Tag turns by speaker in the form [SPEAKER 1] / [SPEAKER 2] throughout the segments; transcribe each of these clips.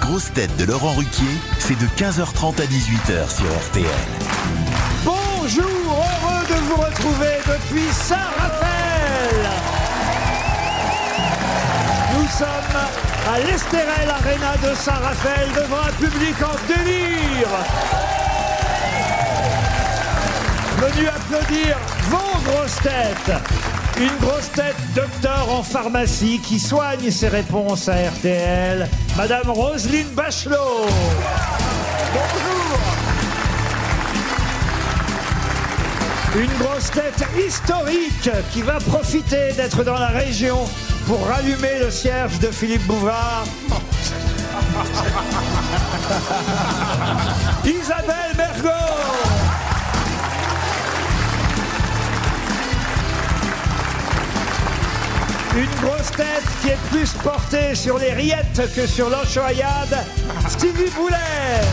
[SPEAKER 1] grosses têtes de Laurent Ruquier, c'est de 15h30 à 18h sur RTL.
[SPEAKER 2] Bonjour, heureux de vous retrouver depuis Saint-Raphaël. Nous sommes à l'Estérel Arena de Saint-Raphaël devant un public en délire. Venu applaudir vos grosses têtes. Une grosse tête docteur en pharmacie qui soigne ses réponses à RTL, Madame Roselyne Bachelot. Bonjour. Une grosse tête historique qui va profiter d'être dans la région pour rallumer le cierge de Philippe Bouvard. Isabelle Mergot Une grosse tête qui est plus portée sur les rillettes que sur l'enchoyade, Stevie Boulet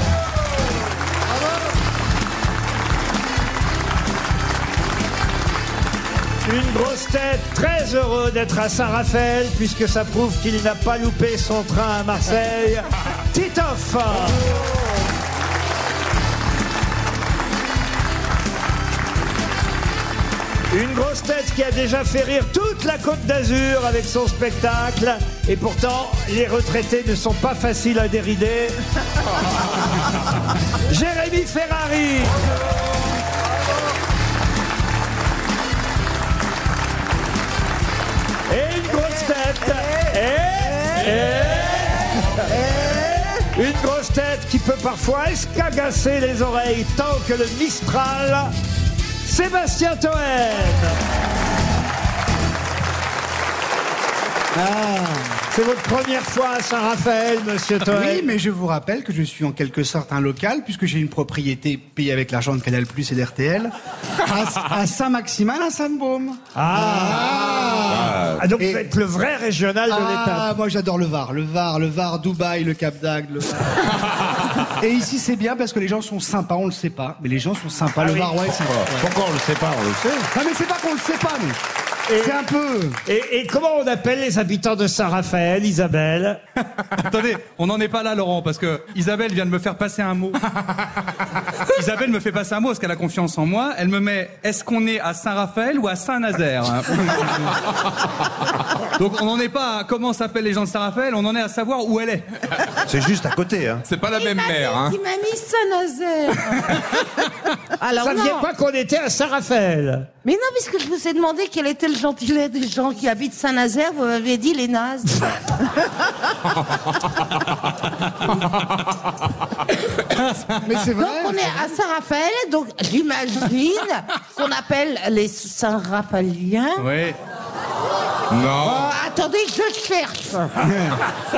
[SPEAKER 2] Une grosse tête très heureux d'être à Saint-Raphaël puisque ça prouve qu'il n'a pas loupé son train à Marseille. Titoff Une grosse tête qui a déjà fait rire toute la Côte d'Azur avec son spectacle. Et pourtant, les retraités ne sont pas faciles à dérider. Jérémy Ferrari Et une grosse tête. Et, et- une grosse tête qui peut parfois escagasser les oreilles tant que le Mistral. Sébastien Toen. Ah, C'est votre première fois à Saint-Raphaël, monsieur Toen.
[SPEAKER 3] Ah Oui, mais je vous rappelle que je suis en quelque sorte un local, puisque j'ai une propriété payée avec l'argent de Canal Plus et d'RTL, à, à Saint-Maximin, à Sainte-Baume.
[SPEAKER 2] Ah. Ah, donc vous êtes le vrai régional de
[SPEAKER 3] Ah,
[SPEAKER 2] l'étape.
[SPEAKER 3] moi j'adore le Var, le Var, le Var, Dubaï, le Cap d'Agde. le Var. et ici c'est bien parce que les gens sont sympas, on le sait pas, mais les gens sont sympas.
[SPEAKER 2] Ah
[SPEAKER 3] le
[SPEAKER 2] oui.
[SPEAKER 3] Var, ouais, c'est
[SPEAKER 4] Pourquoi on le sait pas, on le sait.
[SPEAKER 3] Non, mais c'est pas qu'on le sait pas, mais c'est un peu.
[SPEAKER 2] Et, et comment on appelle les habitants de Saint-Raphaël, Isabelle
[SPEAKER 5] Attendez, on n'en est pas là, Laurent, parce que Isabelle vient de me faire passer un mot. Isabelle me fait passer un mot parce qu'elle a confiance en moi. Elle me met est-ce qu'on est à Saint-Raphaël ou à Saint-Nazaire hein Donc on n'en est pas à comment s'appellent les gens de Saint-Raphaël, on en est à savoir où elle est.
[SPEAKER 4] C'est juste à côté, hein.
[SPEAKER 6] C'est pas la même
[SPEAKER 7] m'a
[SPEAKER 6] mère, hein.
[SPEAKER 7] mis- Il m'a mis Saint-Nazaire. Alors
[SPEAKER 2] Ça ne
[SPEAKER 7] non.
[SPEAKER 2] vient pas qu'on était à Saint-Raphaël.
[SPEAKER 7] Mais non, puisque je vous ai demandé quel était le gentilé des gens qui habitent Saint-Nazaire, vous m'avez dit les nazes.
[SPEAKER 3] Mais c'est
[SPEAKER 7] Donc
[SPEAKER 3] vrai.
[SPEAKER 7] on est à Saint-Raphaël, donc j'imagine qu'on appelle les Saint-Raphaéliens.
[SPEAKER 5] Oui.
[SPEAKER 6] Non.
[SPEAKER 7] Oh, attendez, je cherche.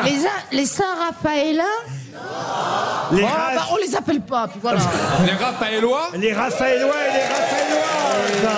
[SPEAKER 7] les A- les Saint-Raphaéliens,
[SPEAKER 2] Les,
[SPEAKER 7] oh,
[SPEAKER 2] Ra-
[SPEAKER 7] bah, on les appelle pas, puis voilà.
[SPEAKER 6] Les Raphaélois
[SPEAKER 2] les Raphaélois et les Raphaéloises.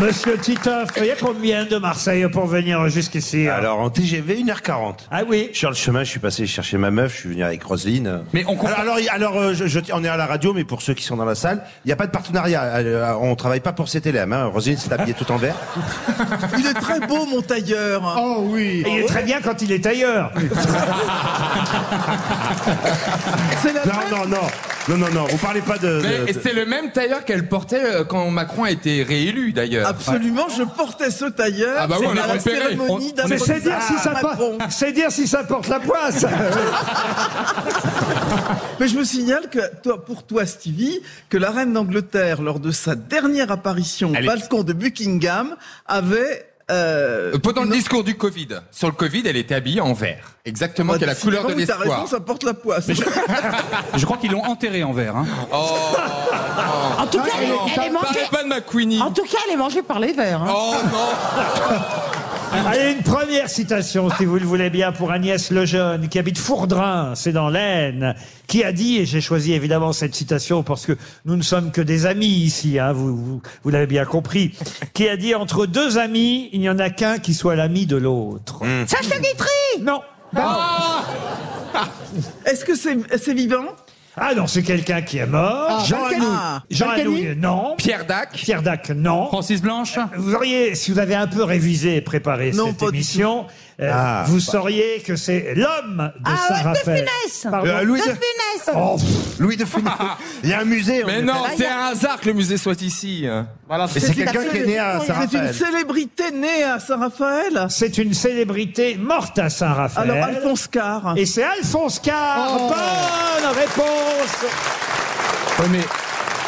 [SPEAKER 2] Monsieur Titoff, il y a combien de Marseille pour venir jusqu'ici hein
[SPEAKER 4] Alors, en TGV, 1h40.
[SPEAKER 2] Ah oui
[SPEAKER 4] Sur le chemin, je suis passé chercher ma meuf, je suis venu avec Roselyne.
[SPEAKER 5] Mais on comprend-
[SPEAKER 4] alors, alors, alors, euh, je- je- on est à la radio, mais pour ceux qui sont dans la salle, il n'y a pas de partenariat. Euh, On travaille pas pour CTLM. Hein. Roselyne s'est habillée tout en vert.
[SPEAKER 8] Il est très beau, mon tailleur.
[SPEAKER 3] Oh oui.
[SPEAKER 2] il est très bien quand il est ailleurs.
[SPEAKER 8] C'est la
[SPEAKER 4] Non,
[SPEAKER 8] même-
[SPEAKER 4] non, non, non, non, non. Vous parlez pas de.
[SPEAKER 5] Euh,
[SPEAKER 4] de-
[SPEAKER 6] Mais
[SPEAKER 4] de-
[SPEAKER 6] c'est le même tailleur qu'elle portait euh, quand Macron a été réélu, d'ailleurs.
[SPEAKER 8] Absolument, je portais ce tailleur.
[SPEAKER 6] Ah bah oui,
[SPEAKER 8] C'est
[SPEAKER 6] on l'a
[SPEAKER 8] à la
[SPEAKER 6] repéré.
[SPEAKER 8] cérémonie Ah,
[SPEAKER 2] Mais c'est dire, si
[SPEAKER 8] d'apprentissage
[SPEAKER 2] ça
[SPEAKER 8] à
[SPEAKER 2] por-
[SPEAKER 8] Macron.
[SPEAKER 2] c'est dire si ça porte la poisse.
[SPEAKER 8] Mais je vous signale que toi, pour toi, Stevie, que la reine d'Angleterre, lors de sa dernière apparition au
[SPEAKER 6] Elle est-
[SPEAKER 8] balcon de Buckingham, avait euh,
[SPEAKER 6] Euh, Pendant le
[SPEAKER 8] une-
[SPEAKER 6] discours du Covid, sur le Covid, elle était habillée en vert. Exactement,
[SPEAKER 8] Bah,
[SPEAKER 6] qui est la couleur de
[SPEAKER 8] décidément, T'as raison,
[SPEAKER 6] l'espoir.
[SPEAKER 8] ça porte la poisse.
[SPEAKER 5] Je crois qu'ils l'ont enterré en verre. hein.
[SPEAKER 6] Oh,
[SPEAKER 7] En tout cas, elle, elle est
[SPEAKER 6] parlez
[SPEAKER 7] mangée.
[SPEAKER 6] Ah, pas de McQueenie.
[SPEAKER 7] En tout cas, elle est mangée par les verres. hein.
[SPEAKER 6] Oh non
[SPEAKER 2] Allez, une première citation, si vous le voulez bien, pour Agnès Lejeune, qui habite Fourdrin, c'est dans l'Aisne, qui a dit, et j'ai choisi évidemment cette citation parce que nous ne sommes que des amis ici, hein, vous, vous, vous l'avez bien compris, qui a dit, entre deux amis, il n'y en a qu'un qui soit l'ami de l'autre.
[SPEAKER 7] Sacha Guitry
[SPEAKER 2] Non Bah,
[SPEAKER 8] Est-ce que c'est c'est vivant
[SPEAKER 2] Ah non, c'est quelqu'un qui est mort.
[SPEAKER 3] Ah,
[SPEAKER 2] Jean
[SPEAKER 3] Balkany.
[SPEAKER 2] Alou.
[SPEAKER 8] Ah,
[SPEAKER 2] Jean Alou,
[SPEAKER 3] Balkany
[SPEAKER 2] non.
[SPEAKER 6] Pierre Dac
[SPEAKER 2] Pierre Dac, non. Euh,
[SPEAKER 5] Francis Blanche
[SPEAKER 2] Vous auriez, si vous avez un peu révisé et préparé
[SPEAKER 8] Non,
[SPEAKER 2] cette
[SPEAKER 8] pas du
[SPEAKER 2] émission, euh,
[SPEAKER 4] Ah.
[SPEAKER 2] vous sauriez que c'est l'homme de
[SPEAKER 7] Ah ouais, de
[SPEAKER 2] Saint-Raphaël.
[SPEAKER 7] Funès.
[SPEAKER 2] Pardon
[SPEAKER 4] Euh, Louis
[SPEAKER 7] De
[SPEAKER 4] de...
[SPEAKER 7] Funès.
[SPEAKER 2] Oh, pff,
[SPEAKER 4] Louis de Funès. Il y a un musée. on
[SPEAKER 6] Mais
[SPEAKER 4] est-
[SPEAKER 6] non,
[SPEAKER 7] Ah, il y
[SPEAKER 6] c'est
[SPEAKER 7] a-
[SPEAKER 6] un hasard que le musée soit ici.
[SPEAKER 8] Voilà,
[SPEAKER 4] Mais c'est quelqu'un qui est né à
[SPEAKER 8] C'est une
[SPEAKER 4] Saint-Raphaël.
[SPEAKER 8] célébrité née à Saint-Raphaël.
[SPEAKER 2] c'est une célébrité morte à Saint-Raphaël.
[SPEAKER 8] Alors, Alphonse Carr.
[SPEAKER 2] Et c'est Alphonse Carr. Bonne réponse
[SPEAKER 5] Oui, mais.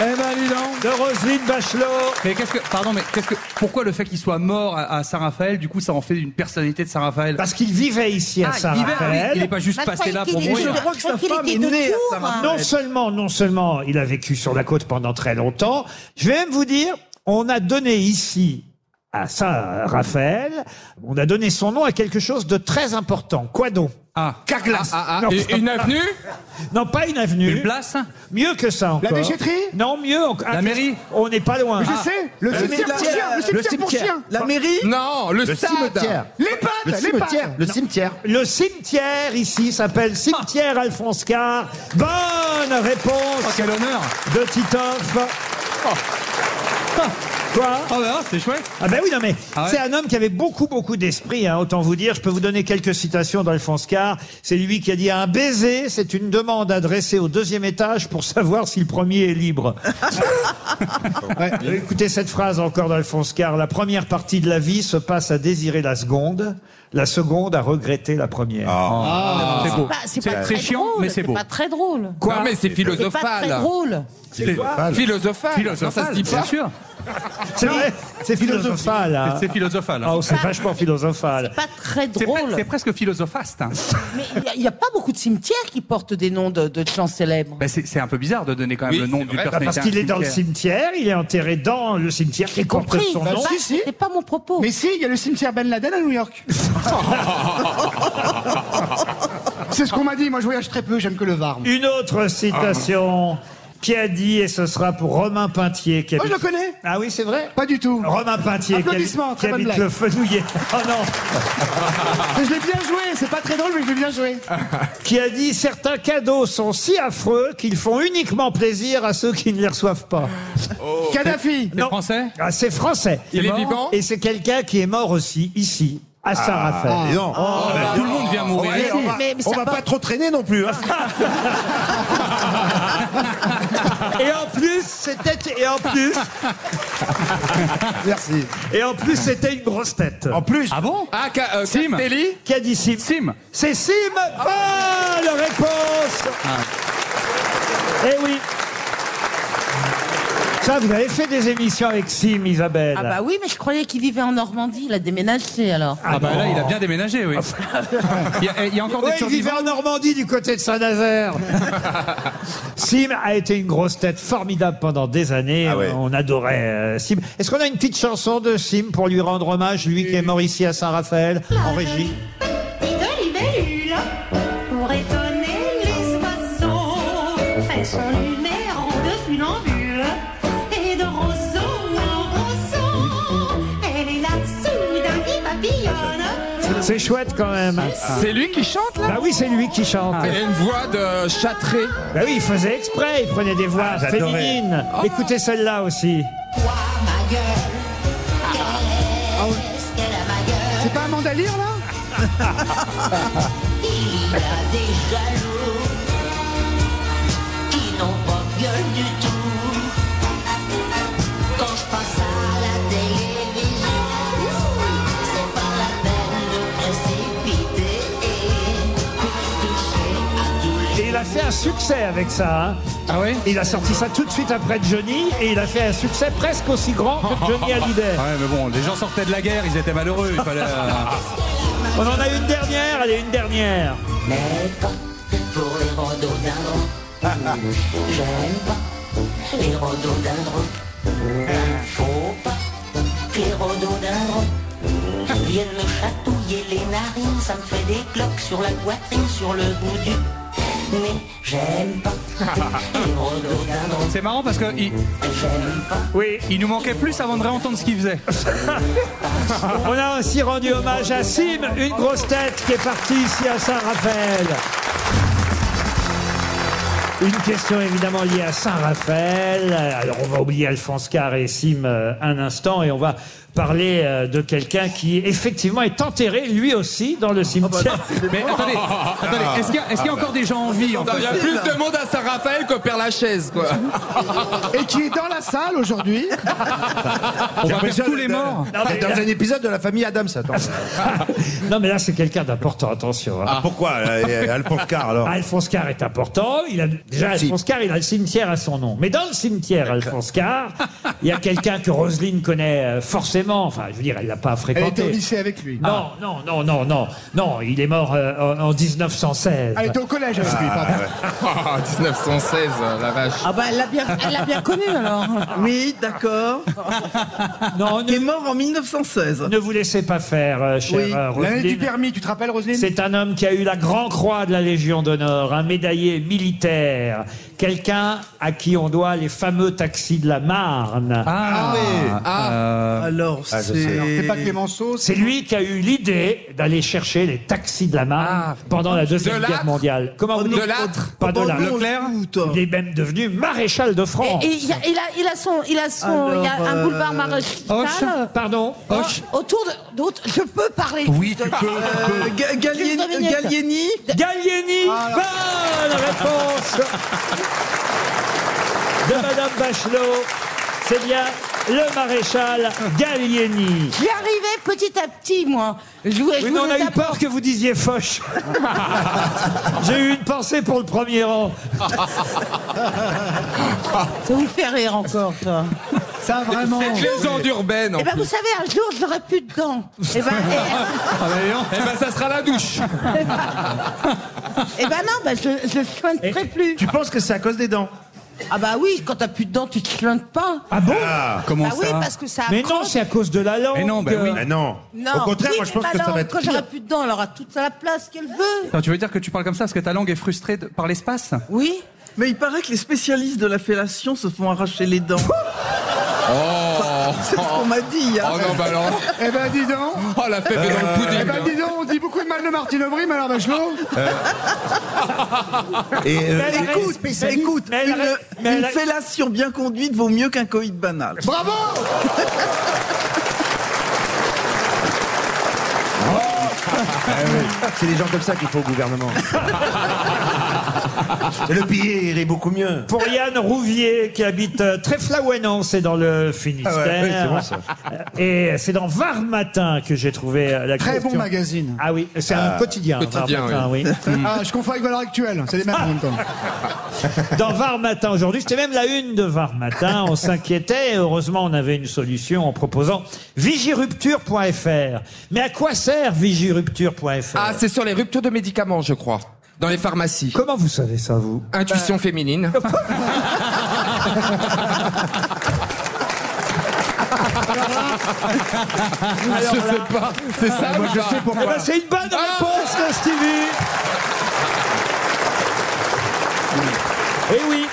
[SPEAKER 5] Eh ben, dis donc.
[SPEAKER 2] de Roselyne Bachelot.
[SPEAKER 5] Mais qu'est-ce que. Pardon, mais qu'est-ce que. Pourquoi le fait qu'il soit mort à, à Saint-Raphaël, du coup, ça en fait une personnalité de Saint-Raphaël
[SPEAKER 2] Parce qu'il vivait ici à
[SPEAKER 5] Ah, il, vivait- ah oui, il est
[SPEAKER 2] Saint-Raphaël.
[SPEAKER 5] pas juste
[SPEAKER 7] Bah, je
[SPEAKER 5] passé
[SPEAKER 7] croyais
[SPEAKER 5] là
[SPEAKER 7] qu'il
[SPEAKER 5] pour
[SPEAKER 7] était-
[SPEAKER 5] mourir.
[SPEAKER 8] Je crois que
[SPEAKER 7] crois
[SPEAKER 8] sa
[SPEAKER 7] qu'il
[SPEAKER 8] femme
[SPEAKER 7] était
[SPEAKER 8] est
[SPEAKER 7] de
[SPEAKER 8] née à
[SPEAKER 7] Tours.
[SPEAKER 8] Saint-Raphaël.
[SPEAKER 2] Non seulement, non seulement il a vécu sur la côte pendant très longtemps, je vais même vous dire, on a donné ici à Saint-Raphaël, on a donné son nom à quelque chose de très important. Quoi donc
[SPEAKER 5] Ah,
[SPEAKER 6] Carglass. Ah, ah,
[SPEAKER 2] Non.
[SPEAKER 6] et- Une avenue
[SPEAKER 2] Non, pas une avenue.
[SPEAKER 5] une place
[SPEAKER 2] Mieux que ça encore.
[SPEAKER 3] La déchetterie
[SPEAKER 2] Non, mieux encore.
[SPEAKER 5] La
[SPEAKER 2] Ah,
[SPEAKER 5] mairie
[SPEAKER 2] On n'est pas loin. Ah.
[SPEAKER 3] Je sais, le cimetière pour chien, le cimetière pour chien.
[SPEAKER 8] La mairie
[SPEAKER 6] Non, le,
[SPEAKER 4] Le
[SPEAKER 6] stade.
[SPEAKER 4] cimetière.
[SPEAKER 3] Les
[SPEAKER 4] Le
[SPEAKER 3] pattes, les pattes.
[SPEAKER 4] cimetière. Le cimetière.
[SPEAKER 2] Le cimetière ici s'appelle Cimetière Alphonse Carr. Bonne réponse
[SPEAKER 5] Oh, quel honneur
[SPEAKER 2] de Titoff. Quoi
[SPEAKER 5] Oh, bah, c'est chouette
[SPEAKER 2] Ah ben oui, non mais
[SPEAKER 5] Ah ouais
[SPEAKER 2] c'est un homme qui avait beaucoup, beaucoup d'esprit, hein, autant vous dire. Je peux vous donner quelques citations d'Alphonse Carr. C'est lui qui a dit « Un baiser, c'est une demande adressée au deuxième étage pour savoir si le premier est libre. Euh, Écoutez cette phrase encore d'Alphonse Carr. « La première partie de la vie se passe à désirer la seconde, la seconde à regretter la première.
[SPEAKER 5] Ah.
[SPEAKER 2] Oh.
[SPEAKER 5] C'est beau.
[SPEAKER 7] Bah, c'est pas
[SPEAKER 5] très
[SPEAKER 7] très
[SPEAKER 5] chiant,
[SPEAKER 7] drôle,
[SPEAKER 5] mais c'est beau.
[SPEAKER 7] pas très drôle.
[SPEAKER 6] Quoi Non, mais c'est
[SPEAKER 7] C'est pas très
[SPEAKER 6] philosophal.
[SPEAKER 7] drôle.
[SPEAKER 6] Philosophal. Non, ça se dit
[SPEAKER 5] bien
[SPEAKER 6] pas.
[SPEAKER 5] sûr.
[SPEAKER 2] C'est vrai, c'est philosophal. hein.
[SPEAKER 5] C'est philosophal.
[SPEAKER 2] Oh, c'est vachement philosophal.
[SPEAKER 7] Pas très
[SPEAKER 5] C'est pre-
[SPEAKER 7] drôle.
[SPEAKER 5] c'est presque philosophaste. hein.
[SPEAKER 7] Mais il n'y a, pas beaucoup de cimetières qui portent des noms de, de gens célèbres.
[SPEAKER 5] Bah, c'est c'est un peu bizarre de donner quand même
[SPEAKER 6] Oui,
[SPEAKER 5] le nom
[SPEAKER 6] c'est
[SPEAKER 5] du
[SPEAKER 6] vrai.
[SPEAKER 5] personnage.
[SPEAKER 2] Bah, Parce qu'il est dans le cimetière, il est enterré dans le cimetière qui porte
[SPEAKER 7] Compris.
[SPEAKER 2] son
[SPEAKER 7] Bah,
[SPEAKER 2] nom.
[SPEAKER 7] c'est pas-
[SPEAKER 3] si, si.
[SPEAKER 7] C'est pas mon propos.
[SPEAKER 3] Mais si, il y a le cimetière Ben Laden à New York. C'est ce qu'on m'a dit, moi je voyage très peu, j'aime que le Var. moi.
[SPEAKER 2] Une autre citation qui a dit, et ce sera pour Romain Pintier. Qui
[SPEAKER 3] Moi Oh, je le
[SPEAKER 2] habite-
[SPEAKER 3] connais,
[SPEAKER 2] Ah oui, c'est vrai
[SPEAKER 3] pas du tout.
[SPEAKER 2] Romain Pintier qui habite,
[SPEAKER 3] Applaudissements,
[SPEAKER 2] qui
[SPEAKER 3] très bonne
[SPEAKER 2] habite
[SPEAKER 3] blague.
[SPEAKER 2] le Fenouillet. Oh non
[SPEAKER 3] Mais je l'ai bien joué, c'est pas très drôle, mais je l'ai bien joué.
[SPEAKER 2] Qui a dit, certains cadeaux sont si affreux qu'ils font uniquement plaisir à ceux qui ne les reçoivent pas.
[SPEAKER 3] Kadhafi,
[SPEAKER 5] C'est français
[SPEAKER 2] Ah, c'est français.
[SPEAKER 6] Oh. Il est vivant
[SPEAKER 2] Et c'est quelqu'un qui est mort aussi, ici, à
[SPEAKER 3] Ah,
[SPEAKER 2] Saint-Raphaël. Oh, bah,
[SPEAKER 4] Et non.
[SPEAKER 3] bah,
[SPEAKER 2] Ah,
[SPEAKER 5] Tout le monde vient mourir.
[SPEAKER 4] Allez, on va,
[SPEAKER 7] mais- mais
[SPEAKER 4] on
[SPEAKER 7] ça
[SPEAKER 4] va
[SPEAKER 7] va.
[SPEAKER 4] pas trop traîner non plus. Hein.
[SPEAKER 8] Ah,
[SPEAKER 2] Et en plus, c'était... Et en plus...
[SPEAKER 4] Merci.
[SPEAKER 2] Et en plus, c'était une grosse tête.
[SPEAKER 4] En plus,
[SPEAKER 5] Ah bon
[SPEAKER 6] Ah, ca, euh,
[SPEAKER 5] Sim.
[SPEAKER 6] Castelli
[SPEAKER 2] Qui a dit Sim
[SPEAKER 5] Sim
[SPEAKER 2] C'est Sim Bonne réponse
[SPEAKER 5] Ah.
[SPEAKER 2] Eh oui Ça, vous avez fait des émissions avec Sim, Isabelle.
[SPEAKER 7] Ah bah oui, mais je croyais qu'il vivait en Normandie. Il a déménagé alors.
[SPEAKER 5] Ah bah là, il a bien déménagé, oui. Il y a, il y a encore
[SPEAKER 2] Ouais,
[SPEAKER 5] des
[SPEAKER 2] il vivait
[SPEAKER 5] survivants.
[SPEAKER 2] en Normandie du côté de Saint-Nazaire. Sim a été une grosse tête formidable pendant des années.
[SPEAKER 4] Ah ouais.
[SPEAKER 2] On adorait euh, Sim. Est-ce qu'on a une petite chanson de Sim pour lui rendre hommage, lui qui est mort ici à Saint-Raphaël, en régie
[SPEAKER 9] Petite libellule pour étonner les oiseaux fait son numéro de funambule et de roseau en roseau. Elle est là soudain qui papillonne.
[SPEAKER 2] C'est chouette quand même.
[SPEAKER 6] C'est lui qui chante là
[SPEAKER 2] Bah oui, c'est lui qui chante.
[SPEAKER 6] Il y a une voix de châtré.
[SPEAKER 2] Bah oui, il faisait exprès, il prenait des
[SPEAKER 5] Ah,
[SPEAKER 2] voix
[SPEAKER 4] j'adorais.
[SPEAKER 2] féminines.
[SPEAKER 6] Oh.
[SPEAKER 2] Écoutez celle-là aussi.
[SPEAKER 9] Toi, ma gueule, qu'est-ce qu'elle a ma gueule
[SPEAKER 3] Ah c'est pas un mandalire là
[SPEAKER 9] Il y a des jaloux qui n'ont pas de gueule du tout. Quand je passe à la télévision, c'est pas la peine de précipiter pour toucher à tous les
[SPEAKER 2] Et il a fait un succès avec ça. hein.
[SPEAKER 5] Ah oui
[SPEAKER 2] Il a sorti ça tout de suite après Johnny et il a fait un succès presque aussi grand que Johnny Hallyday.
[SPEAKER 5] Ouais, mais bon, les gens sortaient de la guerre, ils étaient malheureux. Il fallait. euh,
[SPEAKER 2] On en a une dernière, allez, une dernière.
[SPEAKER 9] Mais pas pour les rhododendrons.
[SPEAKER 2] Ah.
[SPEAKER 9] J'aime pas les rhododendrons. Faut pas que les rhododendrons viennent me chatouiller les narines. Ça me fait des cloques sur la poitrine, sur le bout du nez. J'aime pas les rhododendrons.
[SPEAKER 5] C'est marrant parce que il,
[SPEAKER 9] J'aime pas.
[SPEAKER 2] Oui.
[SPEAKER 5] il nous manquait plus avant de réentendre ce qu'il faisait.
[SPEAKER 2] On a ainsi rendu hommage à Sim, une grosse tête qui est partie ici à Saint-Raphaël. Une question évidemment liée à Saint-Raphaël. Alors on va oublier Alphonse Carr et Sim euh, un instant et on va parler euh, de quelqu'un qui effectivement est enterré lui aussi
[SPEAKER 6] Ah, bah
[SPEAKER 2] dans le cimetière.
[SPEAKER 5] Mais attendez, attendez est-ce qu'il y a, est-ce qu'il y a encore des gens en vie en
[SPEAKER 6] Attends, Il y a
[SPEAKER 5] fait
[SPEAKER 6] plus de monde à Saint-Raphaël qu'au Père Lachaise, quoi.
[SPEAKER 3] Et qui est dans la salle aujourd'hui.
[SPEAKER 5] On va faire tous les morts.
[SPEAKER 2] Non, mais
[SPEAKER 4] Dans
[SPEAKER 2] là-
[SPEAKER 4] un épisode de la famille Adams,
[SPEAKER 2] Ah,
[SPEAKER 4] attends.
[SPEAKER 2] non, mais là c'est quelqu'un d'important, attention. hein.
[SPEAKER 4] Pourquoi euh, euh, Alphonse Carr, alors
[SPEAKER 2] Alphonse Carr est important. Il a déjà
[SPEAKER 4] Si.
[SPEAKER 2] Alphonse Carr, il a le cimetière à son nom. Mais dans le cimetière, Alphonse Carr, il y a quelqu'un que Roselyne connaît euh, forcément. Enfin, je veux dire, elle l'a pas
[SPEAKER 3] Elle était au
[SPEAKER 2] fréquenté. Ah.
[SPEAKER 3] lycée avec lui.
[SPEAKER 2] Non, non, non, non, non, non. Il est mort euh, en, en 1916.
[SPEAKER 3] Elle était au collège avec lui, pardon.
[SPEAKER 6] Oh, 1916, la vache.
[SPEAKER 7] Ah bah elle l'a bien, elle l'a bien connu alors.
[SPEAKER 8] Oui, d'accord.
[SPEAKER 2] Non,
[SPEAKER 8] Qui
[SPEAKER 2] ne,
[SPEAKER 8] est mort en 1916.
[SPEAKER 2] ne vous laissez pas faire, euh, chère
[SPEAKER 8] Oui,
[SPEAKER 2] euh,
[SPEAKER 3] L'année du
[SPEAKER 2] Roselyne.
[SPEAKER 3] permis, tu te rappelles, Roselyne
[SPEAKER 2] C'est un homme qui a eu la Grand Croix de la Légion d'honneur, un médaillé militaire, quelqu'un à qui on doit les fameux taxis de la Marne.
[SPEAKER 5] Ah,
[SPEAKER 8] Alors,
[SPEAKER 4] Ah, je sais.
[SPEAKER 8] c'est.
[SPEAKER 4] Alors,
[SPEAKER 3] C'est pas Clémenceau.
[SPEAKER 2] C'est lui qui a eu l'idée d'aller chercher les taxis de la Marne
[SPEAKER 6] Ah.
[SPEAKER 2] pendant la Deuxième
[SPEAKER 6] Delattre.
[SPEAKER 2] Guerre mondiale. Comment vous
[SPEAKER 6] Oh non.
[SPEAKER 2] dites
[SPEAKER 6] Delattre.
[SPEAKER 2] Pas
[SPEAKER 8] Oh,
[SPEAKER 2] de
[SPEAKER 8] non,
[SPEAKER 5] Leclerc
[SPEAKER 8] zut.
[SPEAKER 2] Il est même devenu maréchal de France.
[SPEAKER 7] Et, et il y a- il, a, il a son, il a son, il y a
[SPEAKER 8] Alors,
[SPEAKER 7] un boulevard
[SPEAKER 8] euh,
[SPEAKER 7] maréchal.
[SPEAKER 2] Pardon
[SPEAKER 7] euh, Autour de, d'autres- je peux parler.
[SPEAKER 4] Oui, tu peux.
[SPEAKER 8] Euh, Ga- Gallieni,
[SPEAKER 7] Juste deux minutes.
[SPEAKER 8] Gallieni
[SPEAKER 2] Gallieni Bonne réponse de Madame Bachelot. C'est bien le maréchal Gallieni.
[SPEAKER 7] J'y arrivais petit à petit, moi. Je, voulais- je
[SPEAKER 2] Oui, mais on
[SPEAKER 7] voulais
[SPEAKER 2] a eu
[SPEAKER 7] d'abord-
[SPEAKER 2] peur que vous disiez Foch. J'ai eu une pensée pour le premier rang.
[SPEAKER 7] Ça vous fait rire encore, ça.
[SPEAKER 3] Ça vraiment.
[SPEAKER 6] Cette légende urbaine. en
[SPEAKER 7] Eh ben, vous
[SPEAKER 6] plus.
[SPEAKER 7] savez, un jour, je n'aurai plus de dents. Eh ben,
[SPEAKER 2] Ah,
[SPEAKER 7] eh,
[SPEAKER 2] bah,
[SPEAKER 6] Eh ben, ça sera la douche.
[SPEAKER 7] eh ben non, ben, je, je chuinterai plus.
[SPEAKER 4] Tu penses que c'est à cause des dents
[SPEAKER 7] Ah bah oui, quand t'as plus de dents, tu te chuintes pas.
[SPEAKER 2] Ah bon
[SPEAKER 5] Comment
[SPEAKER 7] bah oui, parce que ça
[SPEAKER 2] Mais
[SPEAKER 7] accroche.
[SPEAKER 2] non, c'est à cause de la langue. Euh,
[SPEAKER 5] Mais non, bah oui.
[SPEAKER 4] Ah non.
[SPEAKER 7] Non,
[SPEAKER 4] Au contraire,
[SPEAKER 7] oui,
[SPEAKER 4] moi je
[SPEAKER 7] mais
[SPEAKER 4] pense
[SPEAKER 7] ma
[SPEAKER 4] que ça
[SPEAKER 7] langue,
[SPEAKER 4] va être
[SPEAKER 7] Quand j'aurai
[SPEAKER 4] pire.
[SPEAKER 7] plus de dents, elle aura toute la place qu'elle veut.
[SPEAKER 5] Attends, tu veux dire que tu parles comme ça parce que ta langue est frustrée de- par l'espace
[SPEAKER 7] Oui.
[SPEAKER 8] Mais il paraît que les spécialistes de la fellation se font arracher les dents.
[SPEAKER 6] Oh,
[SPEAKER 8] C'est ce qu'on m'a dit. hein.
[SPEAKER 6] oh non,
[SPEAKER 10] bah
[SPEAKER 6] balance.
[SPEAKER 3] Eh
[SPEAKER 2] Ah,
[SPEAKER 3] ben dis donc.
[SPEAKER 6] Oh, la fête est dans le
[SPEAKER 3] Eh
[SPEAKER 6] pudding.
[SPEAKER 2] Euh, hein.
[SPEAKER 3] ben dis donc, on dit beaucoup de mal de Martine Aubry, mais alors ben, Bachelot.
[SPEAKER 4] Et, euh,
[SPEAKER 2] Mais elle reste
[SPEAKER 8] Écoute,
[SPEAKER 2] spécialiste,
[SPEAKER 8] écoute,
[SPEAKER 2] mais elle
[SPEAKER 8] une,
[SPEAKER 2] reste- mais
[SPEAKER 8] une
[SPEAKER 2] elle reste-
[SPEAKER 8] fellation bien conduite vaut mieux qu'un coït banal.
[SPEAKER 3] Bravo
[SPEAKER 4] Ah, c'est des gens comme ça qu'il faut au gouvernement. Et le billet irait beaucoup mieux.
[SPEAKER 2] Pour Yann Rouvier, qui habite euh, Treflaouenan, c'est dans le Finistère.
[SPEAKER 4] Ah ouais, oui, c'est bon, ça.
[SPEAKER 2] Et c'est dans Var Matin que j'ai trouvé euh, la
[SPEAKER 3] Très
[SPEAKER 2] question.
[SPEAKER 3] bon magazine.
[SPEAKER 2] Ah oui, c'est un quotidien.
[SPEAKER 6] quotidien,
[SPEAKER 2] Var Matin, oui.
[SPEAKER 3] Ah, je confonds avec Valeurs Actuelles, c'est les mêmes en même temps.
[SPEAKER 2] Dans Var Matin aujourd'hui, c'était même la une de Var Matin. On s'inquiétait. et Heureusement, on avait une solution en proposant vigirupture.fr. Mais à quoi sert vigirupture.fr
[SPEAKER 6] Ah, c'est sur les ruptures de médicaments, je crois. Dans les pharmacies.
[SPEAKER 2] Comment vous savez ça, vous
[SPEAKER 6] Intuition féminine. je sais pas. C'est ça ou pas
[SPEAKER 2] Eh ben, c'est une bonne réponse de Stevie. Et Eh oui.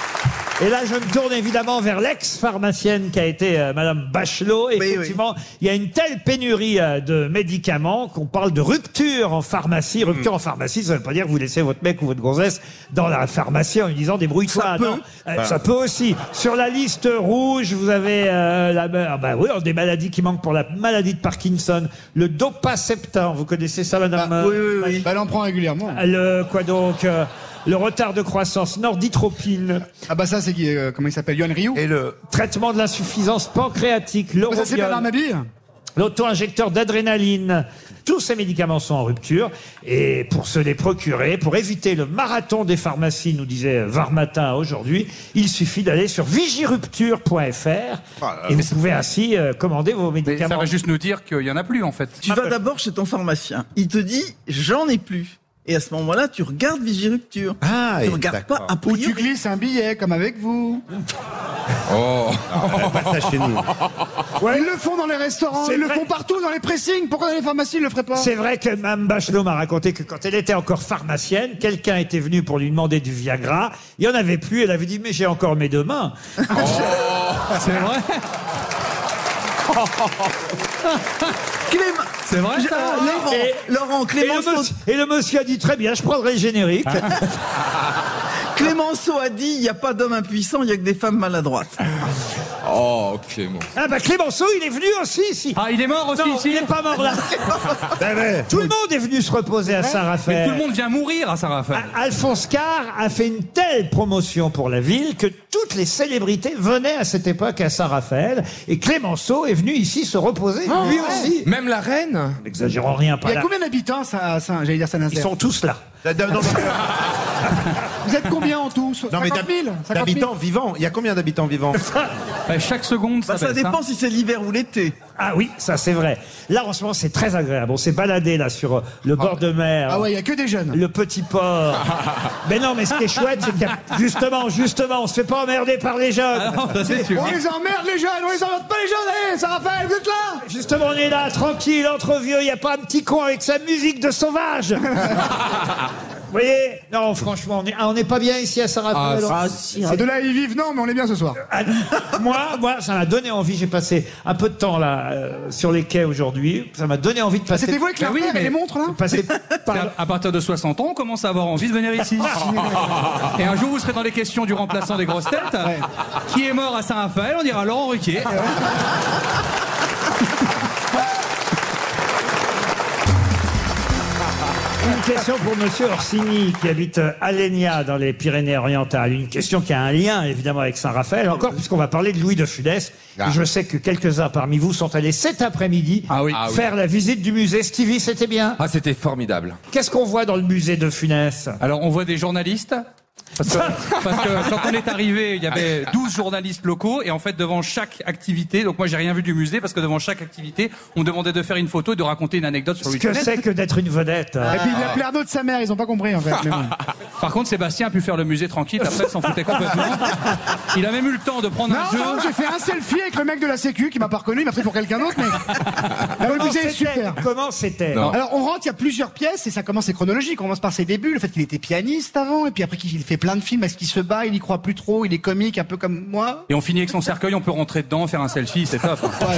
[SPEAKER 2] Et là, je me tourne évidemment vers l'ex-pharmacienne qui a été euh, Madame Bachelot.
[SPEAKER 8] oui.
[SPEAKER 2] Effectivement, il y a une telle pénurie euh, de médicaments qu'on parle de rupture en pharmacie. Rupture en pharmacie, ça ne veut pas dire que vous laissez votre mec ou votre gonzesse dans la pharmacie en lui disant débrouille-toi.
[SPEAKER 8] Ça peut.
[SPEAKER 2] Non, euh,
[SPEAKER 3] Bah.
[SPEAKER 2] ça peut aussi. Sur la liste rouge, vous avez euh, la, ah bah oui, alors, des maladies qui manquent pour la maladie de Parkinson, le dopacéptan. Vous connaissez ça, madame
[SPEAKER 8] Oui,
[SPEAKER 2] euh,
[SPEAKER 8] oui, oui.
[SPEAKER 3] Bah, elle en prend régulièrement.
[SPEAKER 2] Le quoi donc euh, Le retard de croissance, norditropine,
[SPEAKER 3] Ah bah ça, c'est qui euh, Comment il s'appelle Yohan Ryu
[SPEAKER 4] Et le.
[SPEAKER 2] traitement de l'insuffisance pancréatique,
[SPEAKER 3] Bah, Ça, c'est Bernard
[SPEAKER 2] l'aurobiol,
[SPEAKER 3] Mabille
[SPEAKER 2] l'auto-injecteur d'adrénaline. Tous ces médicaments sont en rupture et pour se les procurer, pour éviter le marathon des pharmacies, nous disait Varmatin aujourd'hui, il suffit d'aller sur vigirupture.fr
[SPEAKER 3] Ah,
[SPEAKER 2] et vous pouvez ainsi euh, commander vos
[SPEAKER 5] Mais Ça
[SPEAKER 2] médicaments.
[SPEAKER 5] va juste nous dire qu'il y en a plus en fait.
[SPEAKER 8] Tu vas d'abord chez ton pharmacien. Il te dit j'en ai plus. Et à ce moment-là, tu regardes Vigirupture.
[SPEAKER 4] Ah,
[SPEAKER 8] tu
[SPEAKER 4] et
[SPEAKER 8] regardes
[SPEAKER 4] d'accord.
[SPEAKER 8] pas à
[SPEAKER 3] Où tu glisses un billet, comme avec vous.
[SPEAKER 6] Oh.
[SPEAKER 4] Pas Ah, bah, ça chez nous.
[SPEAKER 3] Ils le font dans les restaurants,
[SPEAKER 2] C'est
[SPEAKER 3] ils le
[SPEAKER 2] vrai.
[SPEAKER 3] font partout, dans les pressings. Pourquoi dans les pharmacies, ils le feraient pas
[SPEAKER 2] C'est vrai que Mme Bachelot m'a raconté que quand elle était encore pharmacienne, quelqu'un était venu pour lui demander du Viagra. Il n'y en avait plus. Elle avait dit, mais j'ai encore mes deux mains.
[SPEAKER 5] C'est vrai
[SPEAKER 8] Clément.
[SPEAKER 5] C'est vrai
[SPEAKER 8] Je-
[SPEAKER 5] ça
[SPEAKER 8] euh, Laurent,
[SPEAKER 2] Et-
[SPEAKER 8] Laurent,
[SPEAKER 2] Et le,
[SPEAKER 8] Clémenceau,
[SPEAKER 2] monsieur, et le monsieur a dit, très bien, je prendrai le générique.
[SPEAKER 8] Clémenceau a dit il n'y a pas d'homme impuissant, il n'y a que des femmes maladroites.
[SPEAKER 6] Oh, Clément.
[SPEAKER 2] Ah bah Clémenceau, il est venu aussi ici.
[SPEAKER 5] Ah, il est mort aussi
[SPEAKER 2] non,
[SPEAKER 5] ici
[SPEAKER 2] il n'est pas mort là.
[SPEAKER 4] Ben, ben.
[SPEAKER 2] Tout le monde est venu se reposer à
[SPEAKER 5] Mais tout le
[SPEAKER 2] Saint-Raphaël.
[SPEAKER 5] monde vient mourir à Saint-Raphaël.
[SPEAKER 2] A- Alphonse Carr a fait une telle promotion pour la ville que toutes les célébrités venaient à cette époque à Saint-Raphaël et Clémenceau est venu ici se reposer lui aussi.
[SPEAKER 6] Même la reine
[SPEAKER 2] N'exagérons rien
[SPEAKER 3] Il
[SPEAKER 2] par
[SPEAKER 3] y a
[SPEAKER 2] là.
[SPEAKER 3] combien d'habitants ça, à Saint, j'allais dire
[SPEAKER 2] Ils
[SPEAKER 3] Saint-Nazaire
[SPEAKER 2] sont tous là.
[SPEAKER 4] Non, non, non.
[SPEAKER 3] Vous êtes combien en tout
[SPEAKER 4] Non, mais
[SPEAKER 3] 50
[SPEAKER 4] d'hab-
[SPEAKER 3] 000 50 000
[SPEAKER 4] d'habitants vivants. Il y a combien d'habitants vivants
[SPEAKER 5] Bah, chaque seconde, ça,
[SPEAKER 8] Bah, ça
[SPEAKER 5] baisse, hein.
[SPEAKER 8] dépend si c'est l'hiver ou l'été.
[SPEAKER 2] Ah oui, ça c'est vrai. Là en ce moment c'est très agréable. On s'est baladé là sur euh, le bord de mer.
[SPEAKER 3] Ah ouais, il y a que des jeunes.
[SPEAKER 2] Le petit port. mais non, mais ce qui est chouette, c'est qu'il y a- justement, justement, on se fait pas emmerder par les jeunes.
[SPEAKER 5] Ah non, ça, c'est sûr.
[SPEAKER 3] On les emmerde les jeunes, on les emmerde pas les jeunes. Hé, Saint-Raphaël, vous êtes là
[SPEAKER 2] Justement, on est là, tranquille, entre vieux, il n'y a pas un petit con avec sa musique de sauvage. Vous voyez Non, franchement, on est- ah, on n'est pas bien ici à Saint-Raphaël.
[SPEAKER 3] Ah, De là ils vivent, non, mais on est bien ce soir.
[SPEAKER 2] Ah, moi, moi, ça m'a donné envie, j'ai passé un peu de temps là, euh, sur les quais aujourd'hui, ça m'a donné envie de passer...
[SPEAKER 3] Ah, C'était vous avec la
[SPEAKER 5] Bah oui,
[SPEAKER 3] mère et
[SPEAKER 5] mais-
[SPEAKER 3] les montres là
[SPEAKER 2] passer par-
[SPEAKER 5] À- À partir de 60 ans, on commence à avoir envie de venir ici. Et un jour, vous serez dans les questions du remplaçant des grosses têtes. Qui est mort à Saint-Raphaël On dira Laurent Ruquier.
[SPEAKER 2] Une question pour Monsieur Orsini qui habite euh, Alenia dans les Pyrénées-Orientales. Une question qui a un lien évidemment avec Saint-Raphaël,
[SPEAKER 5] Euh,
[SPEAKER 2] encore puisqu'on va parler de Louis de Funès. Et Je sais que quelques-uns parmi vous sont allés cet après-midi
[SPEAKER 5] Ah oui.
[SPEAKER 2] faire la visite du musée. Stevie, c'était bien.
[SPEAKER 6] Ah, c'était formidable.
[SPEAKER 2] Qu'est-ce qu'on voit dans le musée de Funès
[SPEAKER 5] Alors, on voit des journalistes. Parce que, parce que quand on est arrivé, il y avait 12 journalistes locaux et en fait devant chaque activité, donc moi j'ai rien vu du musée parce que devant chaque activité, on me demandait de faire une photo et de raconter une anecdote sur
[SPEAKER 2] Ce
[SPEAKER 5] lui.
[SPEAKER 2] que c'est que d'être une vedette.
[SPEAKER 5] Ah,
[SPEAKER 3] Et puis il appelé Arnaud de sa mère, ils ont pas compris en fait. mais
[SPEAKER 2] Ah.
[SPEAKER 3] bon.
[SPEAKER 5] Par contre, Sébastien a pu faire le musée tranquille, après il s'en foutait complètement. Il a même eu le temps de prendre un
[SPEAKER 3] Non,
[SPEAKER 5] jeu.
[SPEAKER 3] non, j'ai fait un selfie avec le mec de la sécu qui m'a pas reconnu, il m'a pris pour quelqu'un d'autre, Ah mais. Le
[SPEAKER 2] Comment
[SPEAKER 3] musée est
[SPEAKER 2] c'était
[SPEAKER 3] super.
[SPEAKER 2] Comment c'était
[SPEAKER 6] Non.
[SPEAKER 3] Alors on rentre, il y a plusieurs pièces et ça commence, c'est chronologique. On commence par ses débuts, le fait qu'il était pianiste avant et puis après qu'il fait plein de films, est-ce qu'il se bat, il y croit plus trop, il est comique un peu comme moi.
[SPEAKER 5] Et on finit avec son cercueil, on peut rentrer dedans, faire un selfie, c'est top.
[SPEAKER 3] Ouais.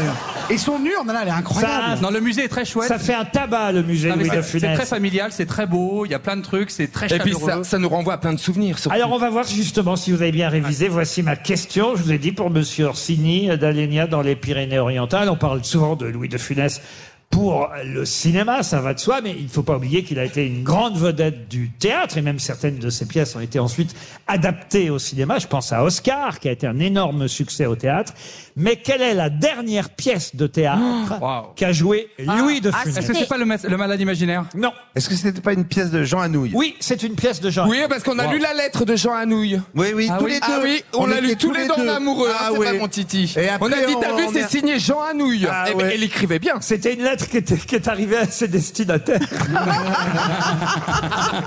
[SPEAKER 3] Et son urne, là, elle est incroyable.
[SPEAKER 5] Non, le musée est très chouette.
[SPEAKER 2] Ça fait un tabac le musée
[SPEAKER 5] Non, mais
[SPEAKER 2] Louis de
[SPEAKER 5] c'est- c'est très
[SPEAKER 2] Funès.
[SPEAKER 5] familial, c'est très beau, il y a plein de trucs, c'est très
[SPEAKER 6] Et puis, ça,
[SPEAKER 5] chaleureux.
[SPEAKER 6] ça nous renvoie à plein de souvenirs. surtout.
[SPEAKER 2] Alors on va voir justement si vous avez bien révisé. Voici ma question. Je vous ai dit pour Monsieur Orsini euh, d'Alenia dans les Pyrénées-Orientales. On parle souvent de Louis de Funès pour le cinéma, ça va de soi, mais il ne faut pas oublier qu'il a été une grande vedette du théâtre et même certaines de ses pièces ont été ensuite adaptées au cinéma. Je pense à Oscar qui a été un énorme succès au théâtre. Mais quelle est la dernière pièce de théâtre
[SPEAKER 5] Wow.
[SPEAKER 2] qu'a joué Louis de
[SPEAKER 7] ah,
[SPEAKER 5] Est-ce
[SPEAKER 2] Funès
[SPEAKER 5] que c'est pas le, ma- le malade imaginaire
[SPEAKER 2] Non.
[SPEAKER 4] Est-ce que c'était pas une pièce de Jean Anouilh
[SPEAKER 2] Oui, c'est une pièce de Jean.
[SPEAKER 6] Oui, parce qu'on a lu la lettre de Jean Anouilh.
[SPEAKER 4] oui, oui, tous
[SPEAKER 6] oui.
[SPEAKER 4] les deux.
[SPEAKER 6] Ah oui, on, l'a
[SPEAKER 4] était
[SPEAKER 6] lu tous les deux en amoureux.
[SPEAKER 4] Ah
[SPEAKER 6] hein, c'est
[SPEAKER 4] oui.
[SPEAKER 6] pas mon titi.
[SPEAKER 4] Et après,
[SPEAKER 6] on a dit, t'as
[SPEAKER 4] on-
[SPEAKER 6] vu,
[SPEAKER 4] on
[SPEAKER 6] c'est
[SPEAKER 4] a-
[SPEAKER 6] signé Jean Anouilh.
[SPEAKER 4] Ah
[SPEAKER 6] et,
[SPEAKER 4] ouais.
[SPEAKER 6] et il écrivait bien.
[SPEAKER 2] C'était une lettre qui, était, qui est arrivée à ses destinataires.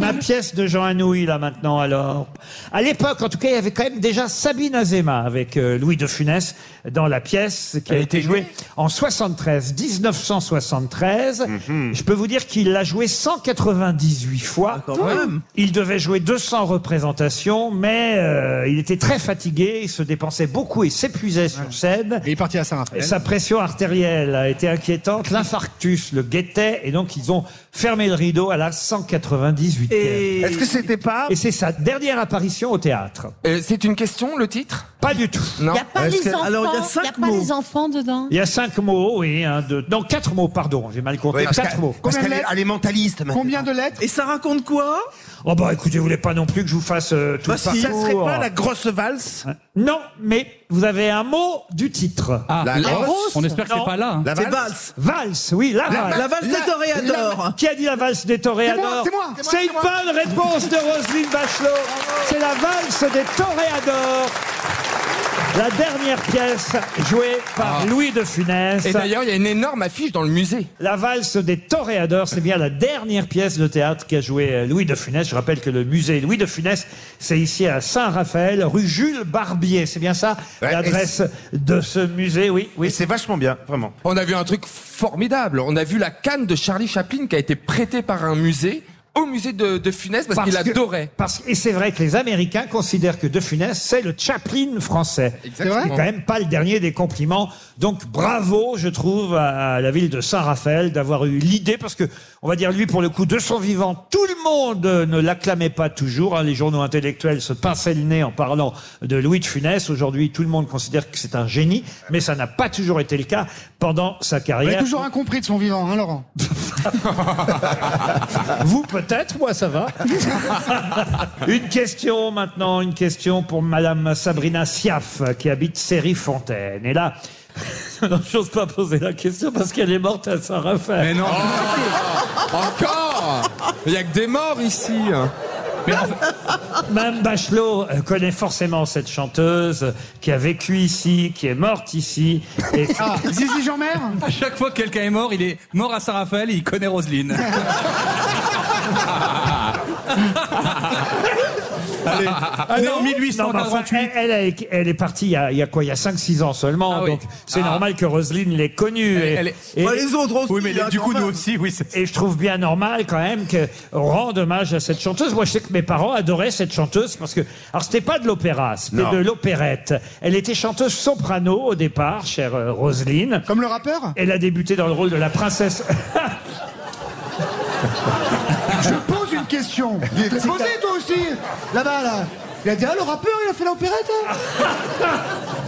[SPEAKER 2] Ma pièce de Jean Anouilh, là, maintenant, alors. À l'époque, en tout cas, il y avait quand même déjà Sabine Azéma avec euh, Louis de Funès dans la pièce qui a été jouée en 73, 1973.
[SPEAKER 6] Mhm.
[SPEAKER 2] Je peux vous dire qu'il l'a jouée 198 fois. Il devait jouer 200 représentations, mais euh, il était très fatigué, il se dépensait beaucoup et s'épuisait sur scène.
[SPEAKER 3] Et il est parti à Saint-Raphaël.
[SPEAKER 2] Sa pression artérielle a été inquiétante, l'infarctus le guettait, et donc ils ont fermé le rideau à la 198e. Et,
[SPEAKER 8] Et
[SPEAKER 4] Est-ce que c'était pas
[SPEAKER 2] c'est sa dernière apparition au théâtre.
[SPEAKER 6] Euh, c'est une question, le titre
[SPEAKER 2] Pas du tout.
[SPEAKER 6] Non.
[SPEAKER 9] n'y a pas les enfants.
[SPEAKER 8] Alors, il y a cinq
[SPEAKER 9] y pas
[SPEAKER 8] mots.
[SPEAKER 9] les enfants dedans.
[SPEAKER 2] Il y a cinq mots, oui, un, deux, non, quatre mots, pardon, j'ai mal compté,
[SPEAKER 4] Oui, parce
[SPEAKER 2] quatre
[SPEAKER 4] qu'elle-
[SPEAKER 2] mots.
[SPEAKER 4] parce
[SPEAKER 3] Combien de
[SPEAKER 4] qu'elle est-
[SPEAKER 3] lettres
[SPEAKER 4] elle est mentaliste maintenant.
[SPEAKER 3] Combien de lettres
[SPEAKER 8] Et ça raconte quoi
[SPEAKER 2] Oh bah écoutez, vous voulez pas non plus que je vous fasse euh, tout
[SPEAKER 4] Bah,
[SPEAKER 2] le
[SPEAKER 4] si, ça
[SPEAKER 2] parcours.
[SPEAKER 4] serait pas la grosse valse
[SPEAKER 2] Non, mais vous avez un mot du titre.
[SPEAKER 5] Ah,
[SPEAKER 4] La
[SPEAKER 5] la-
[SPEAKER 4] grosse
[SPEAKER 5] on espère que
[SPEAKER 2] Non.
[SPEAKER 5] c'est pas là. hein.
[SPEAKER 4] La
[SPEAKER 8] C'est
[SPEAKER 4] valse
[SPEAKER 8] valse.
[SPEAKER 2] Valse, oui, la valse.
[SPEAKER 8] La valse
[SPEAKER 4] la-
[SPEAKER 8] des toréadors.
[SPEAKER 2] Qui a dit la valse des toréadors
[SPEAKER 3] C'est moi, c'est moi,
[SPEAKER 2] C'est une bonne réponse de Roselyne Bachelot. C'est la valse des toréadors. La dernière pièce jouée par Louis de Funès.
[SPEAKER 6] Ah. Et d'ailleurs, il y a une énorme affiche dans le musée.
[SPEAKER 2] La valse des toréadors, c'est bien la dernière pièce de théâtre qu'a joué euh, Louis de Funès. Je rappelle que le musée Louis de Funès, c'est ici à Saint-Raphaël, rue Jules Barbier. C'est bien ça
[SPEAKER 4] Ouais,
[SPEAKER 2] l'adresse de ce musée, oui.
[SPEAKER 4] Et
[SPEAKER 2] oui.
[SPEAKER 4] c'est vachement bien, vraiment.
[SPEAKER 6] On a vu un truc formidable. On a vu la canne de Charlie Chaplin qui a été prêtée par un musée au musée de, de Funès parce, qu'il
[SPEAKER 2] que-
[SPEAKER 6] adorait.
[SPEAKER 2] Parce, et c'est vrai que les Américains considèrent que De Funès, c'est le Chaplin français.
[SPEAKER 6] Exactement.
[SPEAKER 2] C'est quand même pas le dernier des compliments. Donc bravo, je trouve, à la ville de Saint-Raphaël d'avoir eu l'idée, parce que, on va dire, lui, pour le coup, de son vivant, tout le monde ne l'acclamait pas toujours. hein. Les journaux intellectuels se pinçaient le nez en parlant de Louis de Funès. Aujourd'hui, tout le monde considère que c'est un génie, mais ça n'a pas toujours été le cas pendant sa
[SPEAKER 4] Ah,
[SPEAKER 3] Il est
[SPEAKER 2] carrière.
[SPEAKER 3] toujours incompris de son vivant, hein, Laurent
[SPEAKER 2] Vous peut-être, moi ça va. une question maintenant, une question pour Madame Sabrina Siaf qui habite Série-Fontaine. Et là, non, j'ose pas poser la question parce qu'elle est morte à Saint-Raphaël.
[SPEAKER 6] Mais non.
[SPEAKER 2] Oh.
[SPEAKER 6] Encore Il y a que des morts ici.
[SPEAKER 2] Madame Bachelot euh, connaît forcément cette chanteuse qui a vécu ici, qui est morte ici. Et
[SPEAKER 3] Ah, Zizi Jean-Mer
[SPEAKER 5] À chaque fois que quelqu'un est mort, il est mort à Saint-Raphaël et il connaît Roselyne.
[SPEAKER 2] Allez,
[SPEAKER 5] en 1848.
[SPEAKER 2] elle, elle est- elle est partie il y a, il y a quoi Il y a 5-6 ans seulement.
[SPEAKER 5] Ah oui.
[SPEAKER 2] donc c'est
[SPEAKER 5] Ah.
[SPEAKER 2] normal que Roselyne l'ait connue. et-
[SPEAKER 5] elle est-
[SPEAKER 2] et-
[SPEAKER 8] Bah, les autres aussi.
[SPEAKER 5] Oui, mais
[SPEAKER 8] hein,
[SPEAKER 5] du
[SPEAKER 8] quand
[SPEAKER 5] coup,
[SPEAKER 8] même.
[SPEAKER 5] nous aussi, oui. c'est-
[SPEAKER 2] Et je trouve bien normal quand même qu'on rende hommage à cette chanteuse. Moi, je sais que mes parents adoraient cette chanteuse parce que, alors, c'était pas de l'opéra, c'était
[SPEAKER 4] Non.
[SPEAKER 2] de l'opérette. Elle était chanteuse soprano au départ, chère euh, Roselyne.
[SPEAKER 3] Comme le rappeur
[SPEAKER 2] Elle a débuté dans le rôle de la princesse.
[SPEAKER 3] Je pose une question. Je l'ai posée, toi aussi Là-bas, là. Il a dit, ah, le rappeur, il a fait l'opérette hein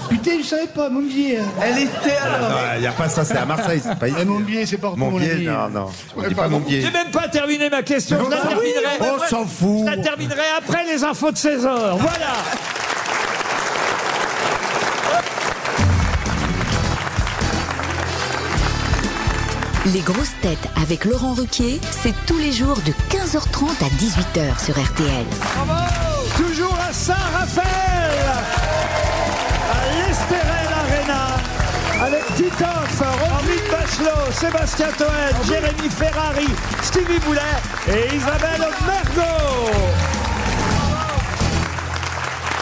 [SPEAKER 3] Putain, je savais pas, Moumbier.
[SPEAKER 8] Elle était alors.
[SPEAKER 4] Ah, Il n'y a pas ça, c'est à Marseille, c'est pas ici.
[SPEAKER 3] Eh, Montbier, c'est Porto, mon
[SPEAKER 4] Montbier,
[SPEAKER 3] ami.
[SPEAKER 2] Ah,
[SPEAKER 4] non, non. On
[SPEAKER 3] Ouais,
[SPEAKER 4] dit pas
[SPEAKER 3] pardon.
[SPEAKER 4] Montbier.
[SPEAKER 2] J'ai même pas terminé ma question. Je la terminerai.
[SPEAKER 4] on s'en fout.
[SPEAKER 2] Je la terminerai après les infos de 16 heures. Voilà.
[SPEAKER 11] Les grosses têtes avec Laurent Ruquier, c'est tous les jours de 15h30 à 18h sur RTL.
[SPEAKER 2] Toujours à Saint-Raphaël, à l'Estérel Arena, avec Titoff, Robin Bachelot, Sébastien Toen, Jérémy Ferrari, Stevie Boulet et Isabelle Mergo.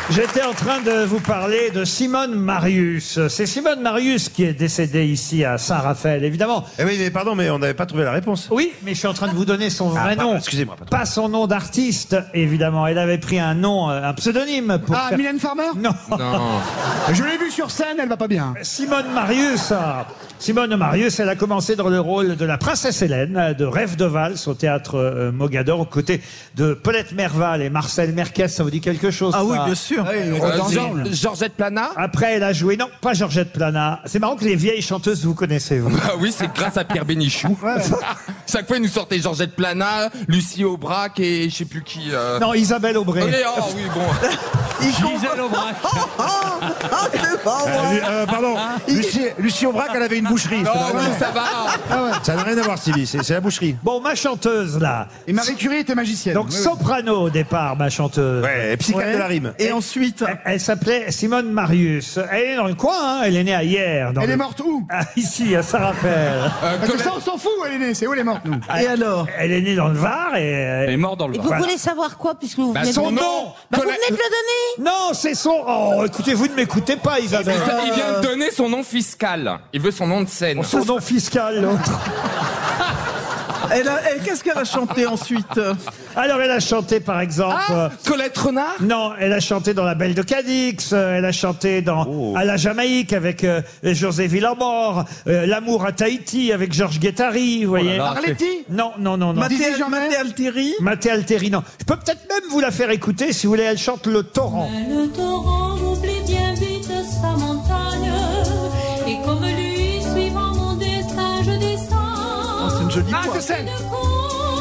[SPEAKER 2] J'étais en train de vous parler de Simone Marius. C'est Simone Marius qui est décédée ici à Saint-Raphaël, évidemment.
[SPEAKER 4] Eh oui, mais pardon, mais on n'avait pas trouvé la réponse. Ah,
[SPEAKER 2] Oui, mais je suis en train de vous donner son vrai
[SPEAKER 4] pardon,
[SPEAKER 2] nom.
[SPEAKER 4] excusez-moi, pardon.
[SPEAKER 2] Pas son nom d'artiste, évidemment. Elle avait pris un nom, euh, un pseudonyme pour.
[SPEAKER 3] Ah,
[SPEAKER 2] faire-
[SPEAKER 3] Mylène Farmer
[SPEAKER 2] Non.
[SPEAKER 6] Non.
[SPEAKER 3] Je l'ai vue sur scène, elle va pas bien.
[SPEAKER 2] Simone Marius. ah. Simone Marius, elle a commencé dans le rôle de la princesse Hélène euh, de Rêve de Valse au théâtre euh, Mogador, aux côtés de Paulette Merval et Marcel Merquès. Ça vous dit quelque chose
[SPEAKER 8] Ah oui,
[SPEAKER 2] ça
[SPEAKER 8] bien sûr.
[SPEAKER 6] Euh, Geor- Georgette Plana
[SPEAKER 2] Après, elle a joué, non, pas Georgette Plana. C'est marrant que les vieilles chanteuses, vous connaissez, vous.
[SPEAKER 6] Ah oui, c'est grâce à Pierre Bénichou. Chaque fois, il nous sortait Georgette Plana, Lucie Aubrac et je sais plus qui. euh.
[SPEAKER 2] Non, Isabelle Aubray.
[SPEAKER 6] Ok, oh, oui, bon.
[SPEAKER 8] Il
[SPEAKER 5] Gisèle Aubrac.
[SPEAKER 8] Ah, ah, c'est pas vrai.
[SPEAKER 4] Euh, pardon, Lucie, Lucie Aubrac, elle avait une boucherie. ça n'a
[SPEAKER 6] Non,
[SPEAKER 4] rien-
[SPEAKER 6] oui, ça va.
[SPEAKER 4] Ça n'a rien à voir, Sylvie, c'est c'est la boucherie.
[SPEAKER 2] Bon, ma chanteuse, là.
[SPEAKER 3] Et Marie Curie était magicienne.
[SPEAKER 2] Donc,
[SPEAKER 3] Oui, oui.
[SPEAKER 2] soprano au départ, ma chanteuse.
[SPEAKER 4] Ouais, et psychiatre
[SPEAKER 8] Ouais.
[SPEAKER 4] de la rime.
[SPEAKER 8] Et ensuite,
[SPEAKER 2] Elle- Elle s'appelait Simone Marius. Elle est dans le coin, hein. elle est née à hier. Ah,
[SPEAKER 3] Elle est morte où
[SPEAKER 2] Ici, à Saint-Raphaël. Ah,
[SPEAKER 6] Euh,
[SPEAKER 3] Parce que
[SPEAKER 6] Colette-
[SPEAKER 3] ça, on s'en fout, elle est née. C'est où elle est morte, nous
[SPEAKER 8] et alors
[SPEAKER 2] Elle est née dans le Var
[SPEAKER 5] Elle est
[SPEAKER 2] et...
[SPEAKER 5] morte dans le
[SPEAKER 7] Et vous
[SPEAKER 5] Var.
[SPEAKER 7] voulez savoir quoi puisque vous
[SPEAKER 6] Bah,
[SPEAKER 7] venez
[SPEAKER 6] son
[SPEAKER 7] de... le-
[SPEAKER 6] nom
[SPEAKER 7] Bah, vous
[SPEAKER 6] Colette-
[SPEAKER 7] venez de le donner
[SPEAKER 2] Non, c'est son... Oh, écoutez, vous ne m'écoutez pas, Isabelle.
[SPEAKER 6] Ça, Il vient de donner son nom fiscal. Il veut son nom de scène.
[SPEAKER 2] Son nom fiscal, l'autre.
[SPEAKER 8] Elle a- elle- Qu'est-ce qu'elle a chanté ensuite
[SPEAKER 2] Alors, elle a chanté, par exemple... euh,
[SPEAKER 6] Ah, Colette Renard
[SPEAKER 2] Non, elle a chanté dans La Belle de Cadix, euh, elle a chanté dans
[SPEAKER 5] Oh.
[SPEAKER 2] À la Jamaïque avec euh, José Villamor, euh, L'amour à Tahiti avec Georges Guettari, vous voyez.
[SPEAKER 5] Oh là.
[SPEAKER 3] Arletty
[SPEAKER 2] Non, non, non, non.
[SPEAKER 8] Mathé
[SPEAKER 3] Jean Marais.
[SPEAKER 8] Mathé Altieri
[SPEAKER 2] Mathé Alteri, non. Je peux peut-être même vous la faire écouter si vous voulez, elle chante Le Torrent.
[SPEAKER 9] Le torrent oublie bien vite sa montagne Et comme lui, suivant mon destin, je descends
[SPEAKER 8] Oh, C'est une jolie
[SPEAKER 3] Ah,
[SPEAKER 8] voix.
[SPEAKER 3] c'est scène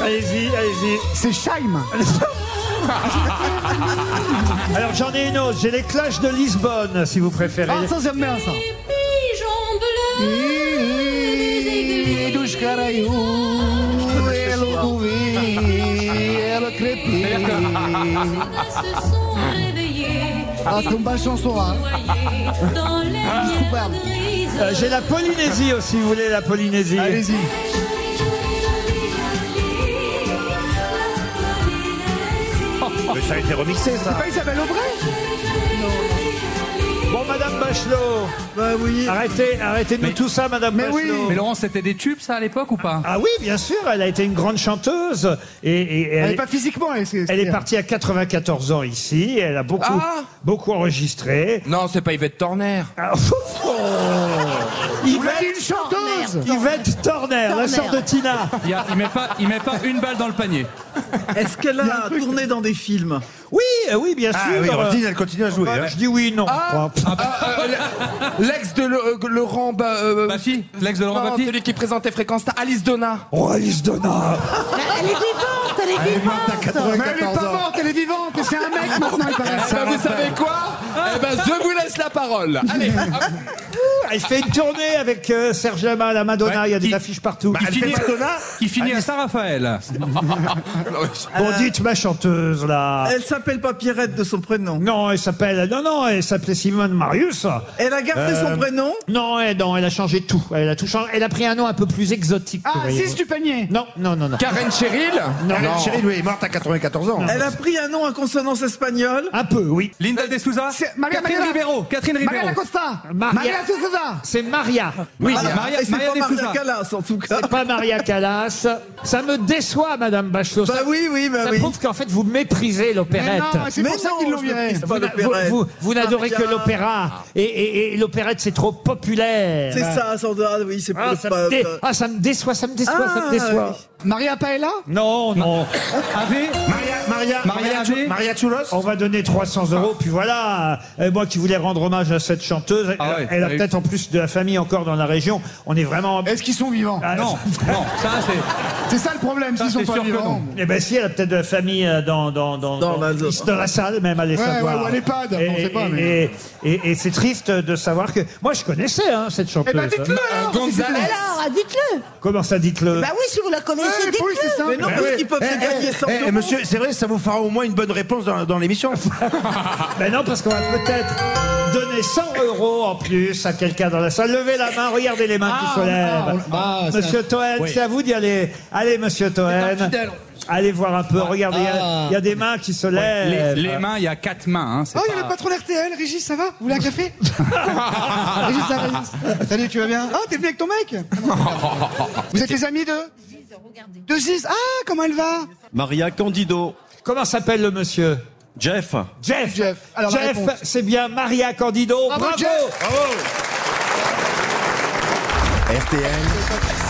[SPEAKER 2] Allez-y, allez-y.
[SPEAKER 3] C'est Scheim
[SPEAKER 2] Alors j'en ai une autre, j'ai les Clashs de Lisbonne si vous préférez.
[SPEAKER 3] Ah, ça, j'aime bien, ça.
[SPEAKER 9] Les pigeons bleus des églises se sont
[SPEAKER 2] Ah,
[SPEAKER 9] réveillés
[SPEAKER 3] Ah, c'est une belle chanson, hein.
[SPEAKER 9] noyés Dans les
[SPEAKER 3] Superbe.
[SPEAKER 9] pierres grises
[SPEAKER 2] Euh, j'ai la Polynésie aussi, vous voulez la Polynésie
[SPEAKER 3] Allez-y.
[SPEAKER 9] Jolie, jolie, jolie, jolie La Polynésie
[SPEAKER 4] Mais ça a été remixé, ça.
[SPEAKER 3] Pas Isabelle Aubray
[SPEAKER 9] Jolie, jolie, jolie
[SPEAKER 2] Bon, Madame Bachelot. Arrêtez, arrêtez-nous tout ça, Madame Bachelot.
[SPEAKER 5] Mais Laurent, c'était des tubes, ça, à l'époque, ou pas
[SPEAKER 2] Ah oui, bien sûr, elle a été une grande chanteuse. Et, et- et
[SPEAKER 5] est pas
[SPEAKER 2] physiquement. Elle, est partie à 94 ans ici. Elle a beaucoup,
[SPEAKER 6] Ah
[SPEAKER 2] beaucoup enregistré.
[SPEAKER 6] Non, c'est pas Yvette Torner.
[SPEAKER 2] Ah, oh, Yvette,
[SPEAKER 3] chanteuse
[SPEAKER 2] Yvette Torner, la sœur de Tina.
[SPEAKER 5] Il, y a- il met pas, il met pas une balle dans le panier.
[SPEAKER 8] Est-ce qu'elle a tourné dans des films
[SPEAKER 2] Oui, euh, oui, bien sûr.
[SPEAKER 8] Ah oui, Roselyne,
[SPEAKER 4] elle continue à jouer. hein. Ah.
[SPEAKER 2] Enfin, Je dis oui, non.
[SPEAKER 6] L'ex de Le- euh, Laurent Ba- euh,
[SPEAKER 5] L'ex de Laurent
[SPEAKER 6] non,
[SPEAKER 5] Baffi
[SPEAKER 6] Celui qui présentait Fréquence Star, Alice Donna.
[SPEAKER 2] Oh, Alice Donna
[SPEAKER 7] Elle est vivante, elle est
[SPEAKER 6] Elle est
[SPEAKER 7] vivante.
[SPEAKER 6] morte à 94
[SPEAKER 3] Mais elle est pas morte, elle est vivante, et c'est un mec maintenant, il
[SPEAKER 6] Eh
[SPEAKER 3] paraît.
[SPEAKER 6] ben, vous savez quoi Eh ben, je vous laisse la parole. Allez, hop.
[SPEAKER 2] Elle Ah, fait une tournée avec euh, Serge Lama, la Madonna. il y a des affiches partout.
[SPEAKER 5] qui, Bah, finit, qui finit à Saint-Raphaël.
[SPEAKER 2] Ah,
[SPEAKER 5] Euh,
[SPEAKER 2] Bon, dites ma chanteuse là.
[SPEAKER 8] Elle s'appelle pas Pierrette de son prénom.
[SPEAKER 2] Non, elle s'appelle. Non, non, elle s'appelait Simone Marius.
[SPEAKER 8] Elle a gardé
[SPEAKER 6] Euh,
[SPEAKER 8] son prénom
[SPEAKER 2] Non, elle, non, elle a changé tout. Elle a tout changé. Elle a pris un nom un peu plus exotique.
[SPEAKER 3] Ah,
[SPEAKER 2] voyez-vous.
[SPEAKER 3] Cisse du panier
[SPEAKER 2] Non, non, non, non.
[SPEAKER 6] Karen Cheryl
[SPEAKER 2] Non.
[SPEAKER 4] Karen Cheryl, oui, est morte à 94 ans.
[SPEAKER 8] Elle a pris un nom à consonance espagnole
[SPEAKER 2] Un peu, oui. Eh
[SPEAKER 5] Linda De Souza
[SPEAKER 3] Ah, C'est Maria-
[SPEAKER 5] Catherine
[SPEAKER 3] Maria-
[SPEAKER 5] Ribeiro. Catherine Ribeiro.
[SPEAKER 3] Maria Costa
[SPEAKER 2] Maria-
[SPEAKER 3] Maria Sousa
[SPEAKER 2] C'est Maria.
[SPEAKER 5] Oui,
[SPEAKER 8] Voilà.
[SPEAKER 5] Maria,
[SPEAKER 8] Ah, Et c'est
[SPEAKER 5] Maria
[SPEAKER 8] pas
[SPEAKER 5] De Souza.
[SPEAKER 8] Maria Callas, en tout cas.
[SPEAKER 2] C'est pas Maria Callas. Ça me déçoit, Madame Bachelot.
[SPEAKER 8] Bah
[SPEAKER 2] ça
[SPEAKER 8] oui, oui, bah
[SPEAKER 2] ça
[SPEAKER 8] oui.
[SPEAKER 2] prouve qu'en fait, vous méprisez
[SPEAKER 3] Mais
[SPEAKER 2] l'opérette.
[SPEAKER 3] non, c'est pour ça qu'ils l'ont
[SPEAKER 8] je ne
[SPEAKER 3] viré.
[SPEAKER 8] prise pas
[SPEAKER 2] Vous, na-
[SPEAKER 8] l'opérette. Ah,
[SPEAKER 2] vous- vous- vous n'adorez que
[SPEAKER 8] Maria-
[SPEAKER 2] l'opéra. Et, et- et l'opérette, c'est trop populaire.
[SPEAKER 8] C'est ça, Sandra, oui, c'est
[SPEAKER 2] ben. Ah
[SPEAKER 8] pas...
[SPEAKER 2] ça,
[SPEAKER 8] pas- euh,
[SPEAKER 2] me dé-
[SPEAKER 8] pas-
[SPEAKER 2] ah, ça me déçoit, ça me déçoit,
[SPEAKER 8] Ah,
[SPEAKER 2] ça me déçoit.
[SPEAKER 8] oui.
[SPEAKER 3] Maria Paella
[SPEAKER 2] Non, non.
[SPEAKER 5] Ave,
[SPEAKER 4] Maria, Maria,
[SPEAKER 5] Maria
[SPEAKER 4] Maria,
[SPEAKER 5] Ave.
[SPEAKER 4] Chou- Maria Choulos
[SPEAKER 2] On va donner 300 euros, puis voilà. Et moi qui voulais rendre hommage à cette chanteuse,
[SPEAKER 5] Ah
[SPEAKER 2] elle-
[SPEAKER 5] ouais,
[SPEAKER 2] elle a
[SPEAKER 5] oui.
[SPEAKER 2] peut-être en plus de la famille encore dans la région. On est vraiment.
[SPEAKER 3] Est-ce qu'ils sont vivants
[SPEAKER 2] Ah,
[SPEAKER 5] Non, non, ça c'est.
[SPEAKER 3] C'est ça le problème,
[SPEAKER 5] Ça,
[SPEAKER 3] s'ils sont
[SPEAKER 5] c'est
[SPEAKER 3] pas
[SPEAKER 5] sûr que
[SPEAKER 3] vivants.
[SPEAKER 5] non.
[SPEAKER 2] Eh ben si, elle a peut-être de la famille euh, dans dans dans
[SPEAKER 8] Dans la-
[SPEAKER 2] dans la salle même, allez
[SPEAKER 3] Ouais,
[SPEAKER 2] savoir.
[SPEAKER 3] ouais, ou à l'EHPAD,
[SPEAKER 2] Et-
[SPEAKER 3] on sait pas,
[SPEAKER 2] et-
[SPEAKER 3] mais-
[SPEAKER 2] Et, et- et c'est triste de savoir que moi je connaissais hein, cette chanteuse.
[SPEAKER 3] Eh ben, dites-le alors
[SPEAKER 6] Gonzalez.
[SPEAKER 7] Alors, ah, dites-le.
[SPEAKER 2] Ah, Comment ça, dites-le
[SPEAKER 7] Bah oui, si vous la connaissez,
[SPEAKER 3] Ouais, pour lui, c'est
[SPEAKER 7] dites-le.
[SPEAKER 8] Mais
[SPEAKER 3] simple.
[SPEAKER 8] non, parce qu'ils peuvent se gagner 100
[SPEAKER 4] Eh,
[SPEAKER 8] euros.
[SPEAKER 4] monsieur, c'est vrai, ça vous fera au moins une bonne réponse dans, dans l'émission.
[SPEAKER 2] Ben non, parce qu'on va peut-être donner 100 euros en plus à quelqu'un dans la salle. Levez la main, regardez les mains
[SPEAKER 3] Ah,
[SPEAKER 2] qui se lèvent. monsieur Toen, c'est à vous d'y aller. Allez, monsieur Toen. Allez voir un
[SPEAKER 3] Ah.
[SPEAKER 2] peu, regardez, il y a- il y, a des mains qui se
[SPEAKER 5] Les,
[SPEAKER 2] lèvent.
[SPEAKER 5] les mains, il y a quatre mains. Hein, c'est
[SPEAKER 3] Oh, il y a le
[SPEAKER 5] pas-
[SPEAKER 3] patron d'RTL, Régis, ça va Vous voulez un café
[SPEAKER 2] Ah.
[SPEAKER 3] Ah, Régis, ça va,
[SPEAKER 8] Euh,
[SPEAKER 3] Régis Salut, tu vas bien Ah, t'es venu avec ton mec Vous êtes les amis de De Ziz Ah, comment elle va
[SPEAKER 12] Maria Candido.
[SPEAKER 2] Comment s'appelle le monsieur
[SPEAKER 12] Jeff.
[SPEAKER 2] Jeff.
[SPEAKER 3] Jeff. Alors, la
[SPEAKER 2] Jeff,
[SPEAKER 3] réponse.
[SPEAKER 2] c'est bien Maria Candido. Bravo.
[SPEAKER 3] Bravo, Jeff.
[SPEAKER 1] RTL,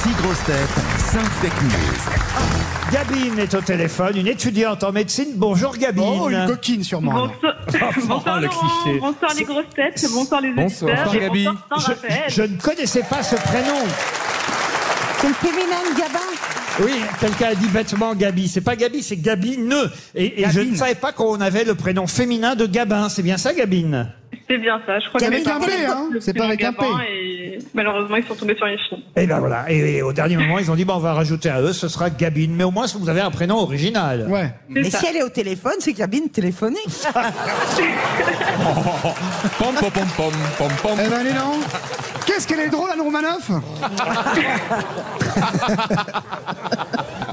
[SPEAKER 1] 6 grosses têtes, 5 fake news.
[SPEAKER 2] Gabine est au téléphone, une étudiante en médecine. Bonjour Gabine.
[SPEAKER 3] Oh, une coquine, sûrement.
[SPEAKER 13] Bonsoir, bonsoir
[SPEAKER 5] le
[SPEAKER 13] Laurent,
[SPEAKER 5] cliché.
[SPEAKER 13] bonsoir les grosses têtes, bonsoir les
[SPEAKER 6] Bonsoir.
[SPEAKER 13] auditeurs,
[SPEAKER 5] Bonsoir,
[SPEAKER 13] et
[SPEAKER 5] Gabi.
[SPEAKER 13] bonsoir Saint-Raphaël.
[SPEAKER 2] je ne connaissais pas ce prénom.
[SPEAKER 7] C'est le féminin de Gabin.
[SPEAKER 2] Oui, quelqu'un a dit bêtement Gabi. C'est pas Gabi, c'est Gabine. Et, et je ne savais pas qu'on avait le prénom féminin de Gabin. C'est bien ça, Gabine
[SPEAKER 13] C'est bien ça, je crois
[SPEAKER 3] C'est
[SPEAKER 13] que
[SPEAKER 3] avec
[SPEAKER 13] les
[SPEAKER 3] un P,
[SPEAKER 13] parents
[SPEAKER 3] hein,
[SPEAKER 13] le
[SPEAKER 3] c'est pas
[SPEAKER 13] prénom
[SPEAKER 3] avec un P.
[SPEAKER 13] Gabin et Malheureusement, ils sont tombés sur les filles.
[SPEAKER 2] Et ben voilà. Et, et au dernier moment, ils ont dit, bah, on va rajouter à eux, ce sera Gabine. Mais au moins, vous avez un prénom original.
[SPEAKER 3] Ouais.
[SPEAKER 13] C'est
[SPEAKER 7] Mais
[SPEAKER 13] ça.
[SPEAKER 7] si elle est au téléphone, c'est Gabine téléphonique.
[SPEAKER 6] Pom pom pom pom pom pom.
[SPEAKER 3] Eh ben, allez, non Qu'est-ce qu'elle est drôle, Anne Romanoff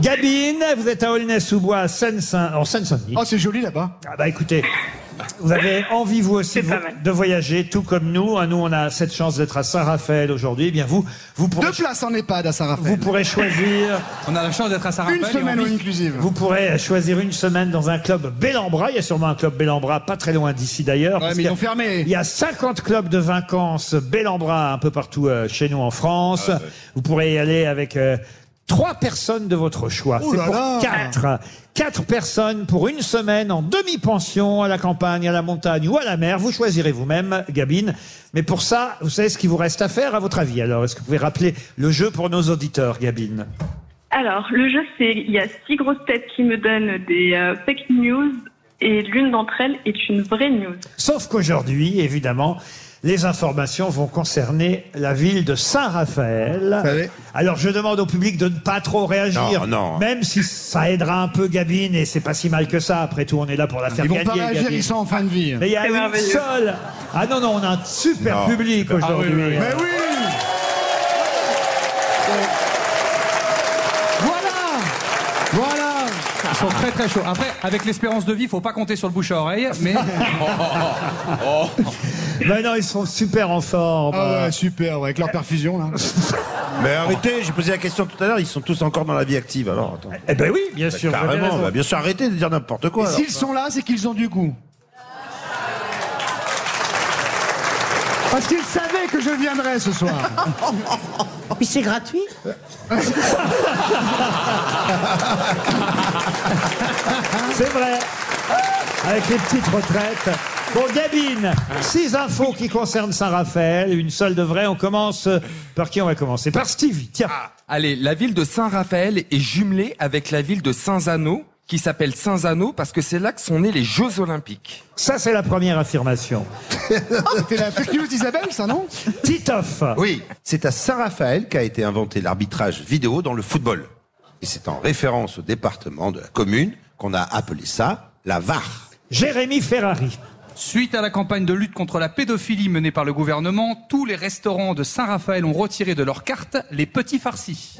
[SPEAKER 2] Gabine, vous êtes à Aulnay-sous-Bois, à Seine-Saint- en Seine-Saint-Denis.
[SPEAKER 3] Oh, c'est joli là-bas.
[SPEAKER 2] Ah bah écoutez, vous avez envie vous aussi
[SPEAKER 13] C'est
[SPEAKER 2] de,
[SPEAKER 13] pas mal.
[SPEAKER 2] de voyager, tout comme nous. Hein, Nous, on a cette chance d'être à Saint-Raphaël aujourd'hui. Eh bien vous, vous pourrez,
[SPEAKER 3] Deux places en EHPAD à
[SPEAKER 2] vous
[SPEAKER 3] Saint-Raphaël.
[SPEAKER 2] pourrez choisir,
[SPEAKER 5] On a la chance d'être à Saint-Raphaël.
[SPEAKER 3] Une
[SPEAKER 5] et
[SPEAKER 3] semaine
[SPEAKER 5] on
[SPEAKER 3] en
[SPEAKER 5] vit-
[SPEAKER 3] inclusive.
[SPEAKER 2] vous pourrez choisir une semaine dans un club Bellambra. Il y a sûrement un club Bellambra pas très loin d'ici d'ailleurs.
[SPEAKER 3] Ouais,
[SPEAKER 2] parce
[SPEAKER 3] mais
[SPEAKER 2] qu'il
[SPEAKER 3] ils
[SPEAKER 2] y a-
[SPEAKER 3] ont fermé.
[SPEAKER 2] Il y a 50 clubs de vacances Bellambra un peu partout euh, chez nous en France.
[SPEAKER 3] Ah,
[SPEAKER 2] Vous pourrez y aller avec euh, trois personnes de votre choix.
[SPEAKER 3] Oh
[SPEAKER 2] C'est
[SPEAKER 3] là
[SPEAKER 2] pour
[SPEAKER 3] là.
[SPEAKER 2] quatre. Quatre personnes pour une semaine en demi-pension à la campagne, à la montagne ou à la mer. Vous choisirez vous-même, Gabine. Mais pour ça, vous savez ce qu'il vous reste à faire à votre avis. Alors, est-ce que vous pouvez rappeler le jeu pour nos auditeurs, Gabine
[SPEAKER 13] Alors, le jeu, c'est il y a six grosses têtes qui me donnent des euh, fake news et l'une d'entre elles est une vraie news.
[SPEAKER 2] Sauf qu'aujourd'hui, évidemment, les informations vont concerner la ville de Saint-Raphaël.
[SPEAKER 3] Allez.
[SPEAKER 2] Alors je demande au public de ne pas trop réagir,
[SPEAKER 4] Non, non.
[SPEAKER 2] même si ça aidera un peu Gabine et c'est pas si mal que ça. Après tout, on est là pour la faire
[SPEAKER 3] Ils vont
[SPEAKER 2] gagner.
[SPEAKER 3] pas réagir,
[SPEAKER 2] Gabine.
[SPEAKER 3] ils sont en fin de vie.
[SPEAKER 2] Mais il y a
[SPEAKER 13] C'est
[SPEAKER 2] une
[SPEAKER 13] merveilleux.
[SPEAKER 2] seule. Ah non non, on a un super
[SPEAKER 4] Non.
[SPEAKER 2] public
[SPEAKER 9] Ah
[SPEAKER 2] aujourd'hui.
[SPEAKER 5] oui, oui, oui.
[SPEAKER 3] Mais oui Voilà Voilà
[SPEAKER 5] Ils sont très très chauds. Après, avec l'espérance de vie, faut pas compter sur le bouche à oreille, mais
[SPEAKER 2] Ben non, ils sont super en forme.
[SPEAKER 10] Ah ouais, super, ouais, avec leur perfusion, là.
[SPEAKER 4] Mais arrêtez, j'ai posé la question tout à l'heure, ils sont tous encore dans la vie active, alors attends.
[SPEAKER 2] Eh ben oui, bien sûr, vous avez
[SPEAKER 4] Carrément,
[SPEAKER 2] raison.
[SPEAKER 4] bah, bien sûr, arrêtez de dire n'importe
[SPEAKER 10] Et
[SPEAKER 4] quoi. alors.
[SPEAKER 10] s'ils sont là, c'est qu'ils ont du goût. Parce qu'ils savaient que je viendrais ce soir.
[SPEAKER 7] Puis c'est gratuit.
[SPEAKER 2] C'est vrai. Avec les petites retraites. Bon, Gabine, six infos qui concernent Saint-Raphaël, une seule de vraie. On commence euh, par qui on va commencer Par Stevie, tiens.
[SPEAKER 6] Ah, Allez, la ville de Saint-Raphaël est jumelée avec la ville de Saint-Zano, qui s'appelle Saint-Zano parce que c'est là que sont nés les Jeux Olympiques.
[SPEAKER 2] Ça, c'est la première affirmation.
[SPEAKER 10] C'était la fake news d'Isabelle, ça, non
[SPEAKER 2] Titoff.
[SPEAKER 4] Oui, c'est à Saint-Raphaël qu'a été inventé l'arbitrage vidéo dans le football. Et c'est en référence au département de la commune qu'on a appelé ça la VAR.
[SPEAKER 2] Jérémy Ferrari.
[SPEAKER 5] Suite à la campagne de lutte contre la pédophilie menée par le gouvernement, tous les restaurants de Saint-Raphaël ont retiré de leurs cartes les petits farcis.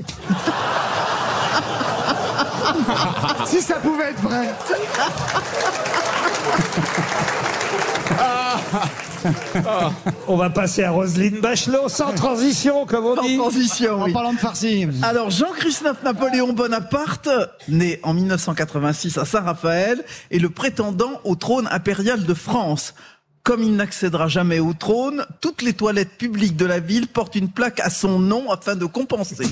[SPEAKER 10] Si ça pouvait être vrai.
[SPEAKER 6] Ah.
[SPEAKER 2] On va passer à Roselyne Bachelot, sans transition, comme on dit.
[SPEAKER 8] En transition, oui.
[SPEAKER 10] Parlant de farci.
[SPEAKER 8] Alors Jean-Christophe Napoléon Bonaparte, né en 1986 à Saint-Raphaël, est le prétendant au trône impérial de France. Comme il n'accédera jamais au trône, toutes les toilettes publiques de la ville portent une plaque à son nom afin de compenser.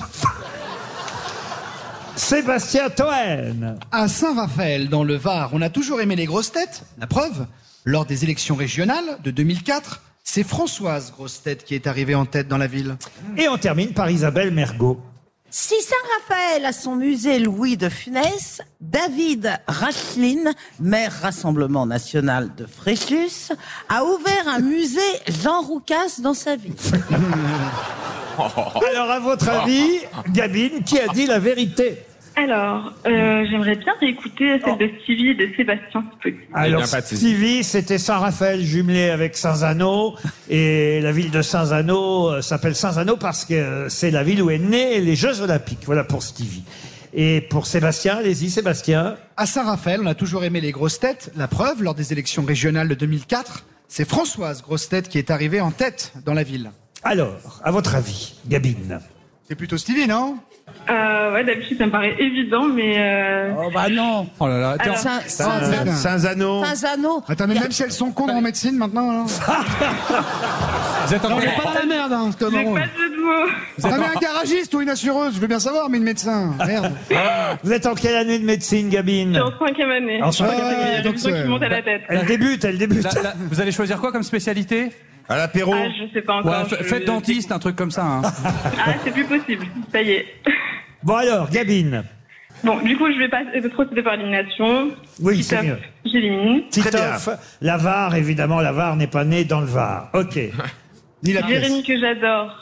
[SPEAKER 2] Sébastien Toen.
[SPEAKER 10] À Saint-Raphaël, dans le Var, on a toujours aimé les grosses têtes. La preuve, lors des élections régionales de 2004, c'est Françoise Grosse Tête qui est arrivée en tête dans la ville.
[SPEAKER 2] Et on termine par Isabelle Mergot.
[SPEAKER 7] Si Saint-Raphaël a son musée Louis de Funès, David Racheline, maire Rassemblement National de Fréjus, a ouvert un musée Jean Roucas dans sa ville.
[SPEAKER 2] Alors, à votre
[SPEAKER 9] Ah.
[SPEAKER 2] avis, Gabine, qui a dit la vérité Oh.
[SPEAKER 13] Alors, euh, j'aimerais bien réécouter celle de Stevie et de Sébastien, si possible.
[SPEAKER 2] Alors,
[SPEAKER 6] bien, pas de souci.
[SPEAKER 2] Stevie, c'était Saint-Raphaël jumelé avec Saint-Zano. Et la ville de Saint-Zano euh, s'appelle Saint-Zano parce que euh, c'est la ville où est né les Jeux Olympiques. Voilà pour Stevie. Et pour Sébastien, allez-y, Sébastien.
[SPEAKER 10] À Saint-Raphaël, on a toujours aimé les grosses têtes. La preuve, lors des élections régionales de 2004, c'est Françoise Grosse Tête qui est arrivée en tête dans la ville.
[SPEAKER 2] Alors, à votre avis, Gabine
[SPEAKER 10] C'est plutôt Stevie, non
[SPEAKER 13] Euh, ouais, d'habitude, ça me paraît évident, mais... euh,
[SPEAKER 7] Oh bah non
[SPEAKER 5] Oh là là, attends, euh,
[SPEAKER 7] Saint- Saint-
[SPEAKER 10] Putain.
[SPEAKER 4] Saint-Zano.
[SPEAKER 7] Saint-Zano.
[SPEAKER 10] Attends, mais même si elles sont cons en médecine maintenant, alors.
[SPEAKER 5] vous êtes en
[SPEAKER 10] Non,
[SPEAKER 5] colère.
[SPEAKER 10] mais pas dans la merde, hein, c'est
[SPEAKER 13] J'ai
[SPEAKER 10] comme
[SPEAKER 13] pas de jeu de mots.
[SPEAKER 10] Non, mais un garagiste ou une assureuse, je veux bien savoir, mais une médecin. Merde.
[SPEAKER 2] Vous êtes en quelle année de
[SPEAKER 13] Je
[SPEAKER 2] médecine,
[SPEAKER 13] suis
[SPEAKER 2] Gabine
[SPEAKER 13] en cinquième année.
[SPEAKER 2] En
[SPEAKER 3] Ah,
[SPEAKER 2] cinquième
[SPEAKER 10] année,
[SPEAKER 13] Il y a
[SPEAKER 10] donc
[SPEAKER 13] des gens
[SPEAKER 10] c'est-
[SPEAKER 13] qui montent à la tête.
[SPEAKER 2] Elle débute, elle débute.
[SPEAKER 5] Là, là, vous allez choisir quoi comme spécialité
[SPEAKER 4] À l'apéro.
[SPEAKER 13] Ah, je sais pas encore.
[SPEAKER 5] Ouais, f-
[SPEAKER 13] je-
[SPEAKER 5] Faites dentiste, un truc comme ça. hein.
[SPEAKER 13] Ah, c'est plus possible. Ça y est.
[SPEAKER 2] Bon alors, Gabine.
[SPEAKER 13] Bon, du coup, je vais pas euh, procéder par élimination.
[SPEAKER 2] Oui,
[SPEAKER 13] Petit
[SPEAKER 2] c'est
[SPEAKER 13] top,
[SPEAKER 2] mieux.
[SPEAKER 13] J'élimine.
[SPEAKER 2] Titoff, la Var, évidemment, la Var n'est pas née dans le Var. Ok.
[SPEAKER 10] Ni la pièce.
[SPEAKER 13] Jérémy que j'adore,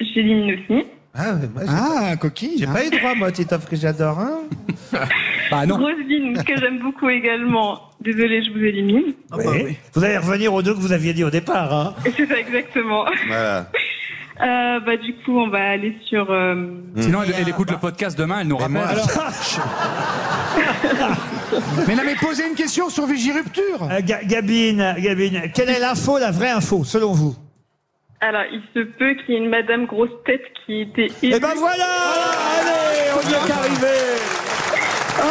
[SPEAKER 13] j'élimine aussi.
[SPEAKER 4] Ah, ouais, moi, j'ai
[SPEAKER 10] Ah, coquille.
[SPEAKER 4] j'ai pas eu droit, moi, Titoff, que j'adore, hein.
[SPEAKER 5] Bah non.
[SPEAKER 13] Roselyne, que j'aime beaucoup également. Désolée, je vous élimine.
[SPEAKER 4] Ah, bah
[SPEAKER 2] Oui. Vous allez revenir aux deux que vous aviez dit au départ. Hein.
[SPEAKER 13] Et C'est ça, exactement.
[SPEAKER 4] Voilà.
[SPEAKER 13] Euh, bah, du coup, on va aller sur. euh,
[SPEAKER 5] Sinon, elle, elle écoute le podcast demain, elle nous
[SPEAKER 4] Et
[SPEAKER 5] rappelle.
[SPEAKER 4] moi,
[SPEAKER 10] Mais non, mais posez une question sur Vigirupture.
[SPEAKER 2] Euh, Ga- Gabine, Gabine, quelle est l'info, la vraie info, selon vous
[SPEAKER 13] Alors, il se peut qu'il y ait une Madame Grosse Tête qui était.
[SPEAKER 2] Eh ben voilà Allez, on y est arrivé
[SPEAKER 13] Oh,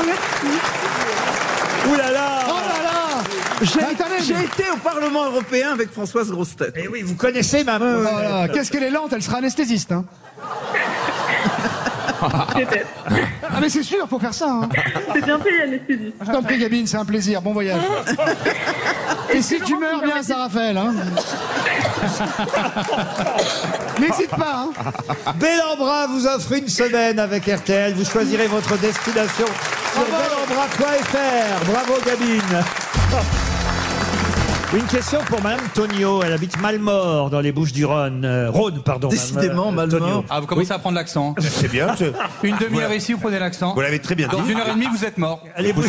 [SPEAKER 2] Ouh là là
[SPEAKER 10] Oh là là
[SPEAKER 8] J'ai
[SPEAKER 10] Attendez,
[SPEAKER 8] j'ai
[SPEAKER 10] mais-
[SPEAKER 8] été au Parlement européen avec Françoise Grossetête.
[SPEAKER 2] Eh oui, vous connaissez ma
[SPEAKER 10] Oh là là, Qu'est-ce qu'elle est lente, elle sera anesthésiste. Hein.
[SPEAKER 13] Peut-être.
[SPEAKER 10] Ah, mais c'est sûr, faut faire ça. Hein.
[SPEAKER 13] C'est bien payé, anesthésiste.
[SPEAKER 10] Je t'en prie, Gabine, c'est un plaisir. Bon voyage. Et si tu meurs, viens à Saint-Raphaël. Hein. N'hésite pas. Hein.
[SPEAKER 2] Bellambra vous offre une semaine avec RTL. Vous choisirez votre destination sur bellambra.fr. Bravo Gabine. Une question pour Madame Tonio. Elle habite Malmort dans les Bouches-du-Rhône. Euh, Rhône, pardon. Madame,
[SPEAKER 8] Décidément,
[SPEAKER 2] euh,
[SPEAKER 8] Malmort.
[SPEAKER 2] Tonio.
[SPEAKER 5] Ah, vous commencez à prendre l'accent.
[SPEAKER 4] C'est bien, je-
[SPEAKER 5] Une demi-heure ici, vous prenez l'accent.
[SPEAKER 4] vous l'avez très bien
[SPEAKER 5] Dans
[SPEAKER 4] dit.
[SPEAKER 5] une heure et demie, vous êtes mort.
[SPEAKER 2] Les Bouches-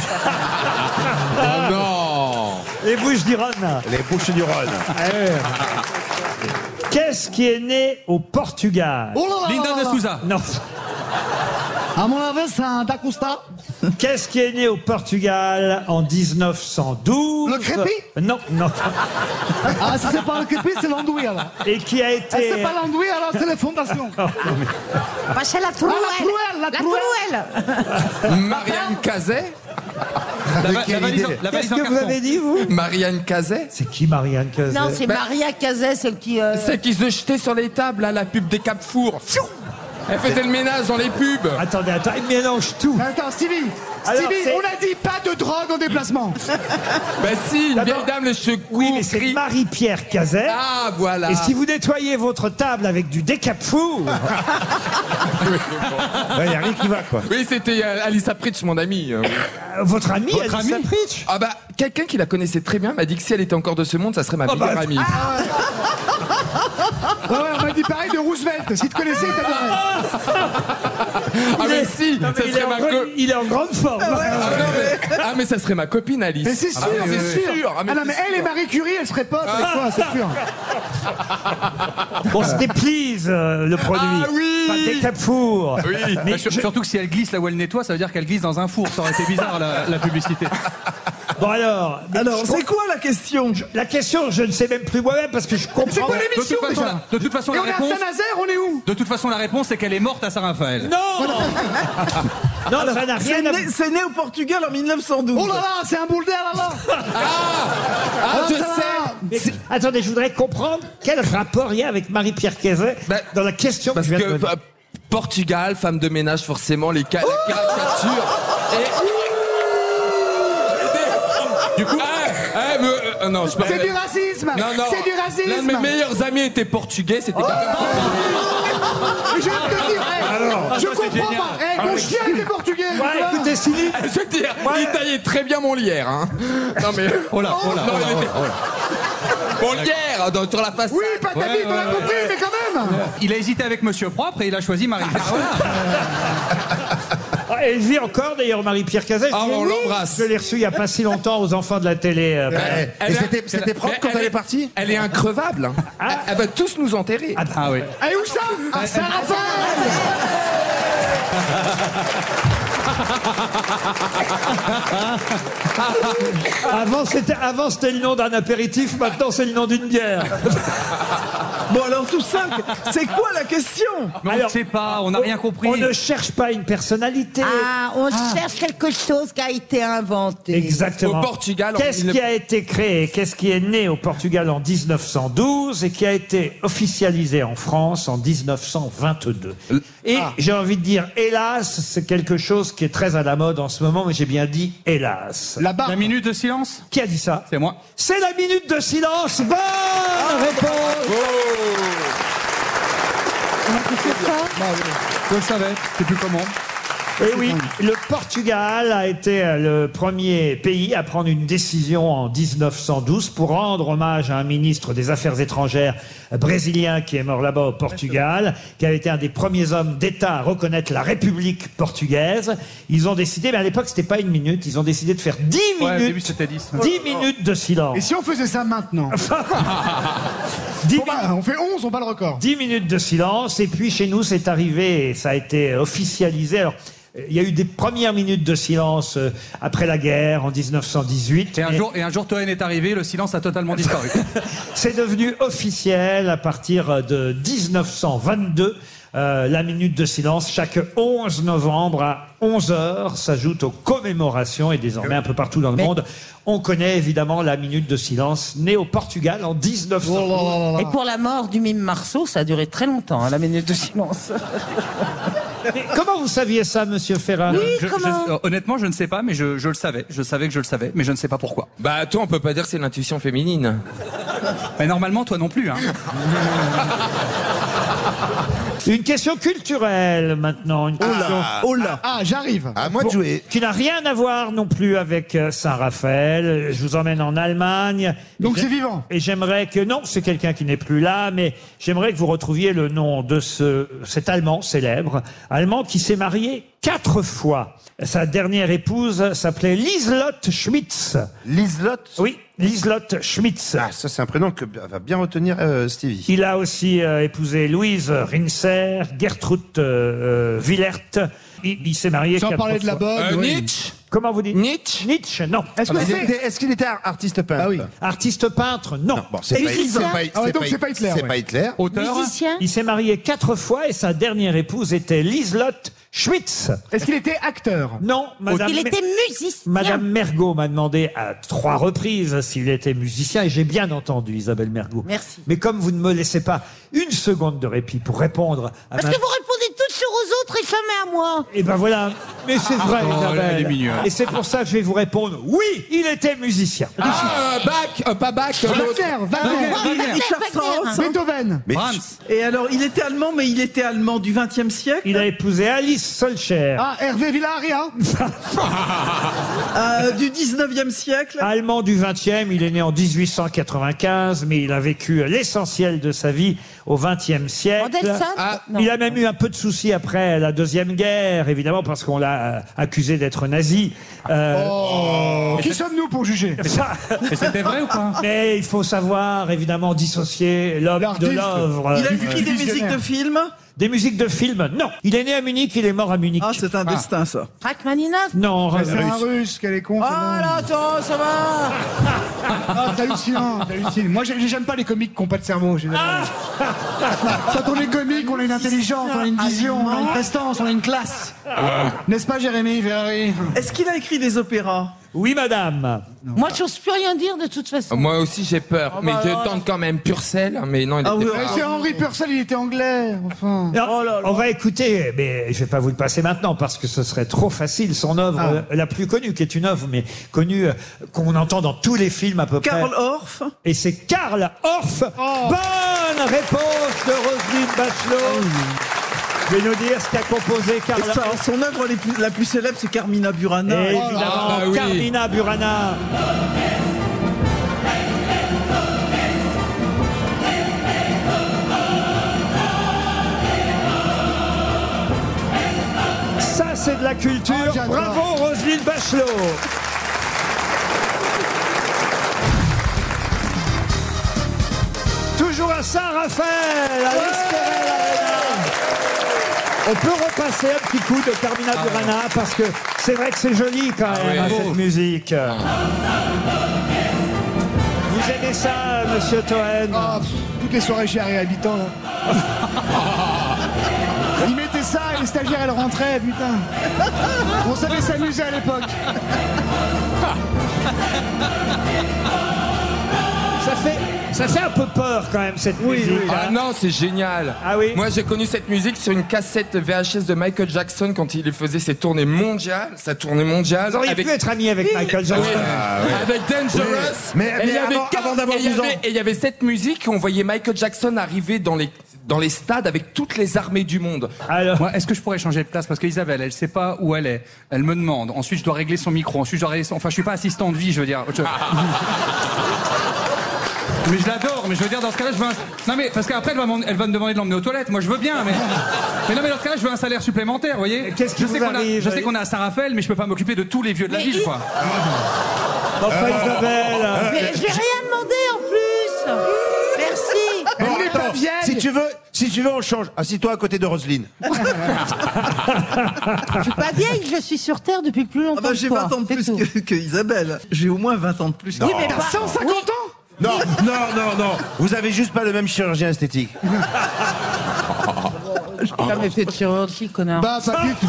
[SPEAKER 6] Oh non
[SPEAKER 2] les Bouches-du-Rhône. Eh
[SPEAKER 4] Les Bouches du Rhône.
[SPEAKER 2] Qu'est-ce qui est né au Portugal
[SPEAKER 10] Oh là là là
[SPEAKER 5] Linda
[SPEAKER 10] là
[SPEAKER 5] de
[SPEAKER 10] là.
[SPEAKER 5] Souza.
[SPEAKER 2] Non. À mon avis, c'est un Dacosta. Qu'est-ce qui est né au Portugal en 1912 Le
[SPEAKER 3] crépi
[SPEAKER 2] Non, non.
[SPEAKER 3] Ah, si c'est pas le crépi, c'est l'andouille, alors.
[SPEAKER 2] Et qui a été. Oh,
[SPEAKER 3] Ah, c'est pas l'andouille, alors c'est les fondations.
[SPEAKER 7] Bah, c'est la trouelle. la
[SPEAKER 6] Marianne Cazet
[SPEAKER 2] La va- la valise en- la valise en Qu'est-ce que vous carton. avez dit, vous
[SPEAKER 6] Marianne Cazet Ben,
[SPEAKER 2] C'est qui Marianne Cazet
[SPEAKER 7] Non, c'est Maria Cazet, celle qui. euh,
[SPEAKER 6] Celle qui se jetait sur les tables, là, la pub des Cap Four. Fiou Elle faisait le ménage dans les pubs.
[SPEAKER 2] Attendez, attendez, elle mélange tout.
[SPEAKER 3] Attends, Stevie,
[SPEAKER 6] Alors,
[SPEAKER 3] Stevie,
[SPEAKER 6] c'est-
[SPEAKER 3] on a dit pas de drogue en déplacement.
[SPEAKER 6] Bah si, une vieille dame le secoue.
[SPEAKER 2] Oui, mais c'est Marie-Pierre Cazet.
[SPEAKER 6] Ah, voilà.
[SPEAKER 2] Et si vous nettoyez votre table avec du décapfour,
[SPEAKER 6] Il n'y a rien qui va, quoi. Oui, c'était euh, Alissa Pritch, mon amie.
[SPEAKER 2] votre amie,
[SPEAKER 6] Votre
[SPEAKER 2] Alissa
[SPEAKER 6] amie Ah bah, quelqu'un qui la connaissait très bien m'a dit que si elle était encore de ce monde, ça serait ma
[SPEAKER 3] Oh,
[SPEAKER 6] meilleure
[SPEAKER 3] bah,
[SPEAKER 6] amie.
[SPEAKER 9] ah,
[SPEAKER 3] Ouais, ouais, on m'a dit pareil de Roosevelt. Si tu connaissais, t'adorais.
[SPEAKER 6] Ah
[SPEAKER 3] Il
[SPEAKER 6] mais
[SPEAKER 3] est-
[SPEAKER 6] si,
[SPEAKER 3] Non, mais
[SPEAKER 6] ça
[SPEAKER 3] il est
[SPEAKER 6] serait
[SPEAKER 3] en
[SPEAKER 6] ma
[SPEAKER 3] re-
[SPEAKER 6] co-
[SPEAKER 2] il est en grande forme.
[SPEAKER 6] Ah, non, mais, ah, mais ça serait ma copine Alice.
[SPEAKER 3] Mais c'est sûr,
[SPEAKER 6] Ah, mais
[SPEAKER 3] c'est sûr.
[SPEAKER 6] Ah, mais
[SPEAKER 3] Ah non,
[SPEAKER 6] c'est
[SPEAKER 3] mais elle et
[SPEAKER 6] sûr.
[SPEAKER 3] Marie Curie, elles seraient potes avec toi, c'est sûr.
[SPEAKER 2] on se déplise euh, le produit.
[SPEAKER 5] Ah oui
[SPEAKER 2] Enfin, décapfour. Mais
[SPEAKER 5] Bah, sur-
[SPEAKER 2] je-
[SPEAKER 5] Surtout que si elle glisse là où elle nettoie, ça veut dire qu'elle glisse dans un four. Ça aurait été bizarre la, la publicité.
[SPEAKER 2] Bon alors.
[SPEAKER 5] Alors, c'est
[SPEAKER 2] quoi la question La question, je ne sais même plus moi-même parce que je comprends.
[SPEAKER 5] C'est quoi l'émission, De toute façon, déjà la- de toute façon,
[SPEAKER 2] Et
[SPEAKER 5] la
[SPEAKER 2] on est à
[SPEAKER 5] réponse-
[SPEAKER 3] Saint-Nazaire, on est où
[SPEAKER 5] De toute façon, la réponse c'est qu'elle est morte à Saint-Raphaël.
[SPEAKER 2] Non Non, ça n'a
[SPEAKER 8] C'est
[SPEAKER 2] rien à
[SPEAKER 8] né, c'est né au Portugal en 1912.
[SPEAKER 3] Oh là là, c'est un boule d'air là là
[SPEAKER 8] Ah
[SPEAKER 2] Ah,
[SPEAKER 3] je sais.
[SPEAKER 2] Mais attendez, je voudrais comprendre quel rapport il y a avec Marie-Pierre Cazet dans la question que
[SPEAKER 6] Parce
[SPEAKER 2] je viens de
[SPEAKER 6] que
[SPEAKER 2] poser.
[SPEAKER 6] bah, Portugal, femme de ménage, forcément, les cas, la caricature. Et... Du coup, eh, eh, mais, euh, non, c'est pas
[SPEAKER 3] Ah. C'est
[SPEAKER 6] vrai.
[SPEAKER 3] du racisme
[SPEAKER 6] Non, non.
[SPEAKER 3] C'est du racisme Oh,
[SPEAKER 6] L'un de mes meilleurs amis était portugais, c'était
[SPEAKER 3] Mais je vais te dire, hey,
[SPEAKER 10] Ah,
[SPEAKER 6] Alors,
[SPEAKER 3] je
[SPEAKER 6] ça, c'est
[SPEAKER 3] comprends
[SPEAKER 6] génial.
[SPEAKER 3] pas hey,
[SPEAKER 6] Ah
[SPEAKER 3] Mon
[SPEAKER 6] oui.
[SPEAKER 3] chien était portugais voilà.
[SPEAKER 6] Je veux dire, il taillait très bien mon lierre. Hein. Non mais.
[SPEAKER 5] Oh là, oh là,
[SPEAKER 6] Non,
[SPEAKER 5] oh là,
[SPEAKER 6] il
[SPEAKER 5] oh
[SPEAKER 6] était-
[SPEAKER 2] Oh.
[SPEAKER 6] Mon lierre dans, sur la face.
[SPEAKER 3] Oui, pas ta bite, on a compris, mais quand même
[SPEAKER 5] Il a hésité avec Monsieur Propre et il a choisi Marie.
[SPEAKER 2] Ah, Elle vit encore d'ailleurs Marie-Pierre Cazet. Je
[SPEAKER 5] oh,
[SPEAKER 6] Ah,
[SPEAKER 2] dis
[SPEAKER 6] on
[SPEAKER 2] oui.
[SPEAKER 6] l'embrasse.
[SPEAKER 2] Je l'ai reçue il n'y a pas si longtemps aux enfants de la télé. euh,
[SPEAKER 6] Elle-
[SPEAKER 2] Pierre.
[SPEAKER 6] elle a- elle- elle est partie Elle est increvable. hein.
[SPEAKER 7] Ah.
[SPEAKER 6] Elle, elle va tous nous enterrer.
[SPEAKER 5] Ah oui.
[SPEAKER 3] Et où ça
[SPEAKER 6] Ah,
[SPEAKER 3] À Saint-Raphaël
[SPEAKER 2] Avant c'était avant c'était le nom d'un apéritif, maintenant c'est le nom d'une bière.
[SPEAKER 8] Bon alors tout ça, c'est quoi la question
[SPEAKER 5] Mais on ne sait pas, on n'a rien compris.
[SPEAKER 2] On ne cherche pas une personnalité.
[SPEAKER 7] Ah, on cherche quelque chose qui a été inventé.
[SPEAKER 2] Exactement.
[SPEAKER 6] Au Portugal, en
[SPEAKER 2] Qu'est-ce
[SPEAKER 6] 19
[SPEAKER 2] qui a été créé Qu'est-ce qui est né au Portugal en 1912 et qui a été officialisé en France en 1922 Et j'ai envie de dire, hélas, c'est quelque chose qui est très à la mode en ce moment, mais j'ai bien dit hélas.
[SPEAKER 10] La barbe.
[SPEAKER 5] La minute de silence
[SPEAKER 2] Qui a dit ça
[SPEAKER 5] C'est moi. Ah,
[SPEAKER 2] C'est la minute de silence. Bonne réponse.
[SPEAKER 10] Bah, euh,
[SPEAKER 5] Je le savais, c'est plus comment.
[SPEAKER 2] Et Eh oui, le Portugal a été euh, le premier pays à prendre une décision en 1912 pour rendre hommage à un ministre des Affaires étrangères brésilien qui est mort là-bas au Portugal, qui avait été un des premiers hommes d'État à reconnaître la République portugaise. Ils ont décidé, mais à l'époque c'était pas une minute, ils ont décidé de faire 10
[SPEAKER 5] Ouais, au début
[SPEAKER 2] minutes,
[SPEAKER 5] c'était 10.
[SPEAKER 2] 10 minutes de silence.
[SPEAKER 10] Et si on faisait ça maintenant
[SPEAKER 2] 10
[SPEAKER 10] Bon, bah, On fait 11, on bat le record.
[SPEAKER 2] 10 minutes de silence, et puis chez nous, c'est arrivé, et ça a été officialisé. Alors, euh, il y a eu des premières minutes de silence euh, après la guerre, en 1918.
[SPEAKER 5] Et un
[SPEAKER 2] mais
[SPEAKER 5] jour, et un jour Toen est arrivé, le silence a totalement disparu.
[SPEAKER 2] C'est devenu officiel à partir de 1922. Euh, la minute de silence, chaque 11 novembre à 11 heures, s'ajoute aux commémorations et désormais un peu partout dans le monde. On connaît évidemment la minute de silence née au Portugal en 1912.
[SPEAKER 10] Oh
[SPEAKER 7] Et pour la mort du mime Marceau, ça a duré très longtemps, hein, la minute de silence.
[SPEAKER 2] Mais comment vous saviez ça, monsieur Ferrand
[SPEAKER 5] Je- je- euh, honnêtement, je ne sais pas, mais je, je le savais. Je savais que je le savais, mais je ne sais pas pourquoi.
[SPEAKER 6] Bah toi, on peut pas dire que c'est l'intuition féminine.
[SPEAKER 5] Mais normalement, toi non plus. Hein.
[SPEAKER 2] Une question culturelle maintenant. Une question
[SPEAKER 8] Oh là
[SPEAKER 10] Ah, j'arrive.
[SPEAKER 4] À moi de jouer.
[SPEAKER 2] qui n'a rien à voir non plus avec euh, Saint-Raphaël. Je vous emmène en Allemagne.
[SPEAKER 10] Donc
[SPEAKER 2] Et
[SPEAKER 10] c'est
[SPEAKER 2] j'ai-
[SPEAKER 10] vivant.
[SPEAKER 2] Et j'aimerais que, non, c'est quelqu'un qui n'est plus là, mais j'aimerais que vous retrouviez le nom de ce, cet Allemand célèbre, Allemand qui s'est marié quatre fois. Sa dernière épouse s'appelait Liselotte Schmitz.
[SPEAKER 4] Liselotte
[SPEAKER 2] Oui, Liselotte Schmitz.
[SPEAKER 4] Ah, ça, c'est un prénom que b- va bien retenir euh, Stevie.
[SPEAKER 2] Il a aussi euh, épousé Louise Rinser, Gertrude euh, euh, Villert. Il, il s'est marié
[SPEAKER 10] Sans
[SPEAKER 2] quatre
[SPEAKER 10] parler de la
[SPEAKER 2] fois.
[SPEAKER 10] bonne, Euh, oui. Nietzsche
[SPEAKER 2] Comment vous dites Nietzsche Nietzsche, non.
[SPEAKER 10] Est-ce que Ah, mais c'est-
[SPEAKER 4] c'était- qu'il était artiste peintre
[SPEAKER 2] Ah oui. Artiste peintre, non.
[SPEAKER 4] bon, c'est pas- Musicien c'est pas- Ah ouais, c'est donc pas- c'est pas Hitler, c'est ouais. pas Hitler. Auteur Musicien
[SPEAKER 2] Il s'est marié quatre fois et sa dernière épouse était Liselotte Schmitz.
[SPEAKER 10] Est-ce qu'il était acteur
[SPEAKER 2] Non, madame.
[SPEAKER 7] Il était musicien.
[SPEAKER 2] Madame Mergot m'a demandé à trois reprises s'il était musicien et j'ai bien entendu Isabelle Mergot.
[SPEAKER 7] Merci.
[SPEAKER 2] Mais comme vous ne me laissez pas une seconde de répit pour répondre à
[SPEAKER 7] Parce
[SPEAKER 2] ma-
[SPEAKER 7] que vous répondez toutes sur aux autres et jamais à moi.
[SPEAKER 2] Ah bah. Eh ben voilà. Mais c'est
[SPEAKER 10] Ah,
[SPEAKER 2] vrai,
[SPEAKER 5] Oh,
[SPEAKER 2] Isabelle.
[SPEAKER 5] elle est mignonne.
[SPEAKER 2] Et c'est pour ça que je vais vous répondre. Oui, il était musicien.
[SPEAKER 10] Ah,
[SPEAKER 5] Bach, pas Bach,
[SPEAKER 10] Wagner, Wagner,
[SPEAKER 8] Wagner,
[SPEAKER 10] Richard
[SPEAKER 8] Wagner.
[SPEAKER 10] Strauss, Beethoven.
[SPEAKER 4] Mais-
[SPEAKER 8] hein. Et alors, il était allemand, mais il était allemand du XXe siècle.
[SPEAKER 2] Il a épousé Alice Solcher.
[SPEAKER 10] Ah, Hervé Villaria.
[SPEAKER 8] Euh, du 19e siècle.
[SPEAKER 2] Allemand du 20e, il est né en 1895, mais il a vécu l'essentiel de sa vie au 20e siècle.
[SPEAKER 7] Mendelssohn Ah, non.
[SPEAKER 2] il a même eu un peu de soucis après la Deuxième Guerre, évidemment, parce qu'on l'a euh, accusé d'être nazi. Euh,
[SPEAKER 10] Qui sommes-nous pour juger
[SPEAKER 2] ça-
[SPEAKER 5] Mais c'était vrai ou pas
[SPEAKER 2] Mais il faut savoir, évidemment, dissocier l'homme de l'œuvre.
[SPEAKER 8] Il a écrit des musiques de films.
[SPEAKER 2] Des musiques de films Non. Il est né à Munich, il est mort à Munich.
[SPEAKER 8] Ah, c'est un destin, ça.
[SPEAKER 7] Rachmaninov
[SPEAKER 2] Non,
[SPEAKER 10] Ah, C'est un
[SPEAKER 2] russe.
[SPEAKER 10] russe, qu'elle est con.
[SPEAKER 7] Ah là, attends, ça va
[SPEAKER 10] Ah, t'hallucines, t'hallucines. Moi, j'ai- j'aime pas les comiques qui n'ont pas de cerveau. j'ai-
[SPEAKER 3] Ah.
[SPEAKER 10] Quand on est comique, on a une intelligence, on a une vision, on a une prestance, on a une classe. N'est-ce pas, Jérémy Ferrari
[SPEAKER 8] Est-ce qu'il a écrit des opéras
[SPEAKER 2] Oui, madame.
[SPEAKER 7] Moi, je n'ose plus rien dire de toute façon.
[SPEAKER 6] Ah, Moi aussi j'ai peur,
[SPEAKER 7] Oh,
[SPEAKER 6] mais
[SPEAKER 7] bah
[SPEAKER 6] je
[SPEAKER 7] alors.
[SPEAKER 6] tente quand même Purcell, hein, mais non, il
[SPEAKER 8] Ah
[SPEAKER 6] était
[SPEAKER 8] oui,
[SPEAKER 6] pas-
[SPEAKER 3] Eh,
[SPEAKER 10] Ouais, C'est Henri Purcell, il était anglais, enfin.
[SPEAKER 2] Non,
[SPEAKER 8] Oh
[SPEAKER 2] On va écouter, mais je vais pas vous le passer maintenant parce que ce serait trop facile. Son œuvre
[SPEAKER 10] Ah.
[SPEAKER 2] euh, la plus connue, qui est une œuvre mais connue euh, qu'on entend dans tous les films à peu
[SPEAKER 8] Karl
[SPEAKER 2] près.
[SPEAKER 8] Orff Oh.
[SPEAKER 2] Et c'est Karl Orff. Bonne réponse de Roselyne Bachelot. Je vais nous dire ce qu'a composé Karl
[SPEAKER 8] Et ça,
[SPEAKER 2] Orff.
[SPEAKER 8] son œuvre les plus- la plus célèbre, c'est Carmina
[SPEAKER 2] Et
[SPEAKER 8] Burana.
[SPEAKER 2] évidemment,
[SPEAKER 6] Ah, bah oui.
[SPEAKER 2] Carmina Burana. Ça, c'est de la culture.
[SPEAKER 10] Ah, j'adore.
[SPEAKER 2] Bravo, Roselyne Bachelot. Toujours à Saint-Raphaël, à l'Estorel Arena. On peut repasser un petit coup de Carmina Burana parce que c'est vrai que c'est joli quand même,
[SPEAKER 6] ouais.
[SPEAKER 2] hein, cette
[SPEAKER 6] Beau.
[SPEAKER 2] musique. Vous aimez ça, monsieur Toen
[SPEAKER 10] Ah, pff, toutes les soirées chez Harry Habitant. là. hein. Ils mettaient ça et les stagiaires elles rentraient, putain. On savait s'amuser à l'époque.
[SPEAKER 2] ça fait, ça fait un peu peur quand même, cette musique.
[SPEAKER 6] Ah
[SPEAKER 2] hein.
[SPEAKER 6] non, c'est génial.
[SPEAKER 2] Ah oui
[SPEAKER 6] Moi, j'ai connu cette musique sur une cassette VHS de Michael Jackson quand il faisait ses tournées mondiales, sa tournée mondiale
[SPEAKER 2] Vous auriez
[SPEAKER 6] avec Ah,
[SPEAKER 2] pu être ami avec Michael Jackson. Ah,
[SPEAKER 6] avec Dangerous.
[SPEAKER 4] Mais-
[SPEAKER 6] Et il
[SPEAKER 4] mais
[SPEAKER 6] y avait
[SPEAKER 4] avant-
[SPEAKER 6] quatre-
[SPEAKER 4] avant d'avoir
[SPEAKER 6] et il y
[SPEAKER 4] 12 ans.
[SPEAKER 6] avait- Et il y avait cette musique on voyait Michael Jackson arriver dans les dans les stades avec toutes les armées du monde.
[SPEAKER 2] Alors,
[SPEAKER 5] Moi, est-ce que je pourrais changer de place Parce qu'Isabelle, elle sait pas où elle est. Elle me demande. Ensuite, je dois régler son micro. Ensuite, je dois régler son... Enfin, je suis pas assistant de vie, je veux dire. Je- mais je l'adore. Mais je veux dire, dans ce cas-là, je veux un... Non, mais parce qu'après, elle va, m'en- elle va me demander de l'emmener aux toilettes. Moi, je veux bien, mais... Mais non, mais dans ce cas-là, je veux un salaire supplémentaire, vous voyez
[SPEAKER 2] Qu'est-ce qui
[SPEAKER 5] je sais
[SPEAKER 2] vous
[SPEAKER 5] qu'on a-
[SPEAKER 2] arrive
[SPEAKER 5] Je sais qu'on est à Saint-Raphaël, mais je peux pas m'occuper de tous les vieux de la
[SPEAKER 7] Mais
[SPEAKER 5] ville,
[SPEAKER 7] il- Euh,
[SPEAKER 5] quoi.
[SPEAKER 2] enfin, Isabelle.
[SPEAKER 7] Mais j'ai rien demandé en plus Merci
[SPEAKER 4] Bon,
[SPEAKER 10] est pas
[SPEAKER 4] attends,
[SPEAKER 10] vieille.
[SPEAKER 4] Si tu veux, si tu veux, on change. Assis-toi à côté de Roselyne.
[SPEAKER 7] Je suis pas vieille, je suis sur Terre depuis plus longtemps
[SPEAKER 8] Ah bah,
[SPEAKER 7] que
[SPEAKER 8] j'ai
[SPEAKER 7] toi,
[SPEAKER 8] 20 ans de
[SPEAKER 7] c'est
[SPEAKER 8] plus
[SPEAKER 7] tout.
[SPEAKER 8] que, que Isabelle. J'ai au moins 20 ans de plus. que-
[SPEAKER 4] Non.
[SPEAKER 8] Oui, mais
[SPEAKER 10] T'as 150 ans
[SPEAKER 4] Non, non, non, non. Vous avez juste pas le même chirurgien esthétique.
[SPEAKER 7] T'as jamais fait de chirurgie, connard.
[SPEAKER 10] Bah, pas du tout.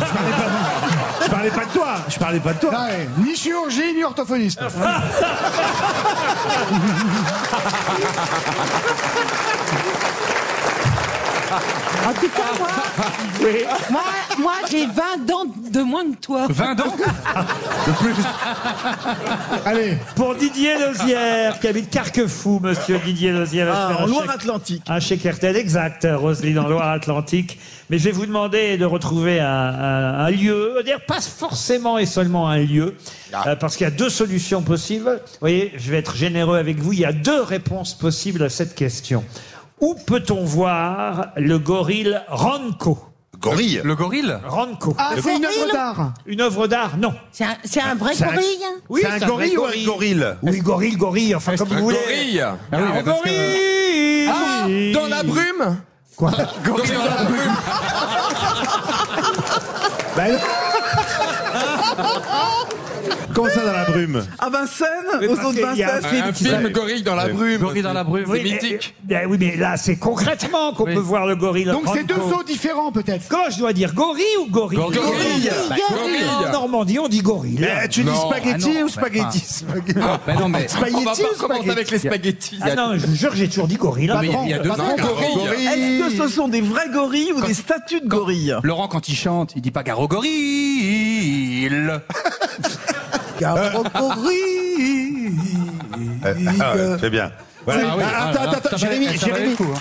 [SPEAKER 4] Je parlais pas de toi. Je parlais pas de toi.
[SPEAKER 10] Ah ouais, Ni chirurgie, ni orthophoniste.
[SPEAKER 7] En tout cas, moi,
[SPEAKER 2] Oui.
[SPEAKER 7] moi, moi j'ai 20 ans de moins que toi.
[SPEAKER 5] 20 ans
[SPEAKER 10] Allez,
[SPEAKER 2] Pour Didier Lozière, qui habite Carquefou, monsieur Didier Lozière.
[SPEAKER 8] Ah,
[SPEAKER 2] espère
[SPEAKER 8] en
[SPEAKER 2] un chèque-
[SPEAKER 8] Loire-Atlantique.
[SPEAKER 2] Un chèque RTL Ah, exact, Roselyne, en Loire-Atlantique. Mais je vais vous demander de retrouver un, un- un lieu, d'ailleurs pas forcément et seulement un lieu, euh, parce qu'il y a deux solutions possibles. Vous voyez, je vais être généreux avec vous, il y a deux réponses possibles à cette question. Où peut-on voir le gorille Ranko
[SPEAKER 4] gorille.
[SPEAKER 5] Le gorille
[SPEAKER 2] Ranco.
[SPEAKER 3] Ah, c'est une œuvre d'art.
[SPEAKER 2] Une œuvre d'art, non.
[SPEAKER 7] C'est un, c'est un vrai
[SPEAKER 2] C'est un-
[SPEAKER 7] gorille hein.
[SPEAKER 2] Oui, c'est un gorille ou un gorille Oui, gorille, gorille, enfin comme
[SPEAKER 6] Un
[SPEAKER 2] vous voulez.
[SPEAKER 6] gorille. Ah oui,
[SPEAKER 2] Un
[SPEAKER 6] mais parce que-
[SPEAKER 2] gorille
[SPEAKER 6] Ah, dans la brume
[SPEAKER 2] Quoi
[SPEAKER 6] Gorille dans la brume
[SPEAKER 4] Ben
[SPEAKER 10] Comment ça dans la brume
[SPEAKER 8] À Vincennes,
[SPEAKER 2] Mais
[SPEAKER 8] aux
[SPEAKER 2] parce
[SPEAKER 8] autres
[SPEAKER 2] qu'il y a un
[SPEAKER 8] Vincennes.
[SPEAKER 2] film qui s'appelle- Oui. Oui, mais- ben oui, mais là, c'est concrètement qu'on peut voir le gorille.
[SPEAKER 10] Donc c'est
[SPEAKER 2] Ranco.
[SPEAKER 10] deux sauts différents peut-être.
[SPEAKER 2] Comment je dois dire Gorille ou gorille
[SPEAKER 10] Gorille. Gorille.
[SPEAKER 2] Bah,
[SPEAKER 10] Gorille.
[SPEAKER 2] En Normandie, on dit gorille.
[SPEAKER 10] Mais tu dis Non. spaghetti Ah non, ou spaghetti
[SPEAKER 2] Ah,
[SPEAKER 10] Bah non, mais-
[SPEAKER 2] Spaghetti
[SPEAKER 10] On va
[SPEAKER 2] ou
[SPEAKER 10] pas commencer avec les spaghettis.
[SPEAKER 2] Ah non, je vous jure, j'ai toujours dit gorille.
[SPEAKER 8] Patron, patron, Est-ce que ce sont des vrais gorilles ou des statues de gorilles
[SPEAKER 5] Laurent, quand il chante, il dit pas Garo Gorille.
[SPEAKER 4] Ah ouais, c'est bien. Voilà.
[SPEAKER 10] Ah oui, ah, attends, attends, attends, Jérémy, Jérémy.
[SPEAKER 7] Gorille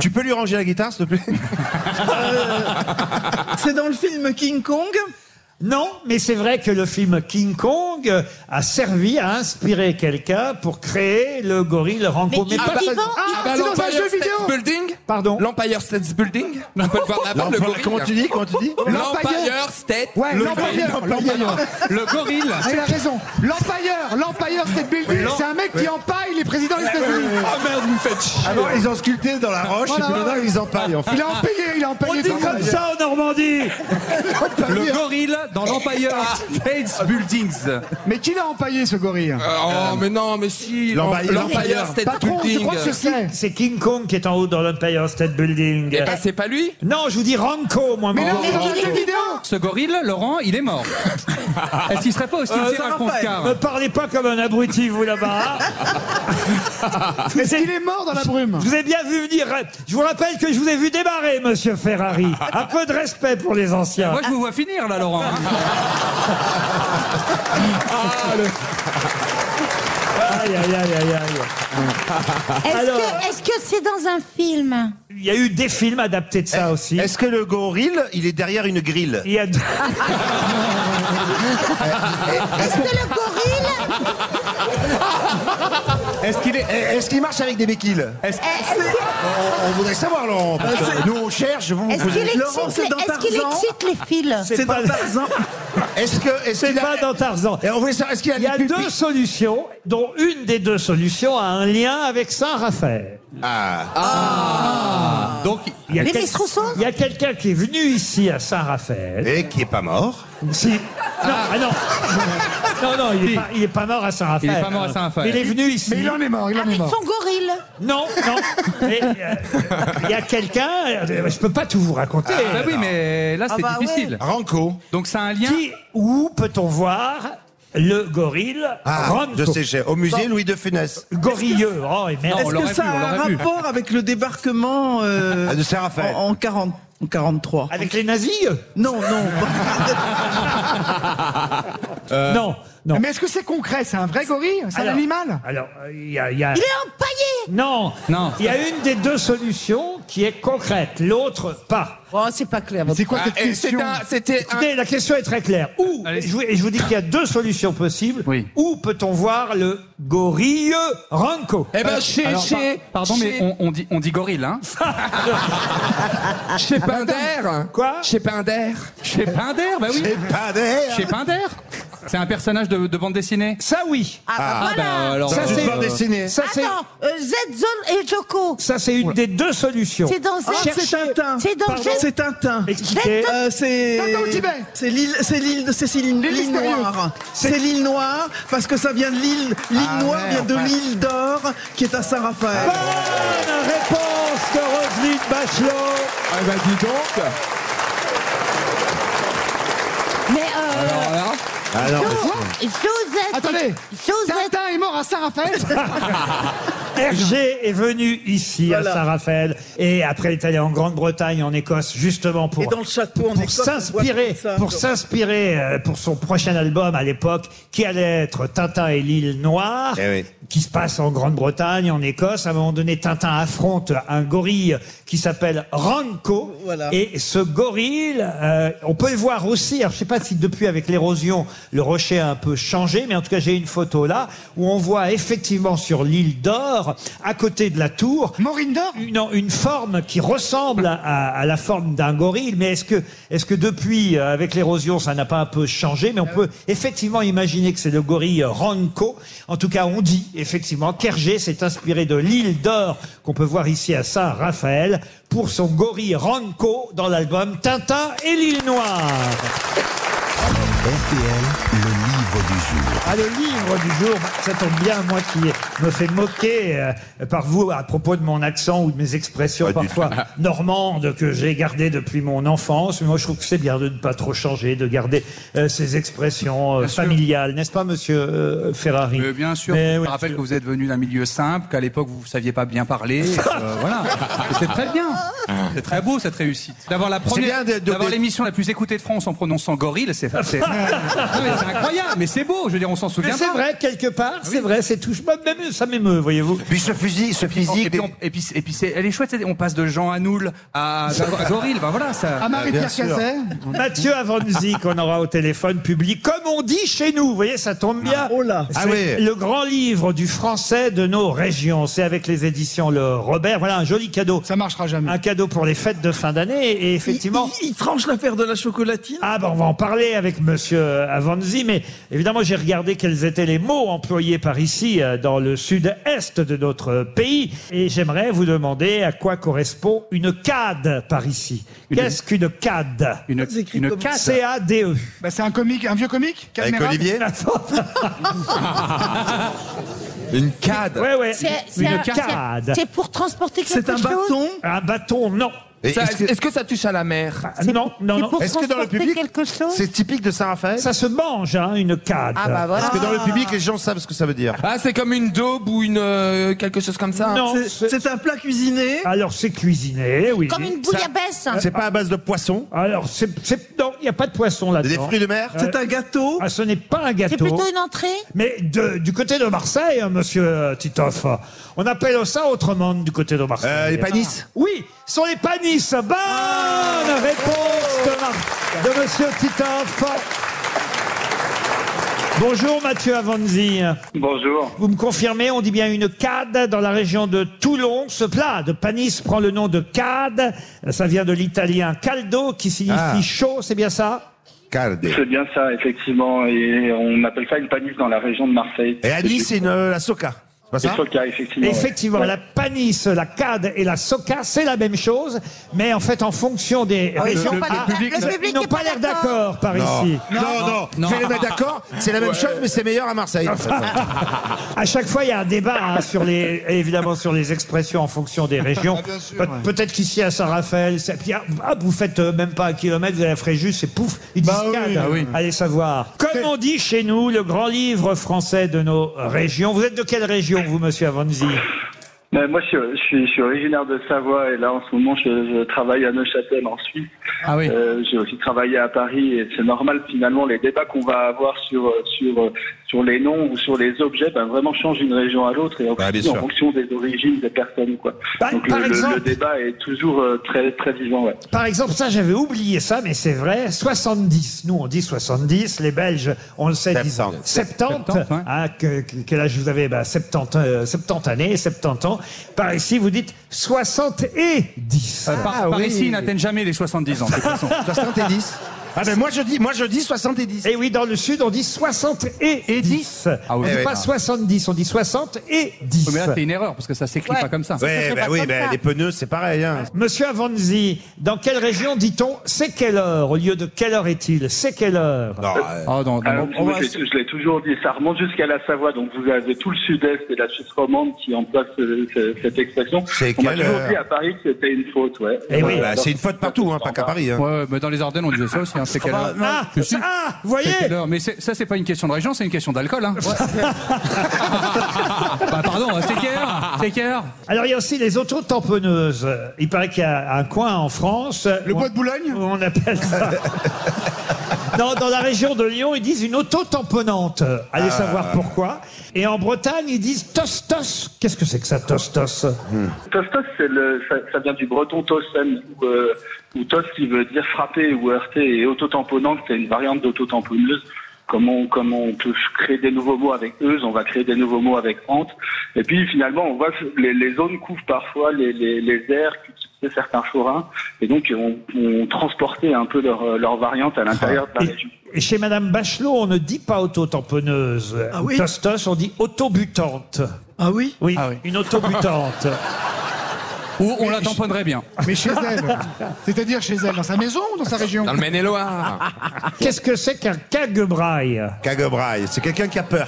[SPEAKER 4] Tu peux lui ranger la guitare, s'il te plaît
[SPEAKER 8] Euh, C'est dans le film King Kong
[SPEAKER 2] Non, mais c'est vrai que le film King Kong euh, a servi à inspirer quelqu'un pour créer le gorille Ranco.
[SPEAKER 6] Mais il est vivant, il- Ah, c'est dans un jeu vidéo.
[SPEAKER 2] Pardon
[SPEAKER 6] L'Empire State Building On peut le voir là-bas, le
[SPEAKER 4] L'Empire-
[SPEAKER 6] gorille.
[SPEAKER 4] comment tu dis, comment tu dis
[SPEAKER 6] L'Empire State
[SPEAKER 10] Ouais,
[SPEAKER 6] Le
[SPEAKER 10] l'Empire,
[SPEAKER 6] gorille.
[SPEAKER 10] l'Empire.
[SPEAKER 6] Le gorille.
[SPEAKER 10] Ah, il a raison. L'Empire, l'Empire State Building,
[SPEAKER 6] l'en-
[SPEAKER 10] c'est un mec
[SPEAKER 6] ouais.
[SPEAKER 10] qui empaille les présidents des États-Unis.
[SPEAKER 6] Ah merde, vous me faites chier.
[SPEAKER 4] Ah non, ils ont sculpté dans la roche et puis
[SPEAKER 10] Voilà, voilà.
[SPEAKER 4] maintenant ils empaillent en fait.
[SPEAKER 10] Il a empaillé, il a empaillé.
[SPEAKER 2] On dit comme ça en Normandie
[SPEAKER 5] Le gorille dans l'Empire States Buildings.
[SPEAKER 10] Mais qui l'a empaillé ce gorille
[SPEAKER 6] Oh,
[SPEAKER 4] Euh,
[SPEAKER 6] mais non, mais si.
[SPEAKER 10] L'Empire-
[SPEAKER 6] L'Empire State
[SPEAKER 10] Patron, tu
[SPEAKER 6] Building.
[SPEAKER 10] crois que c'est-
[SPEAKER 2] C'est King Kong qui est en haut dans l'Empire State Building.
[SPEAKER 6] Eh ben, c'est pas lui
[SPEAKER 2] Non, je vous dis Ranco, moi.
[SPEAKER 10] Mais
[SPEAKER 2] mon
[SPEAKER 10] non, mais
[SPEAKER 2] Ranco.
[SPEAKER 10] dans le jeu vidéo
[SPEAKER 5] Ce gorille, Laurent, il est mort. Est-ce qu'il serait pas au
[SPEAKER 10] Euh,
[SPEAKER 5] cimetière à Concar
[SPEAKER 2] Ne parlez pas comme un abruti, vous, là-bas. hein.
[SPEAKER 10] Est-ce qu'il est mort dans la brume
[SPEAKER 2] Je vous ai bien vu venir. hein. Je vous rappelle que je vous ai vu démarrer, monsieur Ferrari. Un peu de respect pour les anciens.
[SPEAKER 5] Moi, je vous vois finir, là, Laurent.
[SPEAKER 2] Aïe, aïe, aïe, aïe, aïe.
[SPEAKER 7] Est-ce
[SPEAKER 2] Alors-
[SPEAKER 7] que- est-ce que c'est dans un film
[SPEAKER 2] Il y a eu des films adaptés de ça aussi.
[SPEAKER 4] Eh, Est-ce que le gorille, il est derrière une grille
[SPEAKER 2] Il y a deux-
[SPEAKER 4] Eh,
[SPEAKER 7] Est-ce que le gorille
[SPEAKER 4] Est-ce qu'il est, eh, est-ce qu'il marche avec des béquilles on, on voudrait savoir, Laurent. parce que nous, on cherche. Vous,
[SPEAKER 7] Est-ce
[SPEAKER 4] vous-
[SPEAKER 7] qu'il
[SPEAKER 8] Laurent,
[SPEAKER 7] excite,
[SPEAKER 8] c'est
[SPEAKER 7] les-
[SPEAKER 8] dans
[SPEAKER 7] est-ce qu'il
[SPEAKER 8] Tarzan
[SPEAKER 7] excite les fils
[SPEAKER 8] C'est
[SPEAKER 2] pas-
[SPEAKER 8] dans Tarzan.
[SPEAKER 4] Est-ce que, est-ce
[SPEAKER 2] C'est
[SPEAKER 4] qu'il a-
[SPEAKER 2] pas dans Tarzan.
[SPEAKER 4] Et on voulait savoir, est-ce qu'il a
[SPEAKER 2] Il y a
[SPEAKER 4] des pupilles
[SPEAKER 2] deux solutions, dont une des deux solutions a un lien avec Saint-Raphaël.
[SPEAKER 4] Ah.
[SPEAKER 5] Donc,
[SPEAKER 2] Il y a
[SPEAKER 7] Les
[SPEAKER 2] quel-
[SPEAKER 7] Mestrousseaux
[SPEAKER 2] Il y a quelqu'un qui est venu ici à Saint-Raphaël.
[SPEAKER 4] Et qui est pas mort.
[SPEAKER 2] Si. Non, ah non. Non, non, il n'est pas, il est pas mort à Saint-Raphaël.
[SPEAKER 5] Il est pas mort à Saint-Raphaël.
[SPEAKER 2] Il est venu ici.
[SPEAKER 10] Mais il en est mort, il en est
[SPEAKER 7] avec
[SPEAKER 10] mort.
[SPEAKER 7] son gorille
[SPEAKER 2] Non, non. Mais, euh, Il y a quelqu'un, euh, je peux pas tout vous raconter.
[SPEAKER 5] bah oui, mais là, c'est
[SPEAKER 8] bah ouais.
[SPEAKER 5] difficile.
[SPEAKER 4] Ranco.
[SPEAKER 5] Donc, c'est un lien.
[SPEAKER 2] Qui, où peut-on voir le gorille
[SPEAKER 4] Ah,
[SPEAKER 2] Ranco
[SPEAKER 4] je sais, j'ai- au musée Louis de Funès.
[SPEAKER 2] Gorilleux. Oh, et merde.
[SPEAKER 5] on
[SPEAKER 8] Est-ce
[SPEAKER 5] l'aurait
[SPEAKER 8] que ça
[SPEAKER 5] vu, on
[SPEAKER 8] a un
[SPEAKER 5] l'aurait vu.
[SPEAKER 8] rapport avec le débarquement euh,
[SPEAKER 4] Ah, de Saint-Raphaël.
[SPEAKER 8] en, en 40, en 43
[SPEAKER 2] Avec les nazis
[SPEAKER 8] Non, non.
[SPEAKER 2] Euh, Non, non.
[SPEAKER 10] Euh, Mais est-ce que c'est concret C'est un vrai gorille C'est un
[SPEAKER 2] Alors-
[SPEAKER 10] animal
[SPEAKER 2] Alors, euh, il y a. il y a-
[SPEAKER 7] Il est empaillé
[SPEAKER 2] Non,
[SPEAKER 5] Non.
[SPEAKER 2] Il y a une des deux solutions qui est concrète, l'autre pas.
[SPEAKER 7] Oh, c'est pas clair.
[SPEAKER 10] Mais C'est quoi
[SPEAKER 6] Ah,
[SPEAKER 10] cette
[SPEAKER 6] et
[SPEAKER 10] question
[SPEAKER 6] c'est un- C'était un.
[SPEAKER 2] Écoutez, la question est très claire. Où
[SPEAKER 5] Allez.
[SPEAKER 2] je vous, et je vous dis qu'il y a deux solutions possibles.
[SPEAKER 5] Oui.
[SPEAKER 2] Où peut-on voir le gorille Ranco
[SPEAKER 6] Eh ben, chez.
[SPEAKER 5] Euh, Alors, par-
[SPEAKER 6] chez
[SPEAKER 5] pardon, mais
[SPEAKER 6] chez-
[SPEAKER 5] on, on dit, on dit gorille, hein
[SPEAKER 6] Chez Pinder.
[SPEAKER 2] Quoi
[SPEAKER 6] Chez Pinder.
[SPEAKER 5] Chez Pinder, bah oui.
[SPEAKER 4] Et pas d'air.
[SPEAKER 5] Chez Pinder. C'est un personnage de, de bande dessinée.
[SPEAKER 2] Ça oui.
[SPEAKER 7] Ah, bah, voilà
[SPEAKER 5] alors,
[SPEAKER 4] Ça,
[SPEAKER 5] euh,
[SPEAKER 4] c'est bande dessinée.
[SPEAKER 2] Ça c'est
[SPEAKER 7] Attends, euh, Zedzone et Joko
[SPEAKER 2] ça c'est une des deux solutions.
[SPEAKER 7] C'est dans
[SPEAKER 8] Ah,
[SPEAKER 7] Zed-
[SPEAKER 8] c'est Tintin.
[SPEAKER 7] C'est dans Zed-
[SPEAKER 8] C'est Tintin.
[SPEAKER 2] Expliquez.
[SPEAKER 7] Zed-
[SPEAKER 8] Euh, c'est
[SPEAKER 10] Tintin au Tibet.
[SPEAKER 8] c'est l'île c'est l'île de c'est l'île
[SPEAKER 10] L'île
[SPEAKER 8] l'île
[SPEAKER 10] mystérieuse.
[SPEAKER 8] noire c'est l'île noire parce que ça vient de l'île l'île noire vient de l'île d'or qui est à Saint-Raphaël
[SPEAKER 2] Bonne réponse de Roselyne Bachelot.
[SPEAKER 6] Ah bah, dis donc.
[SPEAKER 7] Mais euh,
[SPEAKER 6] Alors là.
[SPEAKER 4] Ah non, mais-
[SPEAKER 7] Josette
[SPEAKER 10] Attendez.
[SPEAKER 7] Josette
[SPEAKER 10] Tintin est mort à Saint-Raphaël
[SPEAKER 2] Hergé est venu ici à
[SPEAKER 8] Voilà.
[SPEAKER 2] Saint-Raphaël et après il est allé en Grande-Bretagne, en Écosse, justement pour
[SPEAKER 8] et dans le château en
[SPEAKER 2] pour
[SPEAKER 8] Écosse, on voit
[SPEAKER 2] s'inspirer,
[SPEAKER 8] tout ça.
[SPEAKER 2] pour s'inspirer euh, pour son prochain album à l'époque, qui allait être Tintin et l'île noire,
[SPEAKER 4] Eh oui.
[SPEAKER 2] qui se passe en Grande-Bretagne, en Écosse. À un moment donné, Tintin affronte un gorille qui s'appelle Ranko.
[SPEAKER 8] Voilà.
[SPEAKER 2] Et ce gorille, euh, on peut le voir aussi. Alors, je sais pas si depuis avec l'érosion, le rocher a un peu changé, mais en tout cas, j'ai une photo là où on voit effectivement sur l'île d'Or Morindor, à côté de la tour. Morindor Non, une forme qui ressemble à, à- à la forme d'un gorille, mais est-ce que, est que depuis, euh, avec l'érosion, ça n'a pas un peu changé Mais on peut effectivement imaginer que c'est le gorille Ranko. En tout cas, on dit effectivement qu'Hergé s'est inspiré de l'île d'or qu'on peut voir ici à Saint-Raphaël pour son gorille Ranko dans l'album Tintin et l'île noire.
[SPEAKER 1] RTL, le livre du jour.
[SPEAKER 2] Ah, le livre du jour, bah, ça tombe bien, moi qui me fais moquer euh, par vous à propos de mon accent ou de mes expressions parfois normandes que j'ai gardées depuis mon enfance. Mais moi, je trouve que c'est bien de ne pas trop changer, de garder euh, ces expressions euh, familiales, n'est-ce pas, monsieur euh, Ferrari
[SPEAKER 5] Euh, bien sûr,
[SPEAKER 2] Mais
[SPEAKER 5] je
[SPEAKER 2] oui,
[SPEAKER 5] rappelle que vous êtes venu d'un milieu simple, qu'à l'époque vous ne saviez pas bien parler. et que, euh, voilà. Et C'est très bien. C'est très beau cette réussite. D'avoir la première,
[SPEAKER 14] bien de- de-
[SPEAKER 5] d'avoir
[SPEAKER 14] de-
[SPEAKER 5] l'émission la plus écoutée de France en prononçant gorille, c'est c'est- Non, mais c'est incroyable. Mais c'est beau. Je veux dire, on s'en
[SPEAKER 2] Mais
[SPEAKER 5] souvient.
[SPEAKER 2] c'est
[SPEAKER 5] pas.
[SPEAKER 2] vrai, quelque
[SPEAKER 5] Ah
[SPEAKER 2] part, c'est vrai, c'est touche. Moi, Même ça m'émeut, voyez-vous.
[SPEAKER 4] Puis ce fusil, ce physique.
[SPEAKER 5] Et puis, on- et puis, et puis c'est- elle est chouette. cette- On passe de Jean Hanoul à, à Gorille. Ben voilà, ça.
[SPEAKER 10] À Ah, Marie-Pierre
[SPEAKER 5] Bien sûr.
[SPEAKER 10] Cazet.
[SPEAKER 2] Mathieu Avanzi qu'on aura au téléphone public, comme on dit chez nous, vous voyez, ça tombe bien. C'est
[SPEAKER 10] Ah oui.
[SPEAKER 2] Le grand livre du français de nos régions, c'est avec les éditions Le Robert. Voilà un joli cadeau. Ça marchera jamais. Un cadeau pour les fêtes de fin d'année et effectivement. Il, tranche l'affaire de la chocolatine. Ah ben on va en parler avec Monsieur Avanzi, mais évidemment j'ai regardé quels étaient les mots employés par ici euh, dans le sud-est de notre pays et j'aimerais vous demander à quoi correspond une cade par ici. Qu'est-ce qu'une cade
[SPEAKER 5] Une,
[SPEAKER 2] une
[SPEAKER 10] comment
[SPEAKER 2] cade. C-A-D-E.
[SPEAKER 10] Bah, c'est un comique, un vieux comique Cadmerade
[SPEAKER 6] Une cade.
[SPEAKER 2] Ouais, ouais.
[SPEAKER 7] C'est- c'est
[SPEAKER 2] Une
[SPEAKER 7] un-
[SPEAKER 2] cade.
[SPEAKER 7] c'est- c'est pour transporter quelque C'est un chose bâton
[SPEAKER 2] Un bâton, non. Ah,
[SPEAKER 6] Ça- Est-ce que... ça touche à la mer
[SPEAKER 2] Non, non,
[SPEAKER 6] c'est
[SPEAKER 2] non.
[SPEAKER 6] pour Est-ce que dans le transporter public,
[SPEAKER 7] quelque chose
[SPEAKER 4] c'est typique de Saint-Raphaël
[SPEAKER 2] Ça se mange, hein, une cade.
[SPEAKER 6] Ah, bah voilà.
[SPEAKER 4] Parce que dans le public, les gens savent ce que ça veut dire.
[SPEAKER 6] Ah, c'est comme une daube ou une euh, quelque chose comme ça. hein.
[SPEAKER 2] Non,
[SPEAKER 6] C'est-
[SPEAKER 2] c'est un plat cuisiné. Alors c'est cuisiné, oui.
[SPEAKER 7] Comme une bouillabaisse.
[SPEAKER 2] Ça-
[SPEAKER 7] C'est pas
[SPEAKER 2] à base de poisson. Alors c'est, c'est- non, il n'y a pas de poisson là-dedans.
[SPEAKER 4] Des fruits de mer
[SPEAKER 2] Euh,
[SPEAKER 4] C'est un
[SPEAKER 2] gâteau. Ah, ce n'est pas un gâteau.
[SPEAKER 7] C'est plutôt une entrée
[SPEAKER 2] Mais de- du côté de Marseille, hein, monsieur euh, Titoff, on appelle ça autrement du côté de Marseille.
[SPEAKER 4] Euh,
[SPEAKER 2] Ah.
[SPEAKER 4] les panisses
[SPEAKER 2] Oui, ce sont les panisses. Bonne
[SPEAKER 4] Ah.
[SPEAKER 2] réponse de, Mar- de monsieur Titoff. Bonjour Mathieu Avanzi.
[SPEAKER 15] Bonjour.
[SPEAKER 2] Vous me confirmez, on dit bien une cade dans la région de Toulon. Ce plat de panis prend le nom de cade. Ça vient de l'italien caldo qui signifie
[SPEAKER 15] Ah.
[SPEAKER 2] chaud, c'est bien ça
[SPEAKER 15] C'est bien ça, effectivement. Et on appelle ça une panisse dans la région de Marseille.
[SPEAKER 4] Et à Nice, c'est une, euh, la soca. C'est pas ça
[SPEAKER 15] Une soca, effectivement. ouais.
[SPEAKER 2] Effectivement,
[SPEAKER 15] Ouais.
[SPEAKER 2] la panisse, la cade et la soca, c'est la même chose, mais en fait, en fonction des
[SPEAKER 4] Ah, ils
[SPEAKER 2] régions,
[SPEAKER 4] sont pas d'accord. Le public
[SPEAKER 2] ils n'ont
[SPEAKER 4] est
[SPEAKER 2] pas
[SPEAKER 4] pas
[SPEAKER 2] l'air
[SPEAKER 4] d'accord.
[SPEAKER 2] d'accord par ici.
[SPEAKER 4] Non, non, je vais les mettre d'accord. C'est la même
[SPEAKER 2] Ouais.
[SPEAKER 4] chose, mais c'est meilleur à Marseille.
[SPEAKER 2] À chaque fois, il y a un débat hein, sur les, évidemment sur les expressions en fonction des régions.
[SPEAKER 4] Ah, bien sûr,
[SPEAKER 2] Pe-
[SPEAKER 4] ouais.
[SPEAKER 2] Peut-être qu'ici à Saint-Raphaël, c'est- puis, ah, ah, vous faites euh, même pas un kilomètre, vous allez à Fréjus, et pouf, ils disent cadre.
[SPEAKER 10] bah oui.
[SPEAKER 2] Allez savoir. Comme on dit chez nous, le grand livre français de nos régions. Vous êtes de quelle région, vous, monsieur Avanzi
[SPEAKER 15] Mais moi, je, suis- je suis, je suis originaire de Savoie et là, en ce moment, je, je travaille à Neuchâtel, en Suisse.
[SPEAKER 5] Ah oui.
[SPEAKER 15] Euh, J'ai aussi travaillé à Paris et c'est normal, finalement, les débats qu'on va avoir sur, euh, sur, euh, sur les noms ou sur les objets, ben, vraiment changent d'une région à l'autre et en,
[SPEAKER 4] Bah, bien
[SPEAKER 15] en
[SPEAKER 4] sûr.
[SPEAKER 15] fonction des origines des personnes, quoi. Donc, le,
[SPEAKER 2] par
[SPEAKER 15] le- le
[SPEAKER 2] exemple-
[SPEAKER 15] débat est toujours euh, très, très vivant, ouais.
[SPEAKER 2] Par exemple, ça, j'avais oublié ça, mais c'est vrai. 70. Nous, on dit 70. Les Belges, on le sait, disent 70. Ah, que- que- quel âge vous avez bah, 70, euh, 70 années, 70 ans. Par ici, vous dites 60 et 10.
[SPEAKER 5] Euh, Par,
[SPEAKER 4] Ah
[SPEAKER 5] par ici, ils n'atteignent jamais les 70 ans. de toute façon.
[SPEAKER 2] 70. Ah ben moi je dis moi je dis 70. Et Eh oui dans le sud on dit 60 et, 10.
[SPEAKER 5] Ah oui.
[SPEAKER 2] on dit
[SPEAKER 5] Eh oui.
[SPEAKER 2] pas 70, on dit 60 et 10.
[SPEAKER 5] Oui, Mais là, c'est une erreur parce que ça s'écrit
[SPEAKER 2] Ouais.
[SPEAKER 5] pas comme ça.
[SPEAKER 2] Ça, ça Ouais, serait bah pas oui, comme bah, ça. les
[SPEAKER 4] pneus, c'est pareil.
[SPEAKER 2] Monsieur Avanzi, dans quelle région dit-on c'est quelle heure au lieu de quelle heure est-il C'est quelle heure
[SPEAKER 15] euh,
[SPEAKER 4] euh,
[SPEAKER 2] ah,
[SPEAKER 5] Ah,
[SPEAKER 15] Alors, moi, je l'ai- je l'ai toujours dit, ça remonte jusqu'à la Savoie, donc vous avez tout le sud-est et la Suisse romande qui emploient ce- ce- cette expression. On m'a
[SPEAKER 4] quelle
[SPEAKER 15] toujours
[SPEAKER 4] heure
[SPEAKER 15] dit à Paris que c'était une faute, ouais.
[SPEAKER 5] Eh
[SPEAKER 10] Eh
[SPEAKER 15] Ouais, alors-
[SPEAKER 4] bah, c'est une faute partout, hein, pas qu'à Paris. hein.
[SPEAKER 5] Ouais, ouais, mais dans les Ardennes, on disait ça aussi. Hein, c'est quelle
[SPEAKER 4] Ah,
[SPEAKER 5] heure
[SPEAKER 4] non. Ah,
[SPEAKER 5] Je suis-
[SPEAKER 2] ah, vous voyez
[SPEAKER 5] C'est quelle heure Mais c'est- ça, c'est pas une question de région, c'est une question d'alcool. Hein. bah, pardon, c'est quelle heure C'est quelle heure
[SPEAKER 2] Alors il y a aussi les auto-tamponneuses. Il paraît qu'il y a un coin en France. Le bois de Boulogne On appelle ça. Non, dans la région de Lyon, ils disent une auto-tamponnante. Allez
[SPEAKER 4] Ah.
[SPEAKER 2] savoir pourquoi. Et en Bretagne, ils disent tostos. Qu'est-ce que c'est que ça, tostos
[SPEAKER 4] Hmm.
[SPEAKER 15] Tostos, c'est le, ça, ça vient du breton tosen, où, euh, où tos qui veut dire frapper ou heurter, et autotamponnante, c'est une variante d'autotamponneuse. comment, comment on peut créer des nouveaux mots avec eux, on va créer des nouveaux mots avec Ante. Et puis finalement, on voit que les, les zones couvrent parfois les, les, les airs qu'utilisaient certains forains, et donc on, on transportait un peu leur, leur variante à l'intérieur
[SPEAKER 4] Ah.
[SPEAKER 15] de la
[SPEAKER 2] Et-
[SPEAKER 15] région.
[SPEAKER 2] Et chez Madame Bachelot, on ne dit pas auto-tamponneuse.
[SPEAKER 15] Ah
[SPEAKER 2] Ou
[SPEAKER 15] oui
[SPEAKER 2] Tostos, on dit autobutante.
[SPEAKER 8] Ah oui
[SPEAKER 2] Oui, une autobutante.
[SPEAKER 5] Ou on la tamponnerait bien.
[SPEAKER 10] Mais chez elle. C'est-à-dire chez elle, dans sa maison ou dans sa région
[SPEAKER 2] Dans le
[SPEAKER 6] Maine-et-Loire.
[SPEAKER 2] Qu'est-ce que c'est qu'un caguebraille
[SPEAKER 4] Caguebraille, c'est quelqu'un qui a peur.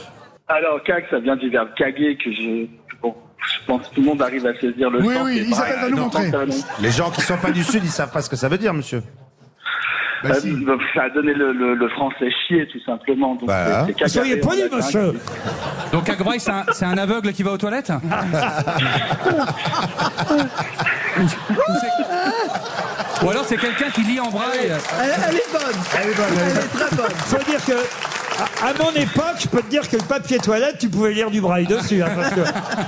[SPEAKER 15] Alors, cag, ça vient du verbe caguer, que je, bon, je pense que tout le monde arrive à saisir le
[SPEAKER 4] Oui,
[SPEAKER 15] sens,
[SPEAKER 4] oui,
[SPEAKER 15] mais
[SPEAKER 4] Isabelle
[SPEAKER 15] pareil,
[SPEAKER 4] va
[SPEAKER 15] dans
[SPEAKER 4] nous
[SPEAKER 15] le
[SPEAKER 4] montrer.
[SPEAKER 15] pantalon.
[SPEAKER 4] Les gens qui sont pas du Sud, ils savent pas ce que ça veut dire, monsieur.
[SPEAKER 15] Euh, donc, Ça a donné le, le- le français chier, tout simplement. Donc, c'est-
[SPEAKER 4] Voilà.
[SPEAKER 15] c'est cagaré
[SPEAKER 5] Soyez
[SPEAKER 15] en
[SPEAKER 5] poli,
[SPEAKER 15] latin.
[SPEAKER 5] monsieur. Donc Agroy, c'est un, c'est un aveugle qui va aux toilettes Ou alors c'est quelqu'un qui lit en braille. Ah
[SPEAKER 8] Elle, elle est bonne. Elle est bonne. Elle est très bonne.
[SPEAKER 2] Faut dire que, à, à mon époque, je peux te dire que le papier toilette, tu pouvais lire du braille dessus. hein, parce que,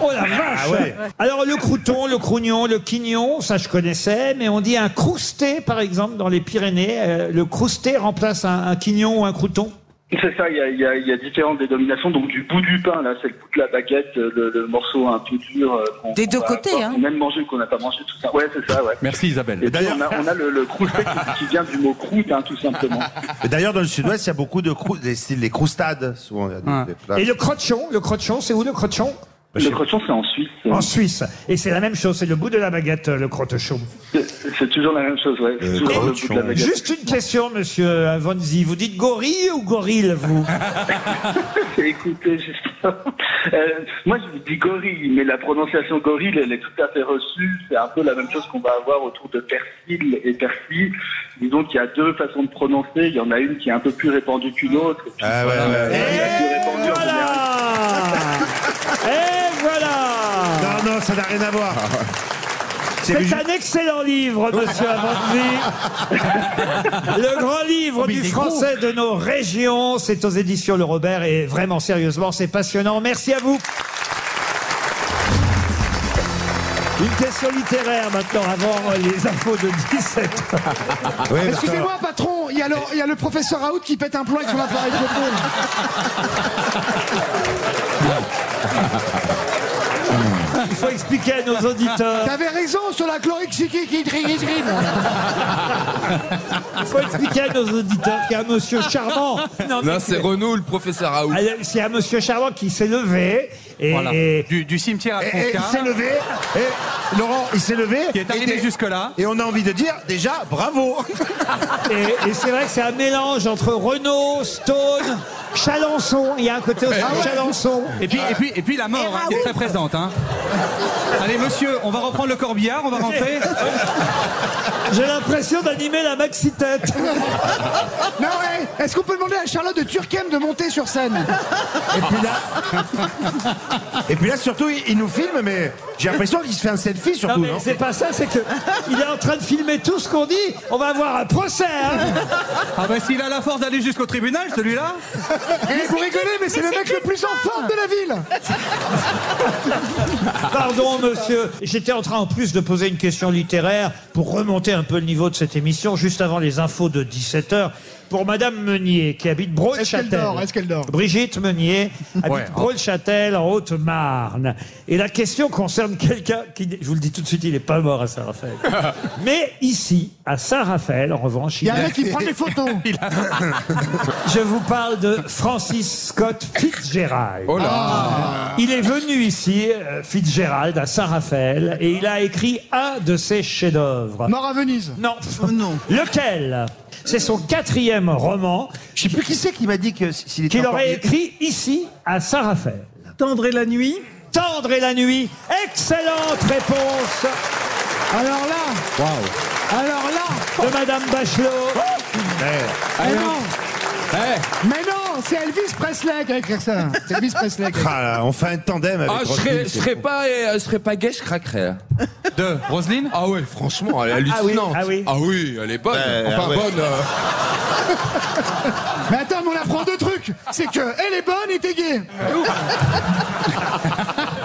[SPEAKER 2] oh la vache
[SPEAKER 10] Ah ouais.
[SPEAKER 2] Alors, le crouton, le crougnon, le quignon, ça je connaissais, mais on dit un crousté, par exemple, dans les Pyrénées. euh, le crousté remplace un, un quignon ou un crouton
[SPEAKER 15] C'est ça, il y a, il y a- il y a différentes dénominations. Donc, du bout du pain, là, c'est le bout de la baguette, euh, le, le morceau un peu dur. euh, qu'on-
[SPEAKER 5] Des
[SPEAKER 15] qu'on
[SPEAKER 5] deux
[SPEAKER 15] va
[SPEAKER 5] côtés,
[SPEAKER 15] avoir,
[SPEAKER 5] hein.
[SPEAKER 15] qu'on aime manger, qu'on n'a pas mangé, tout ça. Ouais, c'est ça, ouais.
[SPEAKER 5] Merci Isabelle.
[SPEAKER 15] Et d'ailleurs, on a, on a le, le croustet qui, qui vient du mot croûte, hein, tout simplement.
[SPEAKER 4] Et d'ailleurs, dans le sud-ouest, il y a beaucoup de crou des styles, les croustades, souvent. il y a des- des plats.
[SPEAKER 2] Et le crotchon, le crotchon, c'est où le crotchon
[SPEAKER 15] Le crochon, c'est en Suisse.
[SPEAKER 2] En Suisse. Et c'est la même chose, c'est le bout de la baguette, euh, le crotchon.
[SPEAKER 15] C'est c'est toujours la même chose, ouais. C'est toujours le bout de la baguette.
[SPEAKER 2] Juste une question, monsieur Vonzi. Vous dites gorille ou gorille, vous
[SPEAKER 15] Écoutez, justement, euh, moi je dis gorille, mais la prononciation gorille, elle est tout à fait reçue. C'est un peu la même chose qu'on va avoir autour de persil et persil. Disons qu'il y a deux façons de prononcer. Il y en a une qui est un peu plus répandue qu'une autre. Euh,
[SPEAKER 4] Ah ouais, ouais, ouais.
[SPEAKER 2] Ah. Et voilà
[SPEAKER 4] Non, non, ça n'a rien à voir.
[SPEAKER 2] C'est
[SPEAKER 4] juste-
[SPEAKER 2] un excellent livre, monsieur Avanzi. Le grand livre
[SPEAKER 10] Oh, Mais
[SPEAKER 2] du
[SPEAKER 10] il est
[SPEAKER 2] français
[SPEAKER 10] gros.
[SPEAKER 2] de nos régions. C'est aux éditions Le Robert et vraiment, sérieusement, c'est passionnant. Merci à vous. Une question littéraire maintenant, avant euh, les infos de 17.
[SPEAKER 10] Excusez-moi, patron, il y, a le- il y a le professeur Raoult qui pète un plomb avec son appareil photo.
[SPEAKER 2] Il faut expliquer à nos auditeurs.
[SPEAKER 10] T'avais raison sur la chlorhexidrine.
[SPEAKER 2] Il faut expliquer à nos auditeurs qu'il y a un monsieur charmant. Ah,
[SPEAKER 6] Non,
[SPEAKER 2] mais-
[SPEAKER 6] c'est Renaud, le professeur Raoult.
[SPEAKER 2] Alors, C'est un monsieur charmant qui s'est levé et,
[SPEAKER 6] Voilà.
[SPEAKER 2] et-
[SPEAKER 5] Du, du cimetière à
[SPEAKER 4] Et- et il
[SPEAKER 5] Tronca.
[SPEAKER 4] s'est levé. Et Laurent, il s'est levé.
[SPEAKER 5] Qui est arrivé
[SPEAKER 4] et-
[SPEAKER 5] jusque-là.
[SPEAKER 4] Et on a envie de dire, déjà, bravo.
[SPEAKER 2] et- et c'est vrai que c'est un mélange entre Renault, Stone, Chalençon. Il y a un côté aussi
[SPEAKER 5] Ah ouais.
[SPEAKER 2] Chalençon.
[SPEAKER 5] Et puis, et puis, et puis la mort, hein, qui est très présente. hein. Allez, monsieur, on va reprendre le corbillard, on va rentrer.
[SPEAKER 2] J'ai l'impression d'animer la maxi tête.
[SPEAKER 10] Non, ouais. Est-ce qu'on peut demander à Charlotte de Turquem de monter sur scène
[SPEAKER 4] Et puis là, et puis là surtout, il, il nous filme, mais j'ai l'impression qu'il se fait un selfie
[SPEAKER 2] Non
[SPEAKER 4] surtout.
[SPEAKER 2] mais c'est pas ça, c'est que il est en train de filmer tout ce qu'on dit. On va avoir un procès. hein.
[SPEAKER 5] Ah bah s'il a la force d'aller jusqu'au tribunal, celui-là.
[SPEAKER 10] Et vous rigolez, mais c'est le mec le plus en forme de la ville
[SPEAKER 2] Pardon, monsieur. J'étais en train, en plus, de poser une question littéraire pour remonter un peu le niveau de cette émission, juste avant les infos de 17h, pour Madame Meunier, qui habite
[SPEAKER 10] Est-ce
[SPEAKER 2] Broad-Châtel.
[SPEAKER 10] qu'elle dort Est-ce qu'elle dort
[SPEAKER 2] Brigitte Meunier habite
[SPEAKER 10] Ouais, hein.
[SPEAKER 2] Brault-Châtel, en Haute-Marne. Et la question concerne quelqu'un qui, je vous le dis tout de suite, il n'est pas mort à Saint-Raphaël. Mais ici, à Saint-Raphaël, en revanche,
[SPEAKER 10] Il y a un mec qui prend des photos.
[SPEAKER 2] je vous parle de Francis Scott Fitzgerald.
[SPEAKER 10] Oh là.
[SPEAKER 2] Il est venu ici, euh, Fitzgerald, à Saint-Raphaël, et il a écrit un de ses chefs-d'œuvre.
[SPEAKER 10] Mort à Venise.
[SPEAKER 2] Non.
[SPEAKER 4] Oh
[SPEAKER 2] Lequel C'est son quatrième roman.
[SPEAKER 4] Je sais plus qui c'est qui m'a dit que s'il
[SPEAKER 2] qu'il aurait écrit ici, à Saint-Raphaël.
[SPEAKER 8] Tendre et la nuit
[SPEAKER 2] Tendre et la nuit. Excellente réponse
[SPEAKER 10] Alors là, alors là,
[SPEAKER 2] de Madame Bachelot.
[SPEAKER 4] Oh. Eh
[SPEAKER 10] mais non, mais non, c'est Elvis Presley qui a écrit ça. C'est Elvis Presley. qui a écrit ça.
[SPEAKER 4] Ah là, on fait un tandem avec
[SPEAKER 6] Ah, je
[SPEAKER 4] Roselyne,
[SPEAKER 6] serais, je
[SPEAKER 4] c'est
[SPEAKER 6] serais
[SPEAKER 4] bon.
[SPEAKER 6] pas, euh, je serais pas gay, je craquerais.
[SPEAKER 5] De Roselyne
[SPEAKER 6] Ah ouais, franchement, elle est
[SPEAKER 2] Ah oui,
[SPEAKER 6] hallucinante.
[SPEAKER 2] ah oui.
[SPEAKER 6] elle est bonne.
[SPEAKER 4] Euh,
[SPEAKER 6] enfin,
[SPEAKER 4] ah ouais.
[SPEAKER 6] bonne. euh,
[SPEAKER 10] Mais attends, mais on apprend deux trucs. C'est que elle est bonne et t'es gay.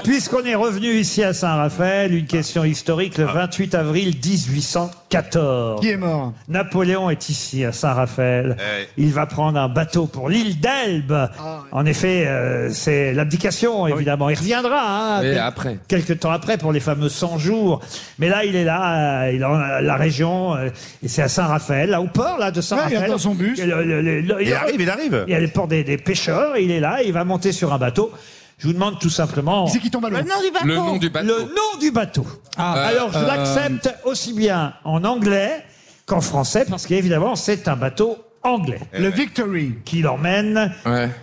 [SPEAKER 2] Puisqu'on est revenu ici à Saint-Raphaël, une question historique, le
[SPEAKER 10] Ah.
[SPEAKER 2] 28 avril 1814.
[SPEAKER 10] Qui est mort
[SPEAKER 2] Napoléon est ici à Saint-Raphaël.
[SPEAKER 10] Eh
[SPEAKER 2] Il va prendre un bateau pour l'île d'Elbe.
[SPEAKER 10] Ah,
[SPEAKER 2] En effet, euh, c'est l'abdication, évidemment. Il reviendra. hein,
[SPEAKER 6] Mais
[SPEAKER 2] quel-
[SPEAKER 6] après.
[SPEAKER 2] Quelques temps après pour les fameux 100 jours. Mais là, il est là, euh, il est en la région, euh, et c'est à Saint-Raphaël, là au port là, de Saint-Raphaël.
[SPEAKER 10] il attend son bus.
[SPEAKER 2] Et le- le- le- le-
[SPEAKER 10] Il arrive, il arrive.
[SPEAKER 2] Il y a le port des, des pêcheurs, il est là, il va monter sur un bateau. Je vous demande tout simplement.
[SPEAKER 10] C'est qui tombe à l'eau Ah.
[SPEAKER 6] Le nom du bateau.
[SPEAKER 2] Le nom du bateau.
[SPEAKER 6] Euh,
[SPEAKER 2] Alors, je
[SPEAKER 6] euh,
[SPEAKER 2] l'accepte aussi bien en anglais qu'en français, parce qu'évidemment, c'est un bateau anglais.
[SPEAKER 10] Le Victory.
[SPEAKER 2] Qui l'emmène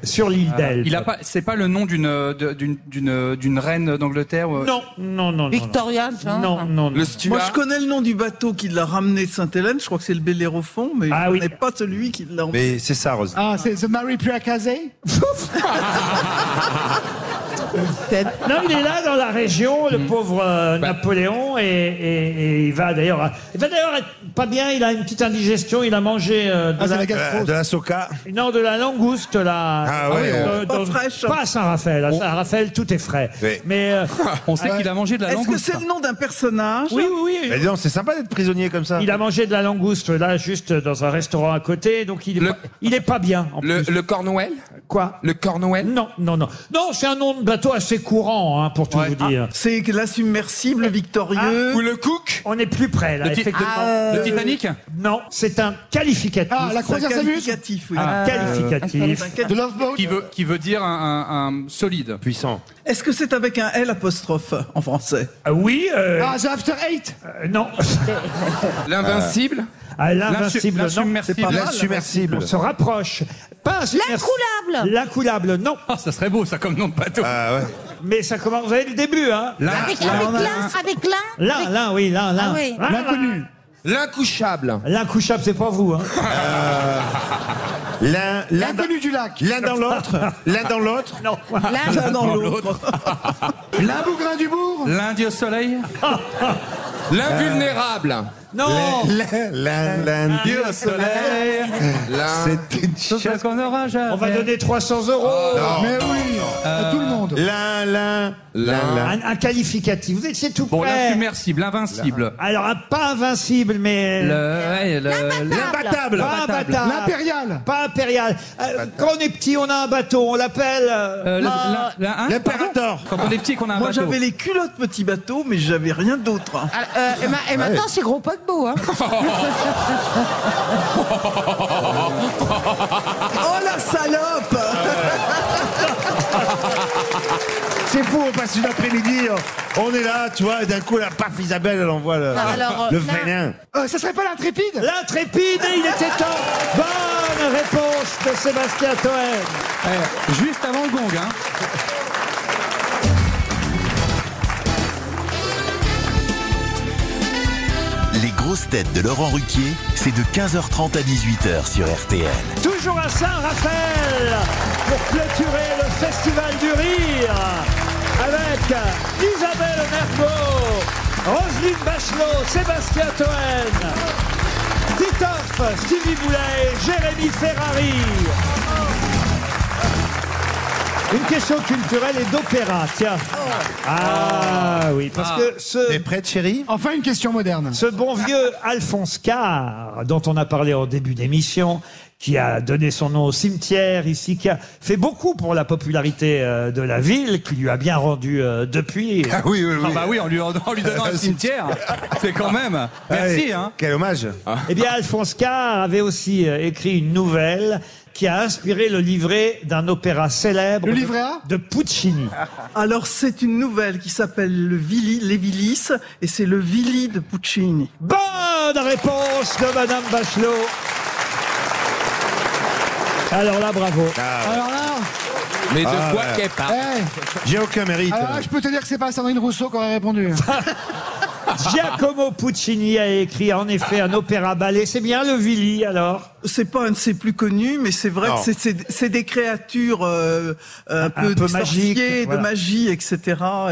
[SPEAKER 2] sur l'île d'Elbe.
[SPEAKER 5] Ah. Il a pas, c'est pas le nom d'une euh, de- d'une d'une d'une reine d'Angleterre. euh.
[SPEAKER 2] Non, non, non.
[SPEAKER 8] Victoria,
[SPEAKER 5] ça Non, non, non. Le Stuart.
[SPEAKER 8] Moi, je connais le nom du bateau qui l'a ramené de Sainte-Hélène. Je crois que c'est le Bellérophon, mais je connais pas celui qui l'a emmené.
[SPEAKER 4] Mais c'est ça, Roselyne.
[SPEAKER 10] Ah, c'est The Mary Priacase
[SPEAKER 4] Ah,
[SPEAKER 2] Non, il est là dans la région,
[SPEAKER 6] Hmm.
[SPEAKER 2] le pauvre euh,
[SPEAKER 6] Bah.
[SPEAKER 2] Napoléon, et, et- et il va d'ailleurs, il va d'ailleurs être pas bien. Il a une petite indigestion. Il a mangé euh, de,
[SPEAKER 4] Ah, c'est
[SPEAKER 2] la,
[SPEAKER 4] la gastro. Euh, de la soca.
[SPEAKER 2] Ah. Non, de la langouste là.
[SPEAKER 4] Ah ouais, euh,
[SPEAKER 2] dans- dans- Pas à Saint-Raphaël. À Saint-Raphaël, tout est frais. Mais euh,
[SPEAKER 8] Est-ce que c'est le nom d'un personnage
[SPEAKER 2] Oui, oui, oui.
[SPEAKER 4] Mais non, c'est sympa d'être prisonnier comme ça.
[SPEAKER 2] Il a mangé de la langouste là, juste dans un restaurant à côté, donc il est, pas, il est pas bien. le,
[SPEAKER 6] le Cornouel
[SPEAKER 2] Quoi
[SPEAKER 6] Le Cornouel
[SPEAKER 2] Non, non, non. Non, c'est un nom de bateau assez courant, hein, pour tout vous dire.
[SPEAKER 8] Ah, C'est que la submersible victorieux.
[SPEAKER 2] Ou
[SPEAKER 6] le Cook
[SPEAKER 2] On est plus près, là,
[SPEAKER 8] Le ti-
[SPEAKER 2] effectivement. Euh,
[SPEAKER 8] Ah, le Titanic
[SPEAKER 2] Non, c'est un qualificatif.
[SPEAKER 8] Ah, la croisière C'est un s'amuse qualificatif, oui.
[SPEAKER 2] Un
[SPEAKER 8] Ah,
[SPEAKER 2] qualificatif.
[SPEAKER 8] euh, De Loveboat
[SPEAKER 5] Qui veut qui veut dire un, un- un solide.
[SPEAKER 4] Puissant.
[SPEAKER 8] Est-ce que c'est avec un L apostrophe en français
[SPEAKER 2] Euh, Oui.
[SPEAKER 10] Ah, The After Eight
[SPEAKER 2] Euh, Non.
[SPEAKER 6] L'invincible
[SPEAKER 2] Ah, l'invincible,
[SPEAKER 6] L'insu-
[SPEAKER 2] non.
[SPEAKER 6] l'insubmersible. C'est pas mal, L'insubmersible.
[SPEAKER 2] On se rapproche. Pas L'incoulable. L'incoulable, non. Ah,
[SPEAKER 5] ça serait beau, ça, comme nom de bateau.
[SPEAKER 2] Mais ça commence, vous avez le début, hein.
[SPEAKER 6] L'in-
[SPEAKER 7] Avec, avec l'un, avec l'un.
[SPEAKER 2] L'un, l'un, oui, l'un, l'un.
[SPEAKER 7] Ah oui.
[SPEAKER 2] L'un,
[SPEAKER 7] L'inconnu.
[SPEAKER 6] L'incouchable.
[SPEAKER 2] L'incouchable, c'est pas vous, hein.
[SPEAKER 4] L'un, l'un dans-
[SPEAKER 10] du lac.
[SPEAKER 4] L'un dans l'autre. L'un dans l'autre.
[SPEAKER 2] Non.
[SPEAKER 10] L'un dans
[SPEAKER 5] l'autre.
[SPEAKER 10] La Bougrain du Bourg
[SPEAKER 5] Lundi au soleil.
[SPEAKER 6] L'invulnérable.
[SPEAKER 2] Non.
[SPEAKER 4] L'un, l'un, l'un,
[SPEAKER 5] Dieu au soleil.
[SPEAKER 4] C'est une chose
[SPEAKER 5] qu'on aura jamais.
[SPEAKER 2] On va donner 300 euros.
[SPEAKER 10] Mais oui,
[SPEAKER 5] Euh,
[SPEAKER 10] à tout le monde.
[SPEAKER 4] Ah, L'un, l'un, l'un, l'un.
[SPEAKER 2] Un, un qualificatif. Vous étiez tout
[SPEAKER 5] Bon,
[SPEAKER 2] près.
[SPEAKER 5] l'insubmersible, l'invincible.
[SPEAKER 2] Alors, un pas invincible, mais.
[SPEAKER 5] Le- ouais, le-
[SPEAKER 2] L'imbattable. Pas imbattable.
[SPEAKER 10] L'impérial.
[SPEAKER 2] Pas impérial. Euh, quand on est petit, on a un bateau, on l'appelle.
[SPEAKER 5] Euh,
[SPEAKER 2] euh,
[SPEAKER 5] le-
[SPEAKER 2] euh,
[SPEAKER 5] la- la- hein,
[SPEAKER 4] L'impérator.
[SPEAKER 5] Quand on est petit, qu'on a un
[SPEAKER 8] Moi,
[SPEAKER 5] bateau.
[SPEAKER 8] j'avais les culottes petit bateau, mais j'avais rien d'autre.
[SPEAKER 10] Ah,
[SPEAKER 8] hein.
[SPEAKER 7] Ah, euh, et, ma- et maintenant, c'est gros paquebot. Hein.
[SPEAKER 8] Oh la salope
[SPEAKER 4] C'est fou, on passe une après-midi, euh, on est là, tu vois, et d'un coup, là, paf, Isabelle, elle envoie le,
[SPEAKER 2] Ah.
[SPEAKER 7] Alors, euh,
[SPEAKER 4] le
[SPEAKER 7] là-
[SPEAKER 4] vénin.
[SPEAKER 10] Euh, ça serait pas l'intrépide
[SPEAKER 2] L'intrépide, et il était temps. Bonne réponse de Sébastien Toen.
[SPEAKER 5] Eh, juste avant le gong, hein.
[SPEAKER 1] Les grosses têtes de Laurent Ruquier, c'est de 15h30 à 18h sur RTL.
[SPEAKER 2] Toujours à Saint-Raphaël pour clôturer le Festival du Rire avec Isabelle Mergo, Roselyne Bachelot, Sébastien Toen, Titoff, Stevie Boulet, Jérémy Ferrari. Une question culturelle et d'opéra, tiens. Ah oui, parce que ce...
[SPEAKER 4] T'es prête, chérie
[SPEAKER 10] Enfin, une question moderne.
[SPEAKER 2] Ce bon vieux Alphonse Carr, dont on a parlé en début d'émission, qui a donné son nom au cimetière ici, qui a fait beaucoup pour la popularité euh, de la ville, qui lui a bien rendu euh, depuis.
[SPEAKER 4] Ah oui, oui, oui.
[SPEAKER 5] Ah bah oui, en lui, en lui donnant un cimetière. C'est quand
[SPEAKER 4] Ah
[SPEAKER 5] même. Merci,
[SPEAKER 4] Allez,
[SPEAKER 5] hein.
[SPEAKER 4] Quel hommage.
[SPEAKER 2] Eh bien, Alphonse Carr avait aussi euh, écrit une nouvelle qui a inspiré le livret d'un opéra célèbre
[SPEAKER 10] Le
[SPEAKER 2] de-
[SPEAKER 10] livret A
[SPEAKER 2] de Puccini.
[SPEAKER 8] Alors, c'est une nouvelle qui s'appelle le Vili, Les Vilis, et c'est le Vili de Puccini.
[SPEAKER 2] Bonne réponse de Madame Bachelot. Alors là, bravo.
[SPEAKER 10] Alors là,
[SPEAKER 6] Mais de
[SPEAKER 4] Ah,
[SPEAKER 6] quoi
[SPEAKER 4] ouais.
[SPEAKER 6] qu'elle parle
[SPEAKER 10] eh,
[SPEAKER 4] J'ai aucun mérite.
[SPEAKER 10] Ah, alors là, je peux te dire que c'est pas Sandrine Rousseau qui aurait répondu.
[SPEAKER 2] Giacomo Puccini a écrit en effet un opéra-ballet. C'est bien le Vili alors
[SPEAKER 8] C'est pas un de ses plus connus, mais c'est vrai
[SPEAKER 2] Non.
[SPEAKER 8] que c'est- c'est c'est des créatures euh, euh, un,
[SPEAKER 2] Un-
[SPEAKER 8] peu,
[SPEAKER 2] un peu
[SPEAKER 8] de
[SPEAKER 2] magiques,
[SPEAKER 8] sorciers,
[SPEAKER 2] voilà.
[SPEAKER 8] de magie, etc.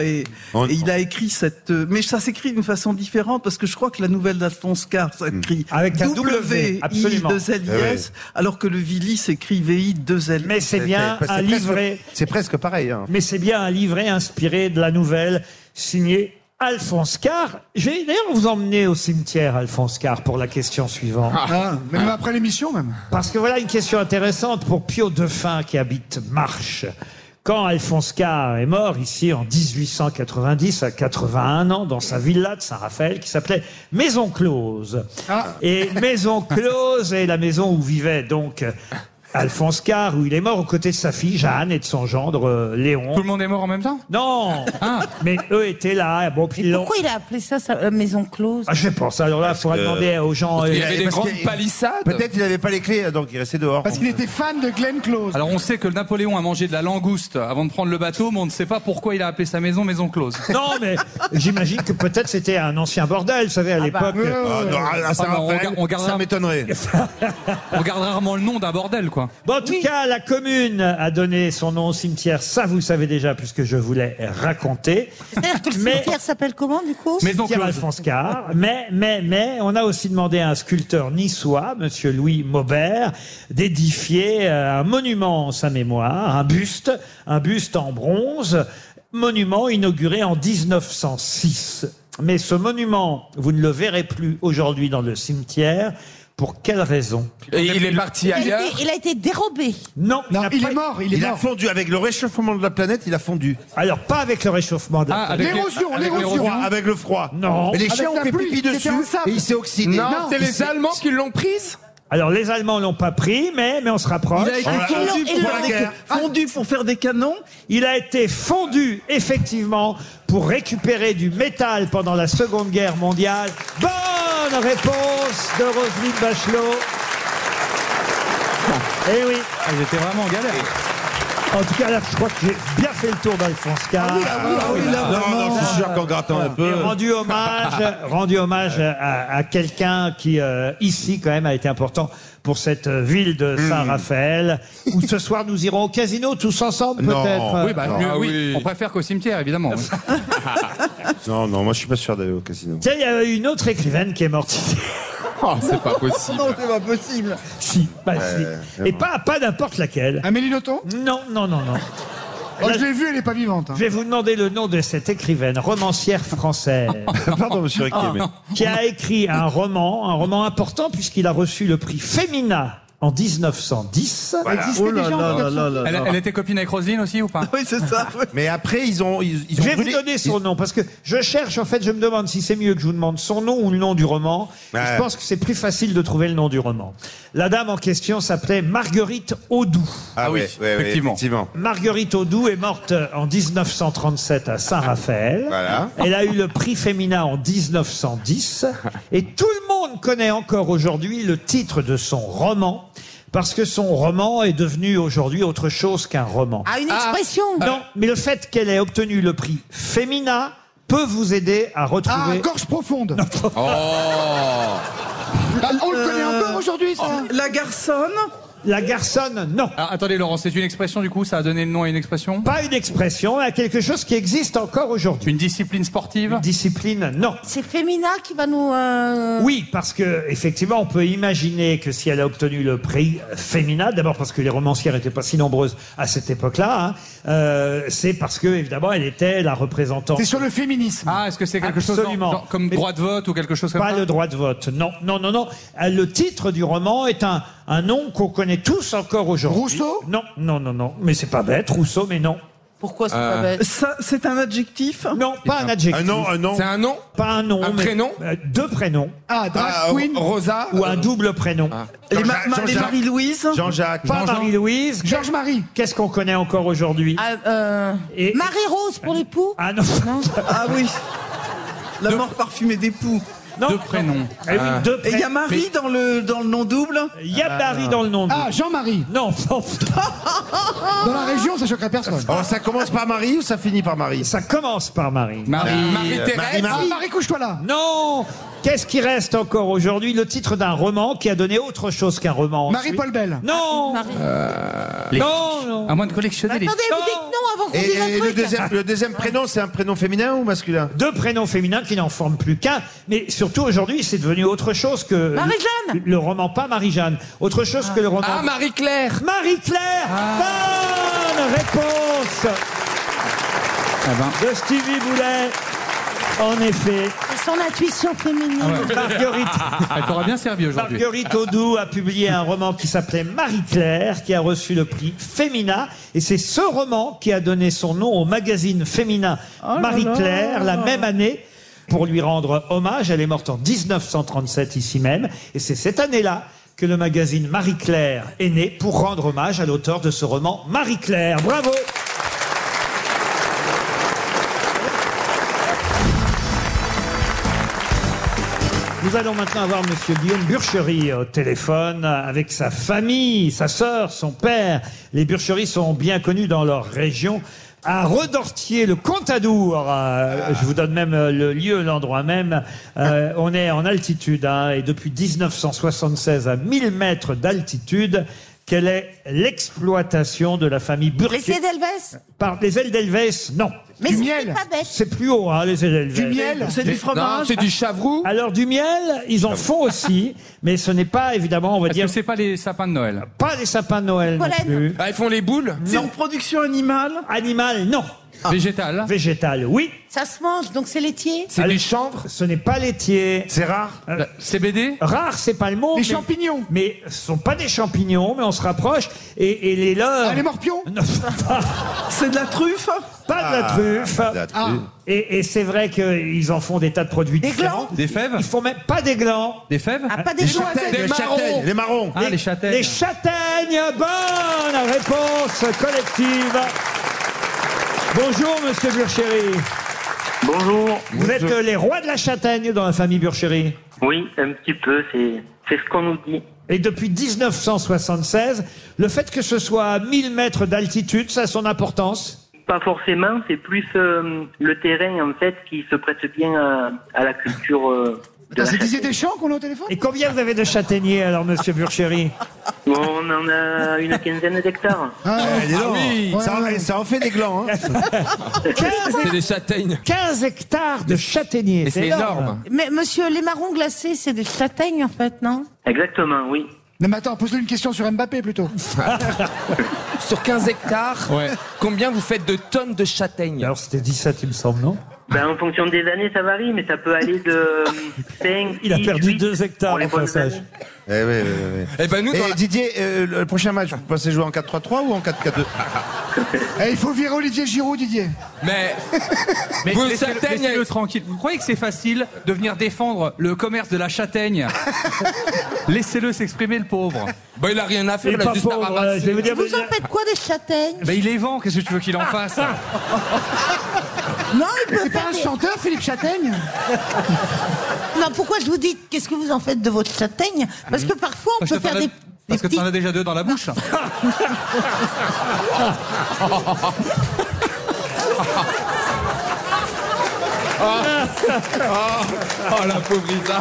[SPEAKER 8] Et, et il a écrit cette. euh, Mais ça s'écrit d'une façon différente parce que je crois que la nouvelle d'Alphonse Carr s'écrit
[SPEAKER 2] Avec un W,
[SPEAKER 8] W I
[SPEAKER 2] absolument.
[SPEAKER 8] 2 L I
[SPEAKER 4] Eh oui.
[SPEAKER 8] S, alors que le Vili s'écrit V I 2 L.
[SPEAKER 2] Mais c'est Eh bien
[SPEAKER 4] C'est- c'est
[SPEAKER 2] un
[SPEAKER 4] presque-
[SPEAKER 2] livret.
[SPEAKER 4] C'est presque pareil. hein.
[SPEAKER 2] Mais c'est bien un livret inspiré de la nouvelle signée Alphonse Carr. Je vais d'ailleurs vous emmener au cimetière, Alphonse Carr, pour la question suivante.
[SPEAKER 10] Ah, même après l'émission, même.
[SPEAKER 2] Parce que voilà une question intéressante pour Pio Defin qui habite Marche. Quand Alphonse Carr est mort ici en 1890 à 81 ans dans sa villa de Saint-Raphaël qui s'appelait Maison Close. Et Maison Close est la maison où vivait donc Alphonse Carr où il est mort aux côtés de sa fille Jeanne et de son gendre euh, Léon.
[SPEAKER 5] Tout le monde est mort en même temps
[SPEAKER 2] Non Mais eux étaient là, bon puis ils l'ont-
[SPEAKER 7] Pourquoi il a appelé ça sa euh, maison close
[SPEAKER 2] Ah, je pense, alors là, il faudra
[SPEAKER 4] que-
[SPEAKER 2] demander aux gens...
[SPEAKER 4] Parce
[SPEAKER 2] euh,
[SPEAKER 4] qu'il avait des Parce grandes qu'il-
[SPEAKER 5] palissades.
[SPEAKER 4] Peut-être il n'avait pas les clés, donc il restait dehors.
[SPEAKER 10] Parce qu'il était fan de Glenn Close.
[SPEAKER 5] Alors on sait que Napoléon a mangé de la langouste avant de prendre le bateau, mais on ne sait pas pourquoi il a appelé sa maison maison close.
[SPEAKER 2] Non, mais j'imagine que peut-être c'était un ancien bordel, vous savez, à
[SPEAKER 8] Bah,
[SPEAKER 2] l'époque.
[SPEAKER 8] euh,
[SPEAKER 2] Euh,
[SPEAKER 4] Ah, non, à Saint-Raphaël,
[SPEAKER 5] Ah, bah, on regarde- on regarde-
[SPEAKER 4] ça m'étonnerait.
[SPEAKER 5] On garde rarement le nom d'un bordel, quoi.
[SPEAKER 2] Bon, en tout cas, la commune a donné son nom au cimetière. Ça, vous savez déjà, puisque je vous l'ai raconté.
[SPEAKER 7] C'est-à-dire que le cimetière s'appelle comment du coup
[SPEAKER 2] Cimetière Alphonse Carr. Mais, mais, mais, on a aussi demandé à un sculpteur niçois, monsieur Louis Maubert, d'édifier euh, un monument en sa mémoire, un buste, un buste en bronze, monument inauguré en 1906. Mais ce monument, vous ne le verrez plus aujourd'hui dans le cimetière. Pour quelle raison
[SPEAKER 6] Et il est parti
[SPEAKER 7] il a,
[SPEAKER 6] ailleurs.
[SPEAKER 7] été, il a été dérobé.
[SPEAKER 2] Non,
[SPEAKER 10] il est mort, il est
[SPEAKER 4] Il a
[SPEAKER 10] mort.
[SPEAKER 4] fondu avec le réchauffement de la planète, il a fondu.
[SPEAKER 2] Alors, pas avec le réchauffement de la
[SPEAKER 5] Ah,
[SPEAKER 2] planète.
[SPEAKER 5] avec les-
[SPEAKER 10] L'érosion,
[SPEAKER 5] avec
[SPEAKER 4] Avec le
[SPEAKER 10] l'érosion.
[SPEAKER 4] froid, avec le froid.
[SPEAKER 2] Non.
[SPEAKER 4] Mais les
[SPEAKER 10] Avec
[SPEAKER 4] chiens
[SPEAKER 10] la
[SPEAKER 4] ont fait
[SPEAKER 10] pluie,
[SPEAKER 4] pipi
[SPEAKER 10] c'était
[SPEAKER 4] dessus
[SPEAKER 10] un sable.
[SPEAKER 4] et il s'est oxydé.
[SPEAKER 6] Non, c'est
[SPEAKER 4] il
[SPEAKER 6] les
[SPEAKER 4] s'est-
[SPEAKER 6] Allemands qui l'ont prise
[SPEAKER 2] Alors les Allemands l'ont pas pris, mais, mais on se rapproche.
[SPEAKER 8] Il a été
[SPEAKER 4] Voilà.
[SPEAKER 8] fondu,
[SPEAKER 7] Ils l'ont-
[SPEAKER 8] pour
[SPEAKER 7] ils
[SPEAKER 8] faire
[SPEAKER 7] l'ont-
[SPEAKER 8] des, fondu pour faire des canons.
[SPEAKER 2] Il a été fondu, effectivement, pour récupérer du métal pendant la Seconde Guerre mondiale. Bonne réponse de Roselyne Bachelot. Eh oui,
[SPEAKER 5] Ah, J'étais vraiment en galère.
[SPEAKER 2] en tout cas, là, je crois que j'ai bien fait le tour d'Alphonse
[SPEAKER 6] Ah
[SPEAKER 2] Carr. Ah
[SPEAKER 4] Non, non, je suis sûr qu'en grattant un
[SPEAKER 2] Et
[SPEAKER 4] peu.
[SPEAKER 2] rendu hommage, rendu hommage à, à quelqu'un qui, euh, ici, quand même, a été important pour cette euh, ville de
[SPEAKER 6] Hmm.
[SPEAKER 2] Saint-Raphaël, où ce soir nous irons au casino tous ensemble,
[SPEAKER 4] Non.
[SPEAKER 2] peut-être.
[SPEAKER 5] Oui, bah,
[SPEAKER 4] Ah,
[SPEAKER 5] mieux, oui.
[SPEAKER 6] oui.
[SPEAKER 5] On préfère qu'au cimetière, évidemment. oui.
[SPEAKER 4] Non, non, moi je suis pas sûr d'aller au casino.
[SPEAKER 2] Tiens, il y a une autre écrivaine qui est morte. Ah,
[SPEAKER 6] Oh, c'est pas possible.
[SPEAKER 8] Non, c'est pas possible.
[SPEAKER 2] si, bah, si.
[SPEAKER 4] c'est
[SPEAKER 2] Et pas, pas n'importe laquelle.
[SPEAKER 10] Amélie Nothomb
[SPEAKER 2] Non, non, non, non.
[SPEAKER 10] Oh,
[SPEAKER 2] Là,
[SPEAKER 10] je l'ai vue, elle est pas vivante. hein.
[SPEAKER 2] je vais vous demander le nom de cette écrivaine, romancière française, Ah.
[SPEAKER 4] Pardon, monsieur Riquet, mais.
[SPEAKER 2] qui a écrit un roman, un roman important puisqu'il a reçu le prix Femina en 1910.
[SPEAKER 10] Elle existait
[SPEAKER 8] Oh là
[SPEAKER 10] déjà en
[SPEAKER 8] là là
[SPEAKER 10] 1900.
[SPEAKER 8] là là
[SPEAKER 5] Elle,
[SPEAKER 8] là.
[SPEAKER 5] elle était copine avec Roselyne aussi ou pas
[SPEAKER 8] Oui, c'est ça. oui.
[SPEAKER 4] Mais après, ils ont, ils, ils
[SPEAKER 2] Je
[SPEAKER 4] ont
[SPEAKER 2] vais vous
[SPEAKER 4] brûlé-
[SPEAKER 2] donner son nom parce que je cherche, en fait, je me demande si c'est mieux que je vous demande son nom ou le nom du roman.
[SPEAKER 4] Ouais.
[SPEAKER 2] Je pense que c'est plus facile de trouver le nom du roman. La dame en question s'appelait Marguerite Audoux.
[SPEAKER 4] Ah oui, ouais, ouais,
[SPEAKER 5] effectivement.
[SPEAKER 4] effectivement.
[SPEAKER 2] Marguerite Audoux est morte en 1937 à Saint-Raphaël.
[SPEAKER 4] Voilà.
[SPEAKER 2] Elle a eu le prix Féminin en 1910. Et tout le monde connaît encore aujourd'hui le titre de son roman parce que son roman est devenu aujourd'hui autre chose qu'un roman.
[SPEAKER 7] Ah, une expression
[SPEAKER 2] Non, mais le fait qu'elle ait obtenu le prix Femina peut vous aider à
[SPEAKER 10] Ah,
[SPEAKER 2] retrouver.
[SPEAKER 10] gorge profonde.
[SPEAKER 5] Oh.
[SPEAKER 10] Ah,
[SPEAKER 4] Oh.
[SPEAKER 10] on le connaît encore aujourd'hui,
[SPEAKER 2] Oh.
[SPEAKER 10] ça.
[SPEAKER 8] Euh, La garçonne.
[SPEAKER 2] la garçonne, non.
[SPEAKER 5] Ah, Attendez, Laurent, c'est une expression du coup, ça a donné le nom à une expression
[SPEAKER 2] Pas une expression, mais quelque chose qui existe encore aujourd'hui.
[SPEAKER 5] Une discipline sportive
[SPEAKER 2] Une discipline, non.
[SPEAKER 7] C'est Femina qui va nous. euh,
[SPEAKER 2] Oui, parce que effectivement, on peut imaginer que si elle a obtenu le prix Fémina, d'abord parce que les romancières n'étaient pas si nombreuses à cette époque-là, hein, euh, c'est parce que évidemment, elle était la représentante.
[SPEAKER 10] C'est sur le féminisme.
[SPEAKER 5] Ah, est-ce que c'est quelque chose
[SPEAKER 2] Absolument.
[SPEAKER 5] genre- genre comme
[SPEAKER 2] Mais-
[SPEAKER 5] droit de vote ou quelque chose comme
[SPEAKER 2] Pas
[SPEAKER 5] ça
[SPEAKER 2] le droit de vote. Non, non, non, non. Euh, Le titre du roman est un, un nom qu'on connaît tous encore aujourd'hui.
[SPEAKER 10] Rousseau
[SPEAKER 2] Non, non, non, non. Mais c'est pas bête, Rousseau, mais non.
[SPEAKER 7] Pourquoi c'est pas bête
[SPEAKER 8] Ça, c'est un adjectif.
[SPEAKER 2] Non, ah pas un adjectif.
[SPEAKER 4] Un nom, un nom.
[SPEAKER 6] C'est un nom
[SPEAKER 2] Pas un nom.
[SPEAKER 6] Un
[SPEAKER 2] mais-
[SPEAKER 6] prénom
[SPEAKER 2] euh, Deux prénoms.
[SPEAKER 10] Ah, drag
[SPEAKER 4] Ah,
[SPEAKER 10] queen.
[SPEAKER 6] Rosa
[SPEAKER 2] Ou un double prénom.
[SPEAKER 8] Les,
[SPEAKER 4] Jean-Jacques,
[SPEAKER 8] ma- ma- les
[SPEAKER 4] Jean-Jacques.
[SPEAKER 8] Marie-Louise.
[SPEAKER 4] Jean-Jacques.
[SPEAKER 2] Pas Marie-Louise.
[SPEAKER 10] Georges-Marie.
[SPEAKER 2] Qu'est-ce qu'on connaît encore aujourd'hui
[SPEAKER 7] Ah, euh,
[SPEAKER 2] Et-
[SPEAKER 7] Marie-Rose pour l'époux
[SPEAKER 2] Ah non.
[SPEAKER 8] Ah oui. La mort parfumée des poux.
[SPEAKER 5] Deux prénoms. Ah.
[SPEAKER 2] Eh oui, deux
[SPEAKER 8] Et il y a
[SPEAKER 2] prénoms.
[SPEAKER 8] Marie dans le, dans le nom double
[SPEAKER 2] Il y a Marie dans le nom
[SPEAKER 10] Ah, Jean-Marie.
[SPEAKER 2] Non.
[SPEAKER 10] Dans la région, ça choquerait personne.
[SPEAKER 4] Alors, Oh, ça commence par Marie ou ça finit par Marie
[SPEAKER 2] Ça commence par Marie.
[SPEAKER 4] Marie.
[SPEAKER 2] Marie-Thérèse.
[SPEAKER 4] Marie,
[SPEAKER 10] Ah,
[SPEAKER 4] Marie.
[SPEAKER 10] Marie, couche-toi là.
[SPEAKER 2] Non Qu'est-ce qui reste encore aujourd'hui Le titre d'un roman qui a donné autre chose qu'un roman.
[SPEAKER 10] Marie-Paul Belle.
[SPEAKER 2] Non. Non, non.
[SPEAKER 5] À moins de collectionner
[SPEAKER 2] Attendez,
[SPEAKER 5] les.
[SPEAKER 2] vous dites non
[SPEAKER 7] avant
[SPEAKER 4] Et, et le, deuxième, le deuxième prénom, c'est un prénom féminin ou masculin
[SPEAKER 2] Deux prénoms féminins qui n'en forment plus qu'un, mais surtout aujourd'hui, c'est devenu autre chose que.
[SPEAKER 7] Marie-Jeanne.
[SPEAKER 2] Le, le roman, pas Marie-Jeanne. Autre chose que le roman.
[SPEAKER 6] Ah, Marie-Claire
[SPEAKER 2] Marie-Claire
[SPEAKER 7] Ah.
[SPEAKER 2] Bonne réponse
[SPEAKER 5] Ah ben.
[SPEAKER 2] de Stevie Boulet. En effet.
[SPEAKER 7] C'est son intuition féminine.
[SPEAKER 2] Marguerite.
[SPEAKER 5] Ah Elle t'aura bien servi aujourd'hui.
[SPEAKER 2] Marguerite Audoux a publié un roman qui s'appelait Marie-Claire, qui a reçu le prix Femina. Et c'est ce roman qui a donné son nom au magazine féminin
[SPEAKER 8] Oh là
[SPEAKER 2] Marie-Claire,
[SPEAKER 8] là.
[SPEAKER 2] la même année. Pour lui rendre hommage, elle est morte en 1937 ici même. Et c'est cette année-là que le magazine Marie-Claire est né pour rendre hommage à l'auteur de ce roman Marie-Claire. Bravo Nous allons maintenant avoir Monsieur Guillaume Burchery au téléphone avec sa famille, sa sœur, son père. Les Burcheries sont bien connus dans leur région. À Redortier, le Contadour, euh, je vous donne même euh, le lieu, l'endroit même. Euh, on est en altitude hein, et depuis 1976 à 1000 mètres d'altitude, quelle est l'exploitation de la famille
[SPEAKER 7] Les
[SPEAKER 2] Burchery
[SPEAKER 7] Cédelves
[SPEAKER 2] Par les ailes d'Elvès, non.
[SPEAKER 7] Mais c'est pas bête.
[SPEAKER 2] C'est plus haut, hein, les ailes d'Elvès.
[SPEAKER 10] Du miel.
[SPEAKER 8] C'est du fromage
[SPEAKER 6] c'est du chavroux.
[SPEAKER 2] Alors du miel, ils en font aussi, mais ce n'est pas évidemment, on va
[SPEAKER 5] Est-ce que
[SPEAKER 2] dire,
[SPEAKER 5] c'est pas les sapins de Noël
[SPEAKER 2] pas des sapins de Noël non
[SPEAKER 7] Pollen.
[SPEAKER 2] plus.
[SPEAKER 6] Ah, ils font les boules Ah.
[SPEAKER 8] C'est une production animale
[SPEAKER 2] Animal, non.
[SPEAKER 5] Végétal
[SPEAKER 2] Végétal, oui.
[SPEAKER 7] Ça se mange, donc c'est laitier.
[SPEAKER 6] C'est
[SPEAKER 2] Allez.
[SPEAKER 6] du chanvre
[SPEAKER 2] Ce n'est pas laitier.
[SPEAKER 4] C'est rare
[SPEAKER 5] Bah,
[SPEAKER 2] Euh,
[SPEAKER 5] CBD
[SPEAKER 2] Rare, c'est pas le mot.
[SPEAKER 10] Les
[SPEAKER 2] mais-
[SPEAKER 10] champignons.
[SPEAKER 2] Mais ce sont pas des champignons, mais on se rapproche. Et, et les leurs.
[SPEAKER 10] Ah, les morpions.
[SPEAKER 2] Non,
[SPEAKER 8] C'est de la truffe
[SPEAKER 2] pas de la truffe. Ah.
[SPEAKER 4] La truffe.
[SPEAKER 2] Et, et c'est vrai qu'ils en font des tas de produits
[SPEAKER 7] Des
[SPEAKER 2] différents.
[SPEAKER 5] glands Des fèves
[SPEAKER 2] Ils font même pas des glands.
[SPEAKER 5] Des fèves
[SPEAKER 7] Ah, pas des gens à
[SPEAKER 4] Châtaignes,
[SPEAKER 5] Des
[SPEAKER 4] les
[SPEAKER 5] marrons.
[SPEAKER 4] châtaignes, les marrons.
[SPEAKER 5] Ah, les châtaignes.
[SPEAKER 2] Les châtaignes, bonne réponse collective. Bonjour, monsieur Burchéry.
[SPEAKER 15] Bonjour.
[SPEAKER 2] Vous êtes euh, les rois de la châtaigne dans la famille Burchéry.
[SPEAKER 15] Oui, un petit peu, c'est c'est ce qu'on nous dit.
[SPEAKER 2] Et depuis 1976, le fait que ce soit à 1000 mètres d'altitude, ça a son importance.
[SPEAKER 15] Pas forcément, c'est plus euh, le terrain en fait qui se prête bien à, à la culture. euh, de
[SPEAKER 10] Putain,
[SPEAKER 15] la
[SPEAKER 10] C'est Didier
[SPEAKER 15] châtaigne.
[SPEAKER 10] Deschamps qu'on a au téléphone
[SPEAKER 2] Et combien vous avez de châtaigniers alors, monsieur Burchéry
[SPEAKER 15] On en a une quinzaine d'hectares.
[SPEAKER 10] Ah,
[SPEAKER 4] Eh, dis donc,
[SPEAKER 6] oui.
[SPEAKER 4] ça, en-
[SPEAKER 10] Ouais.
[SPEAKER 4] ça en fait des glands. Hein.
[SPEAKER 2] 15,
[SPEAKER 6] C'est des châtaignes.
[SPEAKER 2] 15 hectares de châtaigniers.
[SPEAKER 6] Et c'est énorme.
[SPEAKER 7] Mais monsieur, les marrons glacés, c'est des châtaignes en fait, non
[SPEAKER 15] Exactement, oui.
[SPEAKER 10] Non, mais attends, pose-lui une question sur Mbappé plutôt.
[SPEAKER 6] Sur 15 hectares,
[SPEAKER 5] Ouais.
[SPEAKER 6] combien vous faites de tonnes de châtaignes
[SPEAKER 2] Alors, c'était 17, il me semble, non
[SPEAKER 15] Ben, en fonction des années, ça varie, mais ça peut aller de euh, 5,
[SPEAKER 2] Il a
[SPEAKER 15] 6,
[SPEAKER 2] perdu
[SPEAKER 15] 8,
[SPEAKER 2] 2 hectares
[SPEAKER 15] pour les
[SPEAKER 2] au
[SPEAKER 15] bonnes
[SPEAKER 2] passage.
[SPEAKER 15] années.
[SPEAKER 4] Eh oui, oui, oui, oui.
[SPEAKER 6] Eh ben nous, dans
[SPEAKER 4] Et
[SPEAKER 6] la-
[SPEAKER 4] Didier, euh, le prochain match, vous pensez jouer en 4-3-3 ou en 4-4-2
[SPEAKER 10] Eh, il faut virer Olivier Giroud, Didier.
[SPEAKER 6] Mais,
[SPEAKER 5] Mais
[SPEAKER 6] Vos
[SPEAKER 5] laissez-le
[SPEAKER 6] châtaignes-
[SPEAKER 5] laissez-le tranquille. Vous croyez que c'est facile de venir défendre le commerce de la châtaigne Laissez-le s'exprimer, le pauvre.
[SPEAKER 6] bah, il a rien à faire,
[SPEAKER 2] Il
[SPEAKER 6] il
[SPEAKER 2] est
[SPEAKER 6] a
[SPEAKER 2] pas
[SPEAKER 6] juste à
[SPEAKER 2] pauvre, euh, je vais
[SPEAKER 6] ramasser.
[SPEAKER 2] vous dire.
[SPEAKER 7] Vous en faites quoi des châtaignes
[SPEAKER 5] Mais il est vent, qu'est-ce que tu veux qu'il en fasse
[SPEAKER 7] Ah, Non, il peut
[SPEAKER 10] C'est pas
[SPEAKER 7] faire
[SPEAKER 10] un
[SPEAKER 7] des-
[SPEAKER 10] chanteur, Philippe Châtaigne
[SPEAKER 7] Non, pourquoi je vous dis qu'est-ce que vous en faites de votre châtaigne Parce
[SPEAKER 2] Mmh.
[SPEAKER 7] que parfois on
[SPEAKER 5] Parce que
[SPEAKER 7] peut faire
[SPEAKER 5] t'en as-
[SPEAKER 7] des, des
[SPEAKER 5] parce que
[SPEAKER 7] petits-
[SPEAKER 5] t'en as déjà deux dans la bouche.
[SPEAKER 6] Oh la pauvre Isa.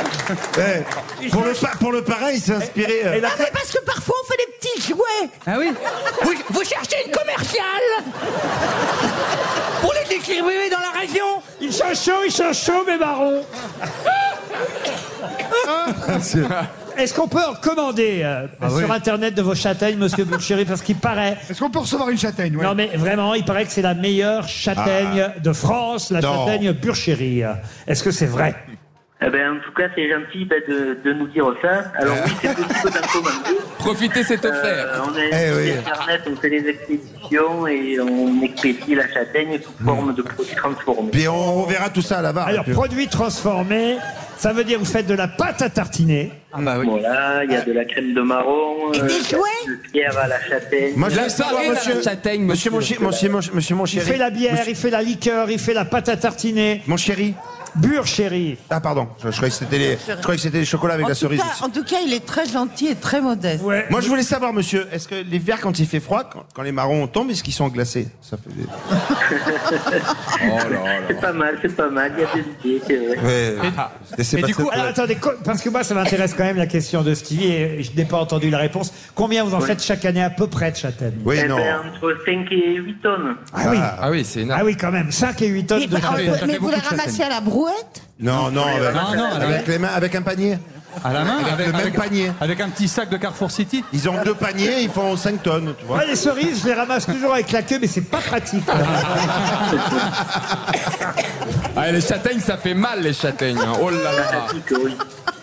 [SPEAKER 4] Eh, pour, le pa- pour le pareil, c'est inspiré.
[SPEAKER 9] Eh,
[SPEAKER 4] euh,
[SPEAKER 2] Et la-
[SPEAKER 7] Ah, mais parce que parfois on fait des petits jouets.
[SPEAKER 5] Ah oui
[SPEAKER 14] Vous, vous cherchez une commerciale Pour les distribuer dans la région
[SPEAKER 2] Il change chaud, il change chaud, mes marrons. Est-ce qu'on peut en commander euh,
[SPEAKER 4] Ah
[SPEAKER 2] sur Internet de vos châtaignes, monsieur Burchéry Parce qu'il paraît.
[SPEAKER 10] Est-ce qu'on peut recevoir une châtaigne ouais.
[SPEAKER 2] Non, mais vraiment, il paraît que c'est la meilleure châtaigne de France, la
[SPEAKER 4] Ah. Non.
[SPEAKER 2] châtaigne Burchéry. Est-ce que c'est vrai
[SPEAKER 15] Eh ben, en tout cas, c'est gentil ben, de, de nous dire ça. Alors oui, c'est possible d'en commander.
[SPEAKER 6] Profitez, c'est
[SPEAKER 15] Euh,
[SPEAKER 6] offert.
[SPEAKER 15] on a
[SPEAKER 4] Eh
[SPEAKER 15] sur
[SPEAKER 4] oui.
[SPEAKER 15] Internet, on fait des expéditions et on expédie la
[SPEAKER 4] Hmm.
[SPEAKER 15] châtaigne sous forme de produits transformés.
[SPEAKER 4] Puis on, on verra tout ça à la barre.
[SPEAKER 2] Alors, produits transformés, Ça veut dire que vous faites de la pâte à tartiner.
[SPEAKER 15] Voilà, il y a de la crème de marron. euh, de pierre à la châtaigne.
[SPEAKER 4] Moi, je laisse ça, moi, monsieur. Monsieur, mon chi- mon chi- mon chi- monsieur, mon
[SPEAKER 2] Il
[SPEAKER 4] chéri.
[SPEAKER 2] fait la bière,
[SPEAKER 4] Monsieur-
[SPEAKER 2] il fait la liqueur, il fait la pâte à tartiner.
[SPEAKER 4] Mon chéri.
[SPEAKER 2] Bure chéri.
[SPEAKER 4] Ah, pardon. Je, je croyais que c'était les, je croyais que c'était les chocolats Ah, avec
[SPEAKER 7] en,
[SPEAKER 4] la
[SPEAKER 7] tout
[SPEAKER 4] cerise.
[SPEAKER 7] cas,
[SPEAKER 4] aussi.
[SPEAKER 7] en tout cas, il est très gentil et très modeste.
[SPEAKER 4] Moi, je voulais savoir, monsieur, est-ce que les verres, quand il fait froid, quand, quand les marrons tombent, est-ce qu'ils sont glacés Ça fait des-
[SPEAKER 15] c'est pas mal, c'est pas mal. Il y a des idées, c'est vrai.
[SPEAKER 2] Mais du coup, alors, attendez, co- parce que moi, ça m'intéresse quand même la question de Stevie et je n'ai pas entendu la réponse. Combien vous en
[SPEAKER 15] Oui.
[SPEAKER 2] faites chaque année à peu près de châtaigne
[SPEAKER 15] Eh ben, entre 5 et 8 tonnes.
[SPEAKER 2] Ah oui.
[SPEAKER 6] Ah oui, c'est énorme.
[SPEAKER 2] Ah oui, quand même, 5 et 8 tonnes
[SPEAKER 7] Mais,
[SPEAKER 2] de
[SPEAKER 7] alors,
[SPEAKER 2] châtaigne.
[SPEAKER 7] mais vous la ramassez à la brouette
[SPEAKER 4] Non, non, avec,
[SPEAKER 5] Non, non,
[SPEAKER 4] avec
[SPEAKER 5] avec-
[SPEAKER 4] les mains, avec un panier.
[SPEAKER 5] À la main,
[SPEAKER 4] Avec, le même panier.
[SPEAKER 5] Avec un petit sac de Carrefour City.
[SPEAKER 4] Ils ont deux paniers, ils font 5 tonnes, tu vois.
[SPEAKER 2] Moi, les cerises, je les ramasse toujours avec la queue, mais c'est pas pratique.
[SPEAKER 6] Ah, les châtaignes, ça fait mal, les châtaignes. hein. Oh là là.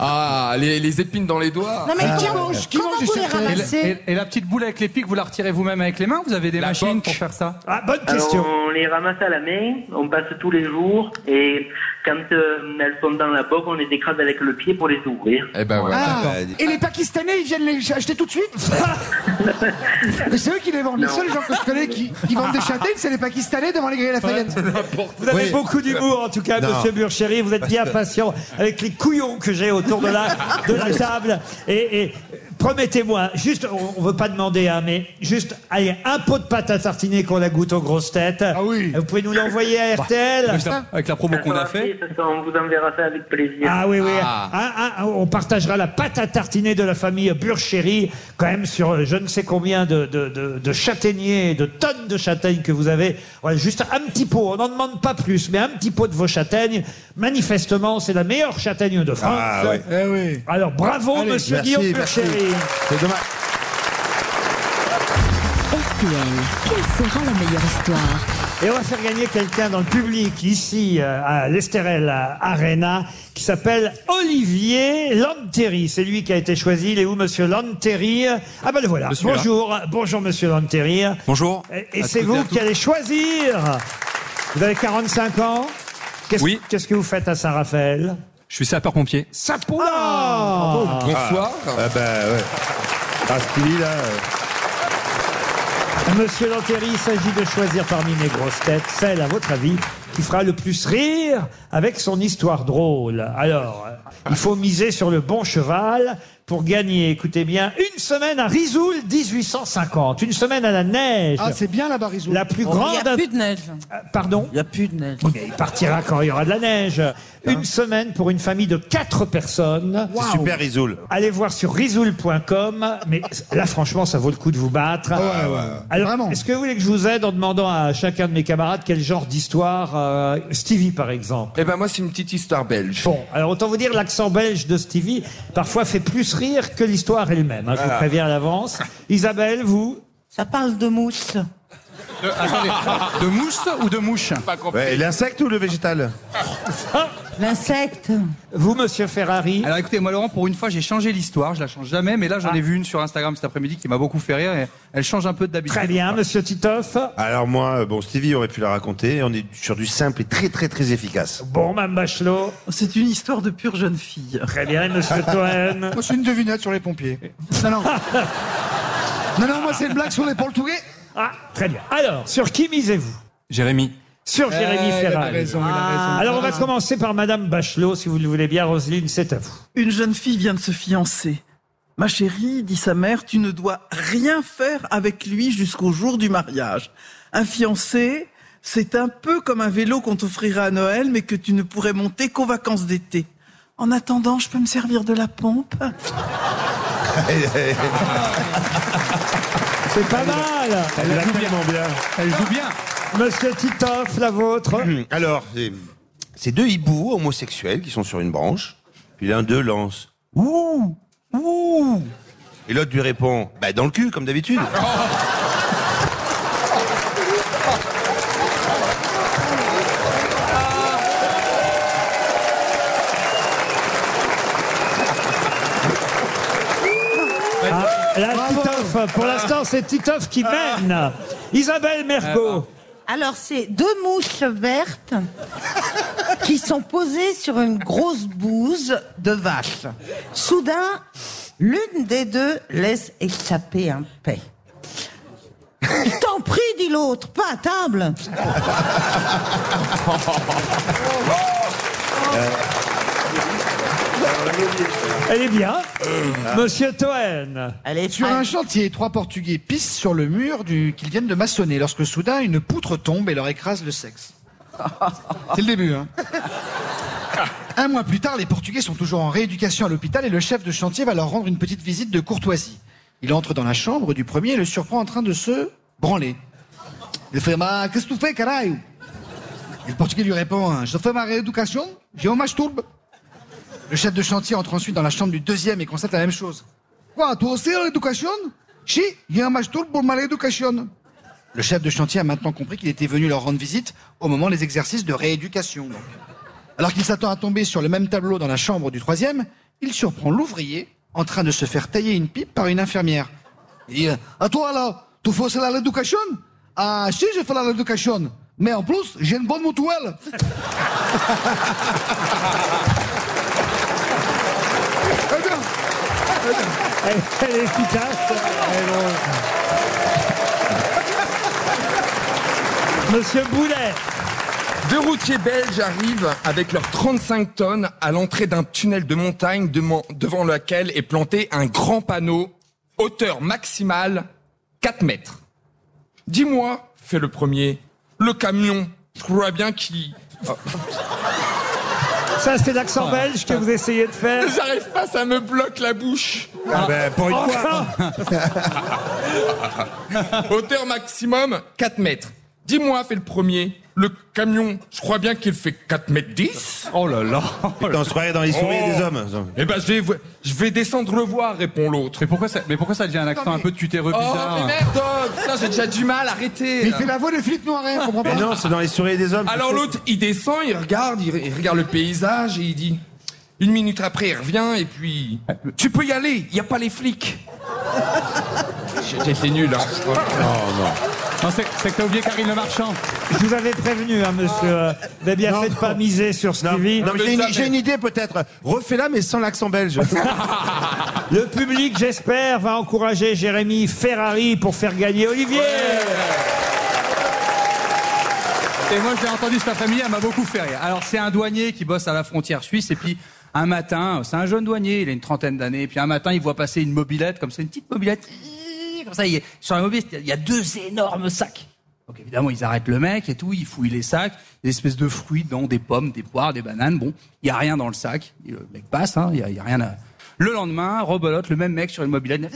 [SPEAKER 6] Ah, les, les épines dans les doigts.
[SPEAKER 7] Non, mais
[SPEAKER 10] Ah.
[SPEAKER 5] Ah.
[SPEAKER 7] qui mange, comment vous les
[SPEAKER 5] Et la,
[SPEAKER 7] ramassez
[SPEAKER 5] et- et la petite boule avec les pics, vous la retirez vous-même avec les mains Vous avez des machines pour faire ça
[SPEAKER 2] Ah, bonne
[SPEAKER 15] Alors, on les ramasse à la main, on passe tous les jours et quand euh, elles sont dans la bogue, on les écrase avec le pied pour les ouvrir.
[SPEAKER 6] Eh ben voilà.
[SPEAKER 10] Ah, et les Pakistanais, ils viennent les acheter tout de suite Mais c'est eux qui les vendent. Les
[SPEAKER 15] Non.
[SPEAKER 10] seuls gens que je connais qui, qui vendent des châtaignes, c'est les Pakistanais devant les grilles Lafayette.
[SPEAKER 2] Vous avez
[SPEAKER 10] Oui.
[SPEAKER 2] beaucoup d'humour, en tout cas,
[SPEAKER 10] Non.
[SPEAKER 2] monsieur Burchéry. Vous êtes bien
[SPEAKER 10] Parce que-
[SPEAKER 2] patient avec les couillons que j'ai autour de la, de la table. Et, et promettez-moi, juste, on ne veut pas demander, hein, mais juste, allez, un pot de pâte à tartiner qu'on la goûte aux grosses têtes. Ah oui. Vous pouvez nous l'envoyer à RTL
[SPEAKER 5] Bah, Avec la, avec la promo qu'on a fait.
[SPEAKER 15] On vous enverra ça avec plaisir.
[SPEAKER 2] Ah oui, oui.
[SPEAKER 5] Ah.
[SPEAKER 2] Ah, ah, on partagera la pâte à tartiner de la famille Burchéry, quand même, sur euh, je ne sais combien de, de, de, de châtaigniers, de tonnes de châtaignes que vous avez. Voilà, juste un petit pot, on n'en demande pas plus, mais un petit pot de vos châtaignes. Manifestement, c'est la meilleure châtaigne de France.
[SPEAKER 4] Ah, ouais.
[SPEAKER 2] Alors bravo,
[SPEAKER 4] Allez,
[SPEAKER 2] monsieur
[SPEAKER 4] merci,
[SPEAKER 2] Guillaume
[SPEAKER 4] merci.
[SPEAKER 2] Burchéry.
[SPEAKER 4] C'est dommage.
[SPEAKER 11] RTL, quelle sera la meilleure histoire
[SPEAKER 2] Et on va faire gagner quelqu'un dans le public ici euh, à l'Estérel euh, Arena qui s'appelle Olivier Lanteri. C'est lui qui a été choisi. Il est où, monsieur Lanteri Ah ben le voilà.
[SPEAKER 6] Monsieur là.
[SPEAKER 2] Bonjour, bonjour monsieur Lanteri.
[SPEAKER 6] Bonjour.
[SPEAKER 2] Et, et
[SPEAKER 6] À
[SPEAKER 2] c'est
[SPEAKER 6] toutes et à
[SPEAKER 2] vous
[SPEAKER 6] tous.
[SPEAKER 2] qui allez choisir. Vous avez 45 ans. Qu'est-ce
[SPEAKER 6] Oui.
[SPEAKER 2] qu'est-ce que vous faites à Saint-Raphaël
[SPEAKER 5] Je suis sapeur-pompier.
[SPEAKER 2] Sapoula
[SPEAKER 6] Bonsoir.
[SPEAKER 4] Ah, ben, ouais. Ah, Stevie, là. euh,
[SPEAKER 2] Monsieur Lanteri, il s'agit de choisir parmi mes grosses têtes celle, à votre avis, qui fera le plus rire avec son histoire drôle. Alors, euh, il faut miser sur le bon cheval pour gagner, écoutez bien, une semaine à Risoul 1850, une semaine à la neige.
[SPEAKER 10] Ah, c'est bien là-bas, Rizou.
[SPEAKER 2] La plus
[SPEAKER 7] Oh,
[SPEAKER 2] grande.
[SPEAKER 7] Il
[SPEAKER 2] Ah,
[SPEAKER 7] n'y a plus de neige.
[SPEAKER 2] Pardon
[SPEAKER 7] Il n'y a plus de neige.
[SPEAKER 2] Ok, Il partira quand il y aura de la neige.
[SPEAKER 6] Hein
[SPEAKER 2] Une semaine pour une famille de quatre personnes.
[SPEAKER 4] C'est super, Isoul.
[SPEAKER 2] Allez voir sur risoul.com. Mais là, franchement, ça vaut le coup de vous battre.
[SPEAKER 10] Ah
[SPEAKER 2] Alors, est-ce que vous voulez que je vous aide en demandant à chacun de mes camarades quel genre d'histoire euh, Stevie, par exemple
[SPEAKER 6] Eh ben moi, c'est une petite histoire belge.
[SPEAKER 2] Bon, alors autant vous dire, l'accent belge de Stevie, parfois, fait plus rire que l'histoire elle-même. hein,
[SPEAKER 6] Ah.
[SPEAKER 2] je vous préviens à l'avance. Isabelle, vous
[SPEAKER 7] Ça parle de mousse.
[SPEAKER 5] De, attendez, de mousse ou de mouche
[SPEAKER 4] Ouais, et L'insecte ou le végétal
[SPEAKER 7] L'insecte.
[SPEAKER 2] Vous, monsieur Ferrari Ah.
[SPEAKER 5] Alors écoutez, moi Laurent, pour une fois, j'ai changé l'histoire, je la change jamais, mais là j'en ai vu une sur Instagram cet après-midi qui m'a beaucoup fait rire et elle change un peu de d'habitude.
[SPEAKER 2] Très bien, monsieur Titoff
[SPEAKER 4] Alors, moi, euh, bon, Stevie aurait pu la raconter. On est sur du simple et très, très, très efficace.
[SPEAKER 2] Bon, Mme Bachelot
[SPEAKER 8] C'est une histoire de pure jeune fille.
[SPEAKER 2] Très bien, et monsieur Toen
[SPEAKER 10] Moi, c'est une devinette sur les pompiers. Non, non. non, non, moi, c'est une blague sur les Portugais.
[SPEAKER 2] Ah, très bien. Alors, sur qui misez-vous
[SPEAKER 6] Jérémy.
[SPEAKER 2] Sur Jérémy
[SPEAKER 10] Eh, il a
[SPEAKER 2] Ferrari. Ah.
[SPEAKER 10] raison, il a raison. Ah.
[SPEAKER 2] Alors, on va commencer par Madame Bachelot, si vous le voulez bien. Roselyne, c'est à vous.
[SPEAKER 8] Une jeune fille vient de se fiancer. Ma chérie, dit sa mère, tu ne dois rien faire avec lui jusqu'au jour du mariage. Un fiancé, c'est un peu comme un vélo qu'on t'offrira à Noël, mais que tu ne pourrais monter qu'aux vacances d'été. En attendant, je peux me servir de la pompe
[SPEAKER 2] C'est pas mal
[SPEAKER 4] Elle l'a tellement bien.
[SPEAKER 5] Elle joue bien.
[SPEAKER 2] Monsieur Titoff, la vôtre.
[SPEAKER 4] Alors, c'est- c'est deux hiboux homosexuels qui sont sur une branche. Puis l'un d'eux lance Ouh Ouh Et l'autre lui répond Bah, dans le cul, comme d'habitude.
[SPEAKER 2] Ah, là, Titoff. Pour l'instant, c'est Titoff qui
[SPEAKER 5] Ah.
[SPEAKER 2] mène. Isabelle Mergot.
[SPEAKER 7] Alors, c'est deux mouches vertes qui sont posés sur une grosse bouse de vache. Soudain, l'une des deux laisse échapper un paix. Je t'en prie, dit l'autre, pas à table.
[SPEAKER 2] Elle est bien. Monsieur Toen.
[SPEAKER 10] Sur un chantier, trois Portugais pissent sur le mur du... qu'ils viennent de maçonner lorsque soudain une poutre tombe et leur écrase le sexe. C'est le début, hein. Un mois plus tard, les Portugais sont toujours en rééducation à l'hôpital et le chef de chantier va leur rendre une petite visite de courtoisie. Il entre dans la chambre du premier et le surprend en train de se branler. Il fait Ma, qu'est-ce que tu fais, carajo Et le Portugais lui répond Je fais ma rééducation, j'ai un masturbe. Le chef de chantier entre ensuite dans la chambre du deuxième et constate la même chose. Quoi, toi aussi rééducation Si, j'ai un masturbe pour ma rééducation. Le chef de chantier a maintenant compris qu'il était venu leur rendre visite au moment des exercices de rééducation. donc. Alors qu'il s'attend à tomber sur le même tableau dans la chambre du troisième, il surprend l'ouvrier en train de se faire tailler une pipe par une infirmière. Il dit À toi là, tu fais la rééducation Ah, si, je fais la rééducation. Mais en plus, j'ai une bonne mutuelle.
[SPEAKER 2] Elle, elle est efficace. Monsieur Boulet.
[SPEAKER 6] Deux routiers belges arrivent avec leurs 35 tonnes à l'entrée d'un tunnel de montagne demo- devant lequel est planté un grand panneau, hauteur maximale 4 mètres. Dis-moi, fait le premier, le camion, je crois bien qu'il... oh.
[SPEAKER 2] Ça, c'est l'accent
[SPEAKER 6] Ah.
[SPEAKER 2] belge que vous essayez de faire.
[SPEAKER 6] J'arrive pas, ça me bloque la bouche.
[SPEAKER 2] Ah ben, pour une fois.
[SPEAKER 6] Hauteur maximum 4 mètres. Dis-moi, fait le premier, le camion, je crois bien qu'il fait 4 mètres 10. Oh là là.
[SPEAKER 4] Putain, on se croirait dans les souris des hommes.
[SPEAKER 6] Eh ben, je vais, vo- je vais descendre revoir, répond l'autre. Mais pourquoi ça, mais pourquoi ça devient un
[SPEAKER 5] accent un peu tutéreux
[SPEAKER 6] Oh,
[SPEAKER 5] bizarre
[SPEAKER 6] mais merde, oh, putain, j'ai déjà du mal, arrêtez.
[SPEAKER 10] Mais il fait la voix de Philippe Noiret, on comprend pas.
[SPEAKER 4] c'est dans les souris des hommes.
[SPEAKER 6] Alors l'autre, il descend, il regarde, il, il regarde le paysage et il dit. Une minute après, il revient et puis. Tu peux y aller, il n'y a pas les flics. J'étais nul, hein. Oh,
[SPEAKER 5] Non, c'est c'est que t'as oublié Karine Le Marchand.
[SPEAKER 2] Je vous avais prévenu, hein, monsieur. euh, Vous avez bien fait de pas miser sur Stevie.
[SPEAKER 4] Non, mais j'ai une- j'ai une idée peut-être. Refais-la, mais sans l'accent belge.
[SPEAKER 2] Le public, j'espère, va encourager Jérémy Ferrari pour faire gagner Olivier.
[SPEAKER 5] Et moi, je l'ai entendu cet après-midi, elle m'a beaucoup fait rire. Alors, c'est un douanier qui bosse à la frontière suisse, et puis un matin, c'est un jeune douanier, il a une trentaine d'années, et puis un matin, il voit passer une mobilette, comme ça, une petite mobilette, comme ça, il est- sur la mobilette, il y a deux énormes sacs. Donc, évidemment, ils arrêtent le mec et tout, ils fouillent les sacs, des espèces de fruits dedans, des pommes, des poires, des bananes, bon, il n'y a rien dans le sac, Et le mec passe, hein, il n'y a, il y a rien à... Le lendemain, rebelote, le même mec sur une mobilette,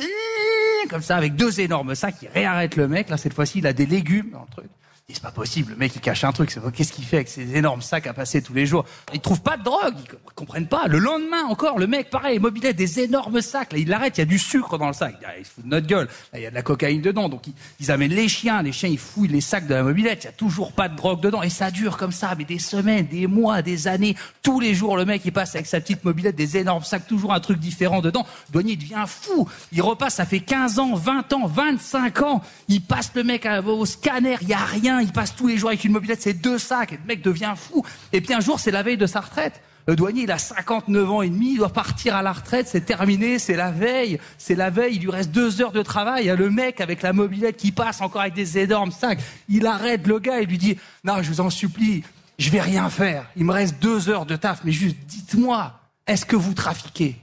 [SPEAKER 5] comme ça, avec deux énormes sacs, il réarrête le mec, là, cette fois-ci, il a des légumes dans le truc. Il dit, C'est pas possible, le mec il cache un truc. C'est- Qu'est-ce qu'il fait avec ces énormes sacs à passer tous les jours Ils trouvent pas de drogue, ils co- comprennent pas. Le lendemain encore, le mec, pareil, mobilette, des énormes sacs. Là, il l'arrête, il y a du sucre dans le sac. Il dit, Ah, Il se fout de notre gueule. Là, il y a de la cocaïne dedans. Donc ils, ils amènent les chiens, les chiens ils fouillent les sacs de la mobilette. Il y a toujours pas de drogue dedans. Et ça dure comme ça, mais des semaines, des mois, des années. Tous les jours, le mec il passe avec sa petite mobilette, des énormes sacs, toujours un truc différent dedans. Le douanier devient fou. Il repasse, ça fait 15 ans, 20 ans, 25 ans. Il passe le mec à- au scanner, il y a rien. Il passe tous les jours avec une mobilette, c'est deux sacs. Et le mec devient fou. Et puis un jour, c'est la veille de sa retraite. Le douanier, il a 59 ans et demi, il doit partir à la retraite, c'est terminé, c'est la veille, c'est la veille, il lui reste deux heures de travail. Il y a le mec avec la mobilette qui passe encore avec des énormes sacs. Il arrête le gars et lui dit, non, je vous en supplie, je vais rien faire. Il me reste deux heures de taf, mais juste dites-moi, est-ce que vous trafiquez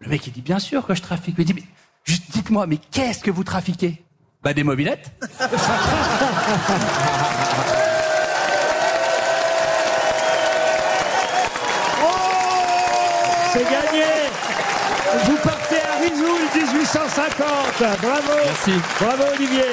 [SPEAKER 5] le mec, il dit bien sûr que je trafique. Il dit, mais juste dites-moi, mais qu'est-ce que vous trafiquez Bah, des mobilettes.
[SPEAKER 2] C'est gagné. Vous partez à Rizoul 1850. Bravo. Merci. Bravo Olivier.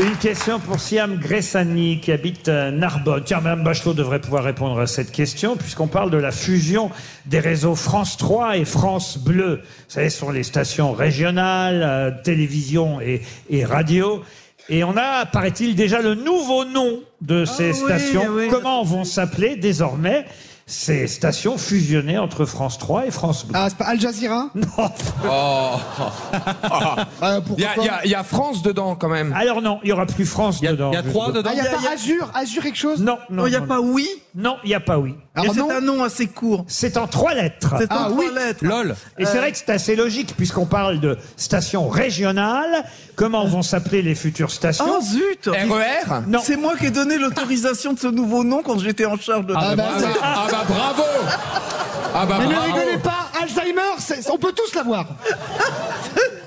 [SPEAKER 2] Une question pour Siam Gressani qui habite euh, Narbonne. Tiens, Mme Bachelot devrait pouvoir répondre à cette question puisqu'on parle de la fusion des réseaux France 3 et France Bleu. Vous savez, ce sont les stations régionales, euh, télévision et, et radio. Et on a, paraît-il, déjà le nouveau nom de ces
[SPEAKER 8] Ah oui,
[SPEAKER 2] stations.
[SPEAKER 8] oui.
[SPEAKER 2] Comment vont s'appeler désormais ces stations fusionnées entre France 3 et France Bleu.
[SPEAKER 10] Ah, c'est pas Al Jazeera
[SPEAKER 2] Non.
[SPEAKER 4] Oh.
[SPEAKER 6] Il y a- il y a- il y a France dedans quand même.
[SPEAKER 2] Alors non, il n'y aura plus France dedans.
[SPEAKER 6] il y a trois dedans.
[SPEAKER 10] Ah, y a pas Azur, Azur quelque chose
[SPEAKER 2] Non, non.
[SPEAKER 10] Non, y a
[SPEAKER 2] pas
[SPEAKER 8] oui
[SPEAKER 2] Non, il n'y a pas oui.
[SPEAKER 8] Alors Et c'est non un nom assez court.
[SPEAKER 2] C'est en trois lettres.
[SPEAKER 8] C'est en Ah, trois oui. lettres.
[SPEAKER 2] LOL. Et c'est
[SPEAKER 8] Euh.
[SPEAKER 2] vrai que c'est assez logique puisqu'on parle de stations régionales. Comment vont s'appeler les futures stations
[SPEAKER 8] Oh zut
[SPEAKER 6] RER
[SPEAKER 2] Non.
[SPEAKER 8] C'est moi qui ai donné l'autorisation de ce nouveau nom quand j'étais en charge de...
[SPEAKER 6] Ah bah, ah bah, ah bah, bravo Ah bah
[SPEAKER 10] Mais ne
[SPEAKER 6] bravo
[SPEAKER 10] rigolez pas, Alzheimer, c'est- on peut tous l'avoir.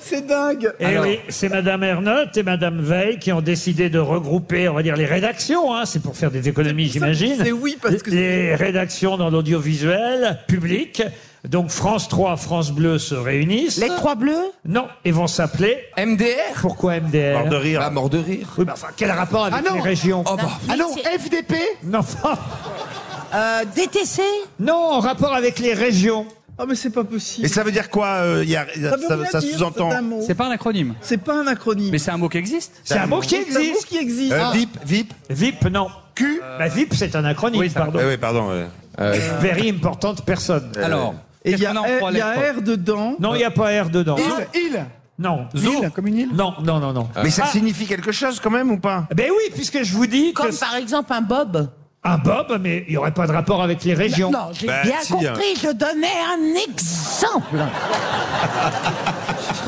[SPEAKER 8] c'est dingue.
[SPEAKER 2] Eh oui, c'est Madame Ernotte et Madame Veil qui ont décidé de regrouper, on va dire, les rédactions. hein, c'est pour faire des économies, j'imagine.
[SPEAKER 8] c'est oui, parce que
[SPEAKER 2] les
[SPEAKER 8] c'est-
[SPEAKER 2] rédactions dans l'audiovisuel public. Donc France 3, France Bleu se réunissent.
[SPEAKER 7] Les trois bleus
[SPEAKER 2] Non, et vont s'appeler
[SPEAKER 6] MDR.
[SPEAKER 2] Pourquoi MDR
[SPEAKER 6] Mort de rire. Bah, mort de rire.
[SPEAKER 2] Oui, mais enfin, quel rapport avec
[SPEAKER 10] Ah non.
[SPEAKER 2] les régions
[SPEAKER 6] Oh bah.
[SPEAKER 10] Ah non, FDP
[SPEAKER 2] Non, enfin,
[SPEAKER 7] Euh, DTC
[SPEAKER 2] non, en rapport avec les régions.
[SPEAKER 8] Ah mais c'est pas possible.
[SPEAKER 4] Et ça veut dire quoi euh, il y a- Ça,
[SPEAKER 8] veut rien
[SPEAKER 4] ça
[SPEAKER 8] dire,
[SPEAKER 4] sous-entend.
[SPEAKER 8] c'est un mot.
[SPEAKER 5] C'est pas un acronyme.
[SPEAKER 8] C'est pas un acronyme.
[SPEAKER 5] Mais c'est un mot qui existe.
[SPEAKER 2] C'est un mot qui
[SPEAKER 8] C'est un mot
[SPEAKER 2] existe.
[SPEAKER 8] qui existe.
[SPEAKER 4] Euh,
[SPEAKER 8] Ah.
[SPEAKER 4] VIP, VIP.
[SPEAKER 2] VIP, non. Q bah, VIP, c'est un acronyme,
[SPEAKER 5] Oui, ça-
[SPEAKER 2] pardon.
[SPEAKER 4] Eh oui, pardon. euh.
[SPEAKER 2] Very importante personne.
[SPEAKER 5] Alors,
[SPEAKER 8] Et il y,
[SPEAKER 5] qu'est-ce
[SPEAKER 8] a
[SPEAKER 5] qu'on a en
[SPEAKER 8] R-
[SPEAKER 5] trois
[SPEAKER 8] il y a
[SPEAKER 5] lettres
[SPEAKER 8] R dedans.
[SPEAKER 2] Non, il n'y a pas R dedans.
[SPEAKER 10] Île, île,
[SPEAKER 2] Non.
[SPEAKER 10] île, comme une île.
[SPEAKER 2] Non, non, non, non.
[SPEAKER 4] Mais ça
[SPEAKER 2] Ah,
[SPEAKER 4] signifie quelque chose quand même ou pas
[SPEAKER 2] Ben oui, puisque je vous dis que
[SPEAKER 7] Comme par exemple un Bob.
[SPEAKER 2] un Bob, mais il n'y aurait pas de rapport avec les régions.
[SPEAKER 7] Non, j'ai
[SPEAKER 4] Bah,
[SPEAKER 7] bien
[SPEAKER 4] si,
[SPEAKER 7] compris,
[SPEAKER 4] hein.
[SPEAKER 7] je donnais un exemple.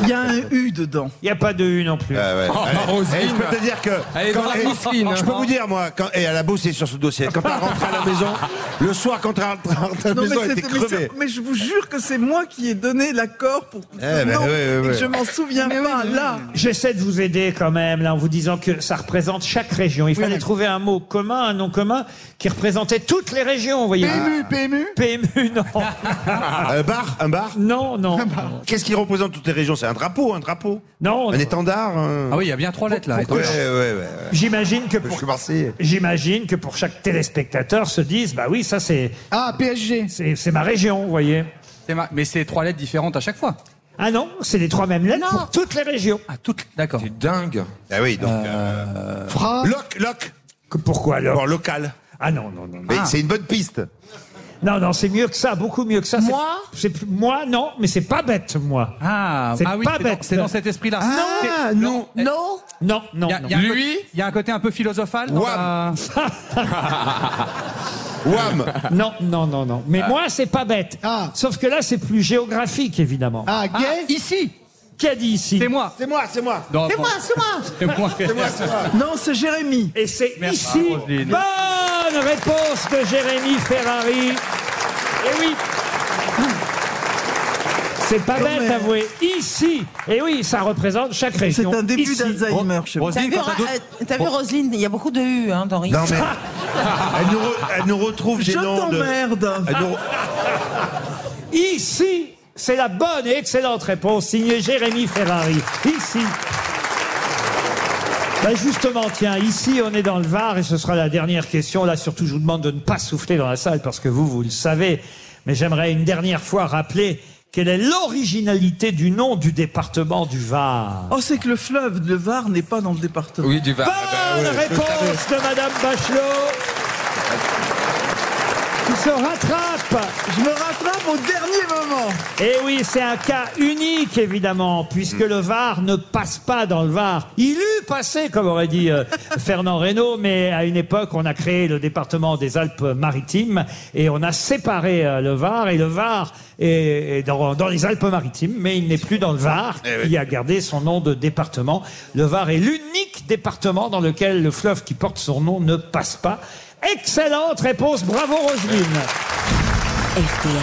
[SPEAKER 8] Il y a un U dedans.
[SPEAKER 2] Il n'y a pas de U non plus.
[SPEAKER 4] Ah ouais. Allez.
[SPEAKER 6] Roselyne.
[SPEAKER 4] Eh, je peux te dire que.
[SPEAKER 6] Elle est dans la
[SPEAKER 4] eh,
[SPEAKER 6] piscine.
[SPEAKER 4] Je peux vous dire, moi, quand, et elle a bossé sur ce dossier. Quand elle rentre à la maison, le soir, quand elle rentre à la
[SPEAKER 8] Non,
[SPEAKER 4] maison, elle
[SPEAKER 8] c'était-
[SPEAKER 4] était
[SPEAKER 8] mais
[SPEAKER 4] crevée.
[SPEAKER 8] c'est- mais je vous jure que c'est moi qui ai donné l'accord pour tout
[SPEAKER 4] Eh
[SPEAKER 8] ce
[SPEAKER 4] ben,
[SPEAKER 8] nom
[SPEAKER 4] oui, oui,
[SPEAKER 8] et que
[SPEAKER 4] oui.
[SPEAKER 8] je m'en souviens pas là.
[SPEAKER 2] J'essaie de vous aider quand même, là, en vous disant que ça représente chaque région. Il fallait
[SPEAKER 10] oui.
[SPEAKER 2] trouver un mot commun, un nom commun, qui représentait toutes les régions, vous voyez. Ah.
[SPEAKER 10] PMU, PMU.
[SPEAKER 2] PMU, non.
[SPEAKER 4] Un bar Un bar
[SPEAKER 2] Non, non.
[SPEAKER 4] Qu'est-ce qui représente toutes les régions C'est un drapeau, un drapeau
[SPEAKER 2] Non,
[SPEAKER 4] Un étendard un-
[SPEAKER 5] Ah oui, il y a bien trois lettres là.
[SPEAKER 4] Ouais, ouais,
[SPEAKER 5] étonnant.
[SPEAKER 4] ouais. ouais.
[SPEAKER 2] j'imagine que
[SPEAKER 4] Je
[SPEAKER 2] pour...
[SPEAKER 4] suis Marseillais.
[SPEAKER 2] J'imagine que pour chaque téléspectateur se disent, bah oui, ça c'est,
[SPEAKER 10] Ah, PSG.
[SPEAKER 2] c'est, c'est ma région, vous voyez.
[SPEAKER 5] C'est ma- Mais c'est trois lettres différentes à chaque fois.
[SPEAKER 2] Ah non, c'est les trois mêmes lettres
[SPEAKER 7] Non.
[SPEAKER 2] pour toutes les régions.
[SPEAKER 5] Ah, toutes. D'accord.
[SPEAKER 6] C'est dingue.
[SPEAKER 4] Ah oui, donc. euh,
[SPEAKER 10] Fra.
[SPEAKER 4] Loc, loc.
[SPEAKER 2] Que- Pourquoi alors
[SPEAKER 4] Bon, local.
[SPEAKER 2] Ah non, non, non. non.
[SPEAKER 4] Mais c'est une bonne piste.
[SPEAKER 2] Non, non, c'est mieux que ça, beaucoup mieux que ça. C'est-
[SPEAKER 7] Moi
[SPEAKER 2] c'est, plus- Moi, non, mais c'est pas bête, moi.
[SPEAKER 5] Ah,
[SPEAKER 2] C'est
[SPEAKER 5] ah oui,
[SPEAKER 2] pas
[SPEAKER 5] c'est dans-
[SPEAKER 2] bête.
[SPEAKER 5] c'est dans cet esprit-là.
[SPEAKER 4] Ah,
[SPEAKER 5] C'est-
[SPEAKER 4] non.
[SPEAKER 5] Eh,
[SPEAKER 7] Non
[SPEAKER 2] Non, non,
[SPEAKER 5] y a-
[SPEAKER 2] non.
[SPEAKER 5] y a un
[SPEAKER 6] Lui
[SPEAKER 5] côté- Il y a un côté un peu philosophal. dans
[SPEAKER 4] Ouah.
[SPEAKER 5] la-
[SPEAKER 4] Wham
[SPEAKER 2] Non, non, non, non. Mais moi, c'est pas bête.
[SPEAKER 10] Ah.
[SPEAKER 2] Sauf que là, c'est plus géographique, évidemment.
[SPEAKER 10] Ah,
[SPEAKER 5] Ah,
[SPEAKER 10] gay.
[SPEAKER 5] ici.
[SPEAKER 2] Qui a dit ici
[SPEAKER 5] C'est moi.
[SPEAKER 4] C'est moi, c'est moi.
[SPEAKER 5] Non,
[SPEAKER 7] C'est
[SPEAKER 5] bon,
[SPEAKER 7] moi, c'est moi
[SPEAKER 5] C'est moi.
[SPEAKER 8] Non, c'est Jérémy.
[SPEAKER 2] Et c'est
[SPEAKER 5] Merci,
[SPEAKER 2] ici.
[SPEAKER 5] Roselyne.
[SPEAKER 2] Bonne réponse de Jérémy Ferrari. Et oui. C'est pas
[SPEAKER 8] Non,
[SPEAKER 2] bête,
[SPEAKER 8] mais-
[SPEAKER 2] avouez. Ici. Et oui, ça représente chaque
[SPEAKER 8] C'est
[SPEAKER 2] région.
[SPEAKER 8] un début
[SPEAKER 2] Ici.
[SPEAKER 8] d'Alzheimer, je sais pas.
[SPEAKER 7] T'as
[SPEAKER 5] Roselyne,
[SPEAKER 7] vu,
[SPEAKER 5] quand t'as d'autres-
[SPEAKER 7] euh, t'as vu, Roselyne, il y a beaucoup de U hein, dans Rick.
[SPEAKER 4] Non, mais. Elle nous, re- elle nous retrouve
[SPEAKER 8] Je
[SPEAKER 4] des noms de.
[SPEAKER 8] t'emmerde.
[SPEAKER 4] Elle nous re-
[SPEAKER 2] Ici. C'est la bonne et excellente réponse signée Jérémy Ferrari. Ici. Ben justement, tiens, ici, on est dans le Var et ce sera la dernière question. Là, surtout, je vous demande de ne pas souffler dans la salle parce que vous, vous le savez. Mais j'aimerais une dernière fois rappeler quelle est l'originalité du nom du département du Var.
[SPEAKER 8] Oh, c'est que le fleuve, le Var, n'est pas dans le département.
[SPEAKER 6] Oui, du Var.
[SPEAKER 2] Bonne
[SPEAKER 6] Ah
[SPEAKER 4] ben
[SPEAKER 6] bah oui, je le savais.
[SPEAKER 2] réponse de Madame Bachelot. Qui se rattrape.
[SPEAKER 8] Je me rattrape au dernier moment.
[SPEAKER 2] Et Eh oui, c'est un cas unique, évidemment, puisque
[SPEAKER 8] Mm.
[SPEAKER 2] le VAR ne passe pas dans le VAR. Il eût passé, comme aurait dit euh, Fernand Reynaud, mais à une époque, on a créé le département des Alpes-Maritimes et on a séparé euh, le VAR. Et le VAR est, est dans, dans les Alpes-Maritimes, mais il n'est plus dans le VAR.
[SPEAKER 8] Eh
[SPEAKER 2] Il a gardé son nom de département. Le VAR est l'unique département dans lequel le fleuve qui porte son nom ne passe pas. Excellente réponse, bravo Roselyne.
[SPEAKER 11] RTL,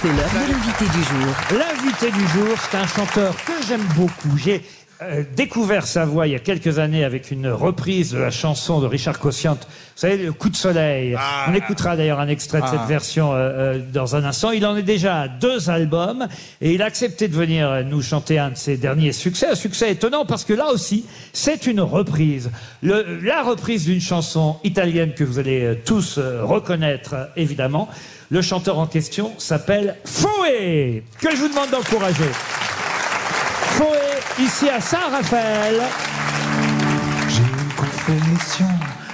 [SPEAKER 11] c'est l'heure de l'invité du jour.
[SPEAKER 2] L'invité du jour, c'est un chanteur que j'aime beaucoup. J'ai euh, découvert sa voix il y a quelques années avec une reprise de la chanson de Richard Cossiante. Vous savez, le coup de soleil.
[SPEAKER 4] Ah.
[SPEAKER 2] On écoutera d'ailleurs un extrait de cette version euh, euh, dans un instant. Il en est déjà à deux albums et il a accepté de venir euh, nous chanter un de ses derniers succès. Un succès étonnant parce que là aussi, c'est une reprise. Le- la reprise d'une chanson italienne que vous allez euh, tous euh, reconnaître, euh, évidemment. Le chanteur en question s'appelle Foué, que je vous demande d'encourager. Foué, ici à Saint-Raphaël.
[SPEAKER 14] J'ai une confession,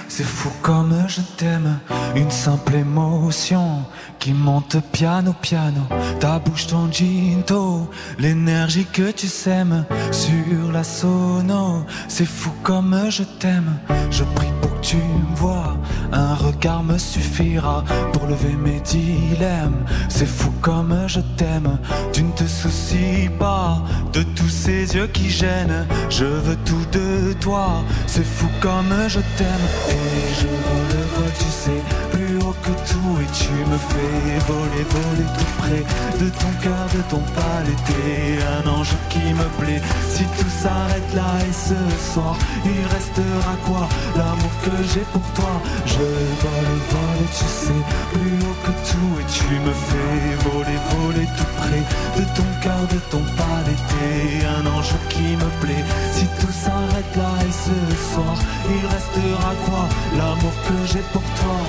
[SPEAKER 14] c'est
[SPEAKER 16] C'est fou comme je t'aime, une simple émotion qui monte piano piano. Ta bouche, ton ginto, l'énergie que tu sèmes sur la sono. C'est fou comme je t'aime, je prie pour que tu me vois. Un regard me suffira pour lever mes dilemmes. C'est fou comme je t'aime, tu ne te soucies pas de tous ces yeux qui gênent. Je veux tout de toi, c'est fou comme je t'aime. Et je vole, vole, tu sais, plus haut que tout. Et tu me fais voler, voler tout près de ton cœur, de ton palais. T'es un ange qui me plaît. Si tout s'arrête là et ce soir, il restera quoi L'amour que j'ai pour toi. Je vole, vole, tu sais, plus haut que tout. Et tu me fais voler, voler tout près de ton cœur, de ton palais. T'es un ange qui me plaît. Si tout s'arrête là et ce soir, il restera quoi L'amour que j'ai pour toi.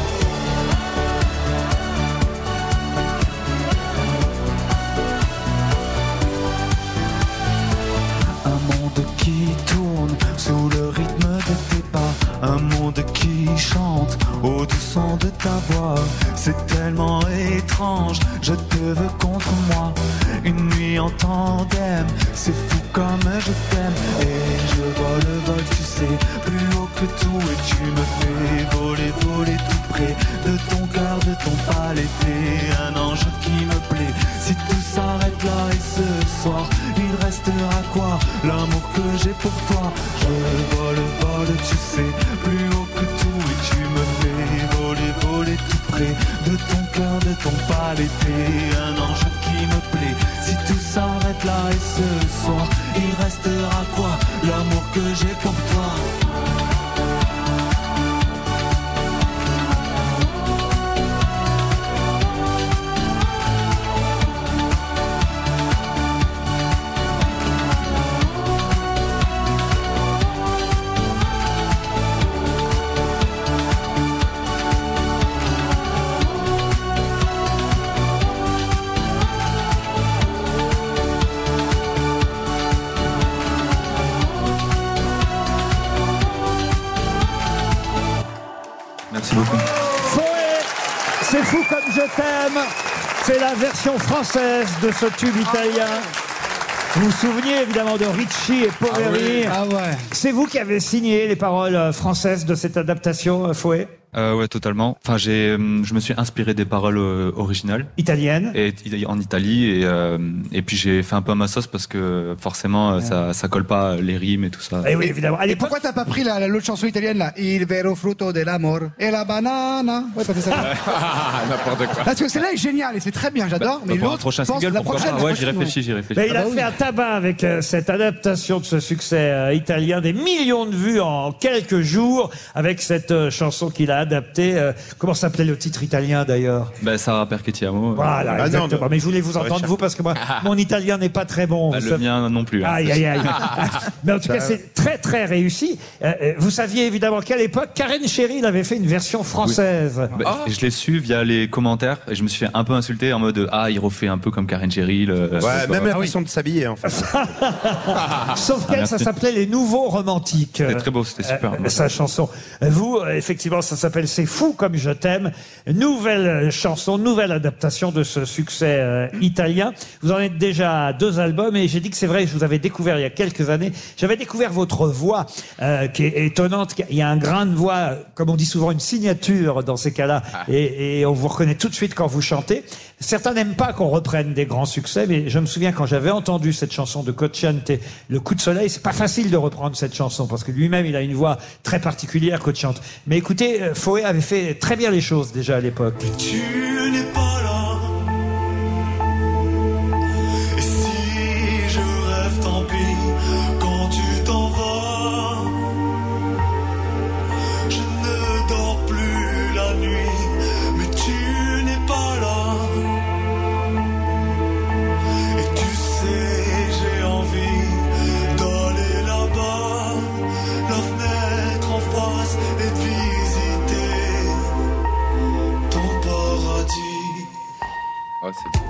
[SPEAKER 16] Un monde qui tourne sous le rythme de tes pas. Un monde qui chante au doux son de ta voix. C'est tellement étrange, je te veux contre moi. Une nuit en tandem, c'est fou comme je t'aime. Et je vole, vole, tu sais, plus haut que tout. Et tu me fais voler, voler tout près de ton cœur, de ton palais. T'es un ange qui me plaît. Si tout s'arrête là et ce soir, il restera quoi L'amour que j'ai pour toi. Je vole, vole, tu sais, plus haut que tout et tu me fais voler, voler tout près de ton cœur, de ton palais. T'es un ange qui me plaît. Si tout s'arrête là et ce soir, il restera quoi L'amour que j'ai pour toi.
[SPEAKER 2] Merci beaucoup. C'est fou comme je t'aime. C'est la version française de ce tube italien. Vous vous souveniez évidemment de Ricci et Poveri.
[SPEAKER 10] Ah ouais.
[SPEAKER 2] C'est vous qui avez signé les paroles euh, françaises de cette adaptation, euh, Fouet
[SPEAKER 17] Euh, ouais, totalement. Enfin, j'ai, euh, je me suis inspiré des paroles euh, originales.
[SPEAKER 2] Italienne.
[SPEAKER 17] Et it- en Italie, et, euh, et puis j'ai fait un peu à ma sauce parce que forcément, euh, ça, ça colle pas les rimes et tout ça.
[SPEAKER 2] Et Eh oui, évidemment.
[SPEAKER 10] Et pourquoi t'as pas pris la- la- l'autre chanson italienne là Il vero frutto dell'amor et la banana. Ouais, t'as fait
[SPEAKER 2] ah,
[SPEAKER 17] Ah.
[SPEAKER 10] ça.
[SPEAKER 6] Ah,
[SPEAKER 17] N'importe quoi.
[SPEAKER 10] Parce que celle-là est géniale et c'est très bien, j'adore.
[SPEAKER 17] Bah,
[SPEAKER 10] mais
[SPEAKER 17] pour un
[SPEAKER 10] l'autre,
[SPEAKER 17] prochain
[SPEAKER 10] je pense,
[SPEAKER 17] single,
[SPEAKER 10] la
[SPEAKER 17] pourquoi
[SPEAKER 10] prochaine,
[SPEAKER 17] pas
[SPEAKER 10] la
[SPEAKER 17] Ah Ouais,
[SPEAKER 10] prochaine,
[SPEAKER 17] j'y réfléchis, j'y réfléchis.
[SPEAKER 2] Mais il
[SPEAKER 17] Ah
[SPEAKER 2] a
[SPEAKER 17] bah oui.
[SPEAKER 2] fait un tabac avec euh, cette adaptation de ce succès euh, italien, des millions de vues en quelques jours, avec cette euh, chanson qu'il a adaptée. euh, comment s'appelait le titre italien d'ailleurs
[SPEAKER 17] Ben, Sarah Perchettiamo.
[SPEAKER 4] Ah Bah
[SPEAKER 2] Voilà, exactement. mais je voulais vous entendre, vous, parce que moi, mon italien n'est pas très bon.
[SPEAKER 17] Bah,
[SPEAKER 2] vous
[SPEAKER 17] le
[SPEAKER 2] savez.
[SPEAKER 17] mien non plus. hein.
[SPEAKER 2] Aïe, aïe, aïe. Mais en tout cas, c'est très, très réussi. Euh, euh, vous saviez évidemment qu'à l'époque, Karen Sherry avait fait une version française.
[SPEAKER 17] Bah,
[SPEAKER 4] Ah.
[SPEAKER 17] Je l'ai su via les commentaires et je me suis fait un peu insulté en mode Ah, il refait un peu comme Karen Cheryl. euh,
[SPEAKER 4] Ouais,
[SPEAKER 17] quoi.
[SPEAKER 4] même la
[SPEAKER 17] Ah oui.
[SPEAKER 4] façon de s'habiller, en fait.
[SPEAKER 2] Sauf
[SPEAKER 17] Ah,
[SPEAKER 2] qu'elle,
[SPEAKER 17] merci.
[SPEAKER 2] ça s'appelait Les Nouveaux Romantiques.
[SPEAKER 17] C'était très beau, c'était super.
[SPEAKER 2] Euh, sa chanson. Vous, euh, effectivement, ça s'appelle C'est fou comme je t'aime. Nouvelle euh, chanson, nouvelle adaptation de ce succès euh, italien. Vous en êtes déjà à deux albums et j'ai dit que c'est vrai, je vous avais découvert il y a quelques années. J'avais découvert votre voix euh, qui est étonnante. Il y a un grain de voix, euh, comme on dit souvent, une signature dans ces cas-là. Et, et on vous reconnaît tout de suite quand vous chantez. Certains n'aiment pas qu'on reprenne des grands succès, mais je me souviens quand j'avais entendu cette chanson de Cochante, Le coup de soleil, c'est pas facile de reprendre cette chanson parce que lui-même il a une voix très particulière, Cochante. Mais écoutez, euh, Fouet avait fait très bien les choses déjà à l'époque.
[SPEAKER 16] Tu n'es pas là. Et si je rêve, tant pis. Quand tu t'en vas, je ne dors plus la nuit. Mais tu n'es pas là. Et tu sais, j'ai envie d'aller là-bas. La fenêtre en face et de visiter ton paradis.
[SPEAKER 6] Oh, c'est beau.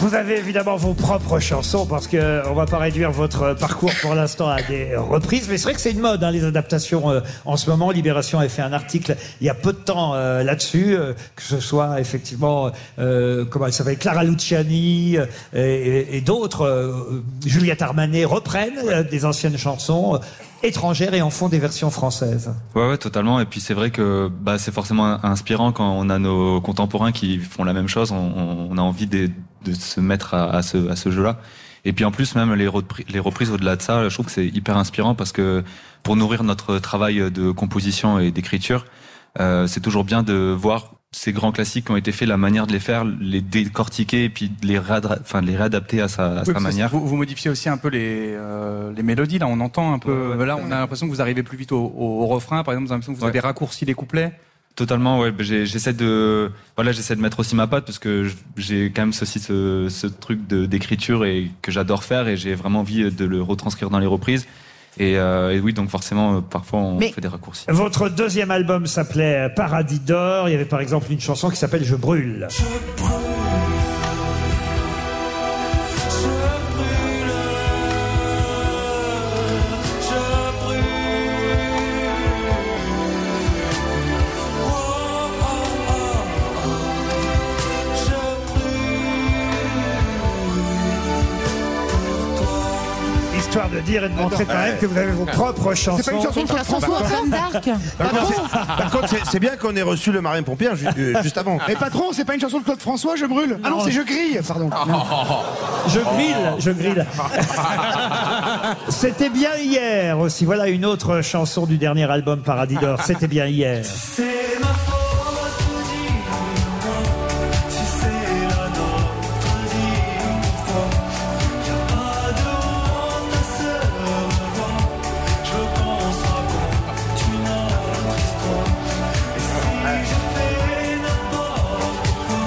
[SPEAKER 2] Vous avez évidemment vos propres chansons parce que on va pas réduire votre parcours pour l'instant à des reprises, mais c'est vrai que c'est une mode hein, les adaptations euh, en ce moment. Libération a fait un article il y a peu de temps euh, là-dessus, euh, que ce soit effectivement euh, comment elle s'appelle Clara Luciani euh, et, et d'autres, euh, Juliette Armanet reprennent euh, des anciennes chansons euh, étrangères et en font des versions françaises.
[SPEAKER 17] Ouais, ouais, totalement. Et puis c'est vrai que bah, c'est forcément inspirant quand on a nos contemporains qui font la même chose. On, on- on a envie de, de se mettre à, à ce, à ce jeu-là. Et puis en plus, même les, repri- les reprises au-delà de ça, je trouve que c'est hyper inspirant parce que pour nourrir notre travail de composition et d'écriture, euh, c'est toujours bien de voir ces grands classiques qui ont été faits, la manière de les faire, les décortiquer et puis de les, réadra- enfin, de les réadapter à sa, Euh, à
[SPEAKER 5] Oui,
[SPEAKER 17] sa
[SPEAKER 5] parce que
[SPEAKER 17] manière.
[SPEAKER 5] Vous, vous modifiez aussi un peu les, euh, les mélodies. Là, on entend un peu. Là, on a l'impression que vous arrivez plus vite au, au- au refrain. Par exemple, on a l'impression que vous avez raccourci les couplets.
[SPEAKER 17] Totalement, ouais. bah, J'ai- J'essaie de, voilà, j'essaie de mettre aussi ma patte parce que j'ai quand même ceci, ce, ce truc de- d'écriture et que j'adore faire et j'ai vraiment envie de le retranscrire dans les reprises. Et, euh, et oui, donc forcément, euh, parfois on
[SPEAKER 2] Mais-
[SPEAKER 17] fait des raccourcis.
[SPEAKER 2] Votre deuxième album s'appelait Paradis d'or. Il y avait par exemple une chanson qui s'appelle Je brûle. Histoire de dire et de montrer quand même que vous avez vos propres chansons.
[SPEAKER 4] C'est pas une chanson de François Ah, Hollande.
[SPEAKER 2] Ah
[SPEAKER 4] Par contre, c'est- par contre, c'est- c'est bien qu'on ait reçu le marin pompier ju- euh, juste avant.
[SPEAKER 10] Mais patron, c'est pas une chanson de Claude François, je brûle. Ah non, c'est je grille, pardon.
[SPEAKER 2] Je grille, je grille. C'était bien hier aussi. Voilà une autre chanson du dernier album Paradis d'or. C'était bien hier.
[SPEAKER 14] C'est ma faute, dis-moi Si c'est la nôtre, dis pourquoi Y'a pas de honte à se revoir Je veux qu'on se raconte une autre histoire Et si je fais n'importe quoi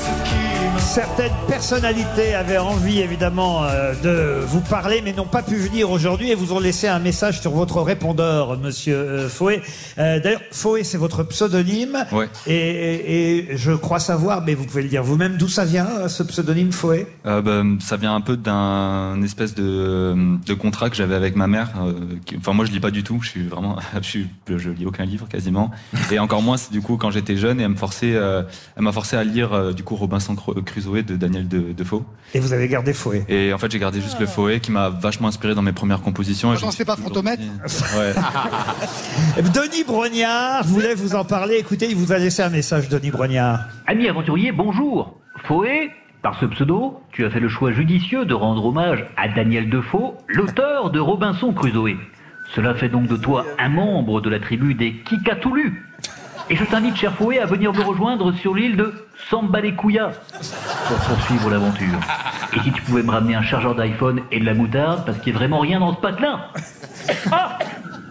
[SPEAKER 14] Ce qui me
[SPEAKER 2] Certaines personnalités avaient envie évidemment euh, de vous parler, mais n'ont pas pu venir aujourd'hui et vous ont laissé un message sur votre répondeur, Monsieur euh, Fouet. Euh, D'ailleurs, Fouet, c'est votre pseudonyme.
[SPEAKER 17] Ouais.
[SPEAKER 2] Et, et- et je crois savoir, mais vous pouvez le dire vous-même, d'où ça vient euh, ce pseudonyme Fouet
[SPEAKER 17] Euh, bah, ça vient un peu d'un espèce de, de contrat que j'avais avec ma mère. euh, qui- Enfin, moi, je lis pas du tout. Je suis vraiment, je, suis, je lis aucun livre quasiment. Et encore moins, c'est du coup quand j'étais jeune et elle me forçait, euh, elle m'a forcé à lire euh, du coup Robinson Cru- Crusoe de Daniel De- Defoe.
[SPEAKER 2] Et vous avez gardé Fouet.
[SPEAKER 17] Et en fait, j'ai gardé
[SPEAKER 2] Ah.
[SPEAKER 17] juste le Foé qui m'a vachement inspiré dans mes premières compositions. Et je
[SPEAKER 10] Attends,
[SPEAKER 17] me suis
[SPEAKER 10] c'était pas frontomètre
[SPEAKER 17] toujours- Ouais.
[SPEAKER 2] Denis Brognard voulait vous en parler. Écoutez, il vous a laissé un message, Denis Brognard.
[SPEAKER 18] Ami aventurier, bonjour. Foé, par ce pseudo, tu as fait le choix judicieux de rendre hommage à Daniel Defoe, l'auteur de Robinson Crusoe. Cela fait donc de toi un membre de la tribu des Kikatoulus. Et je t'invite, cher Foé, à venir me rejoindre sur l'île de Sambalekouya pour poursuivre l'aventure. Et si tu pouvais me ramener un chargeur d'iPhone et de la moutarde, parce qu'il n'y a vraiment rien dans ce patelin.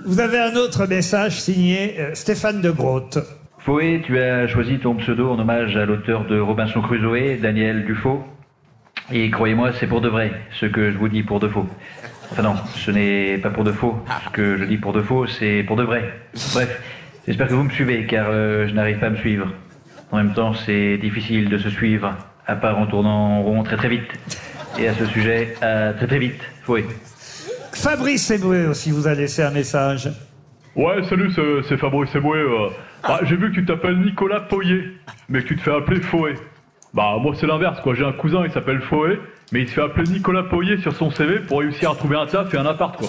[SPEAKER 2] Vous avez un autre message signé euh, Stéphane de Groot.
[SPEAKER 18] Foé, tu as choisi ton pseudo en hommage à l'auteur de Robinson Crusoe, Daniel Dufaux. Et croyez-moi, c'est pour de vrai, ce que je vous dis pour de faux. Enfin non, ce n'est pas pour de faux. Ce que je dis pour de faux, c'est pour de vrai. Bref, j'espère que vous me suivez, car euh, je n'arrive pas à me suivre. En même temps, c'est difficile de se suivre, à part en tournant en rond très très vite. Et à ce sujet, à très très vite, Foé.
[SPEAKER 2] Fabrice Eboué aussi vous a laissé un message.
[SPEAKER 19] Ouais, salut, c'est- c'est Fabrice Eboué. euh. Bah, j'ai vu que tu t'appelles Nicolas Poyer, mais que tu te fais appeler Foé. Bah, moi, c'est l'inverse, quoi. J'ai un cousin, il s'appelle Foé, mais il se fait appeler Nicolas Poyer sur son CV pour réussir à trouver un taf et un appart, quoi.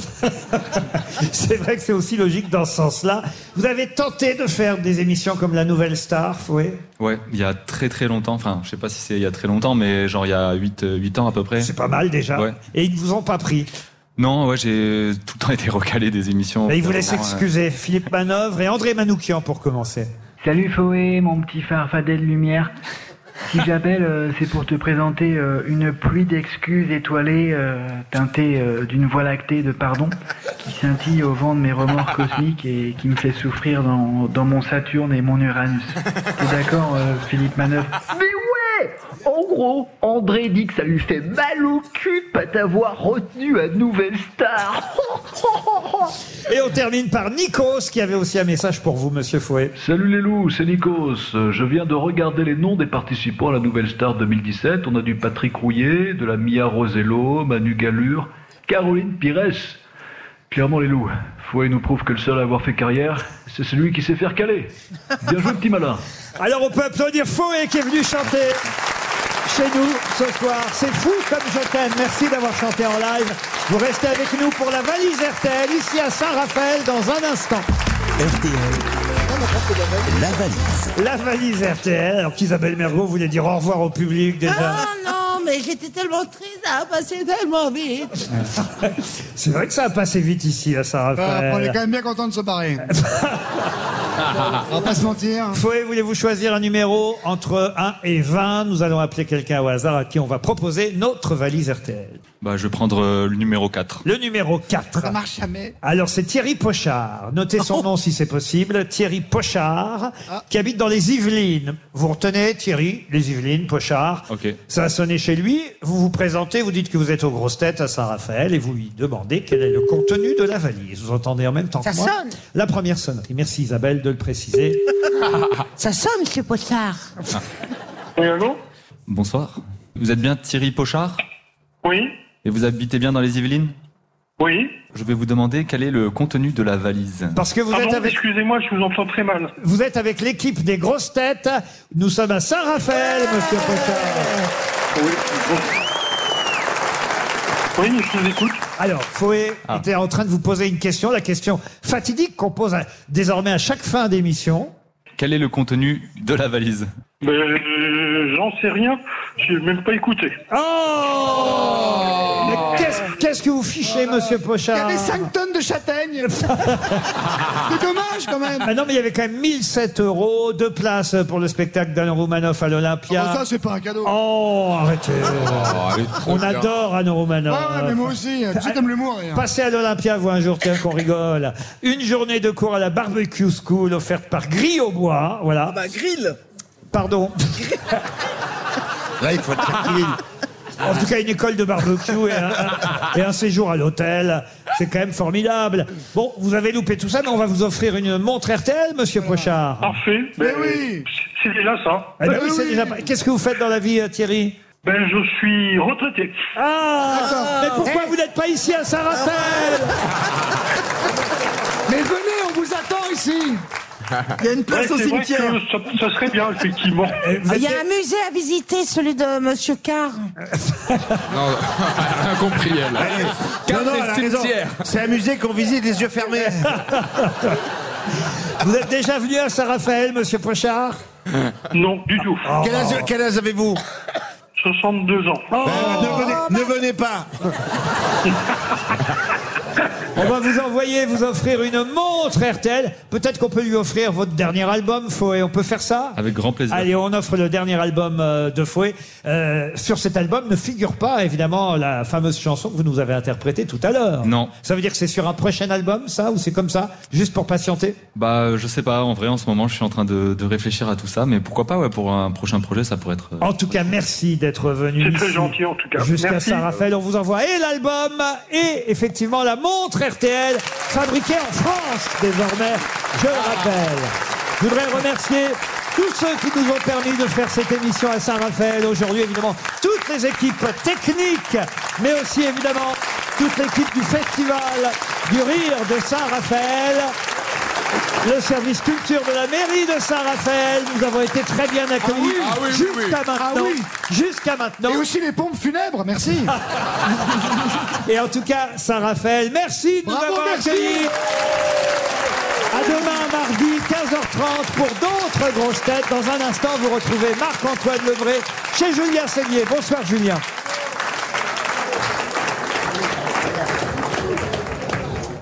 [SPEAKER 2] C'est vrai que c'est aussi logique dans ce sens-là. Vous avez tenté de faire des émissions comme La Nouvelle Star, oui.
[SPEAKER 17] Ouais, il y a très très longtemps, enfin je sais pas si c'est il y a très longtemps, mais genre il y a 8, euh, 8 ans à peu près. C'est
[SPEAKER 2] pas mal déjà. Et ils ne vous ont pas pris
[SPEAKER 17] Non, ouais, j'ai tout le temps été recalé des émissions.
[SPEAKER 2] Et il vous
[SPEAKER 17] Vraiment,
[SPEAKER 2] laisse
[SPEAKER 17] euh,
[SPEAKER 2] excuser Philippe Manœuvre et André Manoukian pour commencer.
[SPEAKER 20] Salut Foé, mon petit farfadet de lumière. Si j'appelle, euh, c'est pour te présenter euh, une pluie d'excuses étoilées euh, teintées euh, d'une voie lactée de pardon qui scintille au vent de mes remords cosmiques et qui me fait souffrir dans, dans mon Saturne et mon Uranus. T'es d'accord, euh, Philippe Manœuvre
[SPEAKER 14] Mais ouais
[SPEAKER 21] En gros, André dit que ça lui fait mal au cul de pas t'avoir retenu à Nouvelle Star.
[SPEAKER 2] Et on termine par Nikos qui avait aussi un message pour vous, monsieur Fouet.
[SPEAKER 22] Salut les loups, c'est Nikos. Euh, Je viens de regarder les noms des participants à la Nouvelle Star 2017. On a du Patrick Rouillet, de la Mia Rosello, Manu Galure, Caroline Pires. Clairement les loups, Fouet nous prouve que le seul à avoir fait carrière, c'est celui qui sait faire caler. Bien joué petit malin.
[SPEAKER 2] Alors on peut applaudir Fouet qui est venu chanter chez nous ce soir. C'est fou comme je t'aime. Merci d'avoir chanté en live. Vous restez avec nous pour la valise RTL ici à Saint-Raphaël dans un instant. RTL. La valise. La valise RTL. Alors qu'Isabelle Mergot voulait dire au revoir au public déjà.
[SPEAKER 7] Ah non, mais j'étais tellement triste, ça a passé tellement vite. Ah,
[SPEAKER 2] C'est vrai que ça a passé vite ici à
[SPEAKER 10] Bah, on est
[SPEAKER 2] Saint-Raphaël.
[SPEAKER 10] quand même bien content de se barrer.
[SPEAKER 21] Ah,
[SPEAKER 10] on va pas se mentir.
[SPEAKER 2] Fouet, voulez-vous choisir un numéro entre 1 et 20 Nous allons appeler quelqu'un au hasard à qui on va proposer notre valise RTL.
[SPEAKER 17] Bah, je vais prendre euh, le numéro 4.
[SPEAKER 2] Le numéro
[SPEAKER 21] bah,
[SPEAKER 2] 4.
[SPEAKER 10] Ça marche jamais.
[SPEAKER 2] Alors c'est Thierry Pochard. Notez son nom si c'est possible. Thierry
[SPEAKER 10] Ah,
[SPEAKER 2] Pochard,
[SPEAKER 21] Ah.
[SPEAKER 2] qui habite dans les Yvelines. Vous retenez Thierry, les Yvelines, Pochard.
[SPEAKER 17] Ok.
[SPEAKER 2] Ça a sonné chez lui. Vous vous présentez, vous dites que vous êtes aux grosses têtes à Saint-Raphaël et vous lui demandez quel est le contenu de la valise. Vous entendez en même temps
[SPEAKER 7] Ça
[SPEAKER 2] que moi
[SPEAKER 7] sonne.
[SPEAKER 2] la première sonnerie. Merci Isabelle de le préciser.
[SPEAKER 7] Ça sonne, monsieur Pochard.
[SPEAKER 17] Bonsoir. Vous êtes bien Thierry Pochard
[SPEAKER 22] Oui.
[SPEAKER 17] Et vous habitez bien dans les Yvelines
[SPEAKER 22] Oui.
[SPEAKER 17] Je vais vous demander quel est le contenu de la valise.
[SPEAKER 2] Parce que vous êtes avec.
[SPEAKER 22] Excusez-moi, je vous entends très mal.
[SPEAKER 2] Vous êtes avec l'équipe des grosses têtes. Nous sommes à Saint-Raphaël, monsieur Pochard.
[SPEAKER 22] Oui, je vous écoute.
[SPEAKER 2] Alors, Fouet
[SPEAKER 10] Ah.
[SPEAKER 2] était en train de vous poser une question, la question fatidique qu'on pose à- désormais à chaque fin d'émission.
[SPEAKER 17] Quel est le contenu de la valise
[SPEAKER 22] Mais euh, j'en sais rien, je n'ai même pas écouté.
[SPEAKER 2] Oh Mais qu'est-ce qu'est-ce que vous fichez, monsieur Pochard
[SPEAKER 10] Il y avait 5 tonnes de châtaignes. C'est dommage quand même.
[SPEAKER 2] Ah non, mais il y avait quand même 1007 euros, deux places pour le spectacle d'Alain Roumanoff à l'Olympia.
[SPEAKER 10] Ah, ça, c'est pas un cadeau.
[SPEAKER 2] Oh, arrêtez.
[SPEAKER 10] Oh, elle est trop
[SPEAKER 2] On
[SPEAKER 10] bien.
[SPEAKER 2] adore Anne
[SPEAKER 10] Ouais,
[SPEAKER 2] Romanoff.
[SPEAKER 10] ouais, mais moi aussi. Tu
[SPEAKER 21] Ah,
[SPEAKER 10] sais, t'aimes l'humour. hein.
[SPEAKER 2] Passez à l'Olympia, vous, un jour, tiens, qu'on rigole. Une journée de cours à la Barbecue School offerte par Grille au Bois.
[SPEAKER 10] Ah
[SPEAKER 2] Voilà.
[SPEAKER 8] bah, grill
[SPEAKER 2] Pardon.
[SPEAKER 4] Là, il faut être tranquille.
[SPEAKER 2] En tout cas, une école de barbecue et un, un- et un séjour à l'hôtel. C'est quand même formidable. Bon, vous avez loupé tout ça, mais on va vous offrir une montre RTL, monsieur Pochard.
[SPEAKER 22] Parfait. Mais oui C'est déjà ça.
[SPEAKER 4] Eh ben
[SPEAKER 2] Ah, bah oui, c'est déjà pas- Qu'est-ce que vous faites dans la vie, euh, Thierry
[SPEAKER 22] Ben, je suis retraité.
[SPEAKER 2] Ah Mais pourquoi vous n'êtes pas ici à Saint-Raphaël
[SPEAKER 10] Mais venez, on vous attend ici.
[SPEAKER 8] Il y a une
[SPEAKER 22] Ouais, c'est vrai que ça, ça serait bien, effectivement.
[SPEAKER 8] Eh,
[SPEAKER 7] Ah, Il y a un musée à visiter, celui de monsieur Carr.
[SPEAKER 23] Non, compris elle.
[SPEAKER 2] Car c'est le
[SPEAKER 4] elle a raison.
[SPEAKER 2] cimetière.
[SPEAKER 4] C'est un musée qu'on visite les yeux fermés.
[SPEAKER 2] Vous êtes déjà venu à Saint-Raphaël, monsieur Pochard
[SPEAKER 22] Non, du tout.
[SPEAKER 4] Ah. Quel âge, quel âge avez-vous
[SPEAKER 22] 62 ans. Oh.
[SPEAKER 4] Ben, ne, venez, ne venez pas.
[SPEAKER 2] On va vous envoyer, vous offrir une montre RTL. Peut-être qu'on peut lui offrir votre dernier album, Fouet. On peut faire ça
[SPEAKER 17] Avec grand plaisir.
[SPEAKER 2] Allez, on offre le dernier album euh, de Fouet. Euh, sur cet album ne figure pas, évidemment, la fameuse chanson que vous nous avez interprétée tout à l'heure.
[SPEAKER 17] Non.
[SPEAKER 2] Ça veut dire que c'est sur un prochain album, ça, ou c'est comme ça, juste pour patienter
[SPEAKER 17] Bah, euh, je sais pas. En vrai, en ce moment, je suis en train de, de réfléchir à tout ça, mais pourquoi pas ouais, pour un prochain projet, ça pourrait être. euh,
[SPEAKER 2] En tout cas, merci d'être venu.
[SPEAKER 17] C'est très
[SPEAKER 2] ici
[SPEAKER 17] gentil, en tout cas.
[SPEAKER 2] Jusqu'à
[SPEAKER 17] Merci.
[SPEAKER 2] Saint-Raphaël, on vous envoie et l'album et effectivement la montre RTL fabriquée en France désormais, je le rappelle. Je voudrais remercier tous ceux qui nous ont permis de faire cette émission à Saint-Raphaël aujourd'hui, évidemment, toutes les équipes techniques, mais aussi évidemment toute l'équipe du Festival du Rire de Saint-Raphaël. Le service culture de la mairie de Saint-Raphaël, nous avons été très bien accueillis
[SPEAKER 10] Ah oui, ah oui, oui, oui.
[SPEAKER 2] jusqu'à
[SPEAKER 10] Ah
[SPEAKER 2] maintenant.
[SPEAKER 10] oui.
[SPEAKER 2] Jusqu'à maintenant.
[SPEAKER 10] Et aussi les pompes funèbres, merci.
[SPEAKER 2] Et en tout cas, Saint-Raphaël, merci de nous
[SPEAKER 10] Bravo,
[SPEAKER 2] avoir
[SPEAKER 10] merci.
[SPEAKER 2] accueillis. À demain, mardi, 15h30, pour d'autres grosses têtes. Dans un instant, vous retrouvez Marc-Antoine Lebré chez Julien Seigné. Bonsoir, Julien.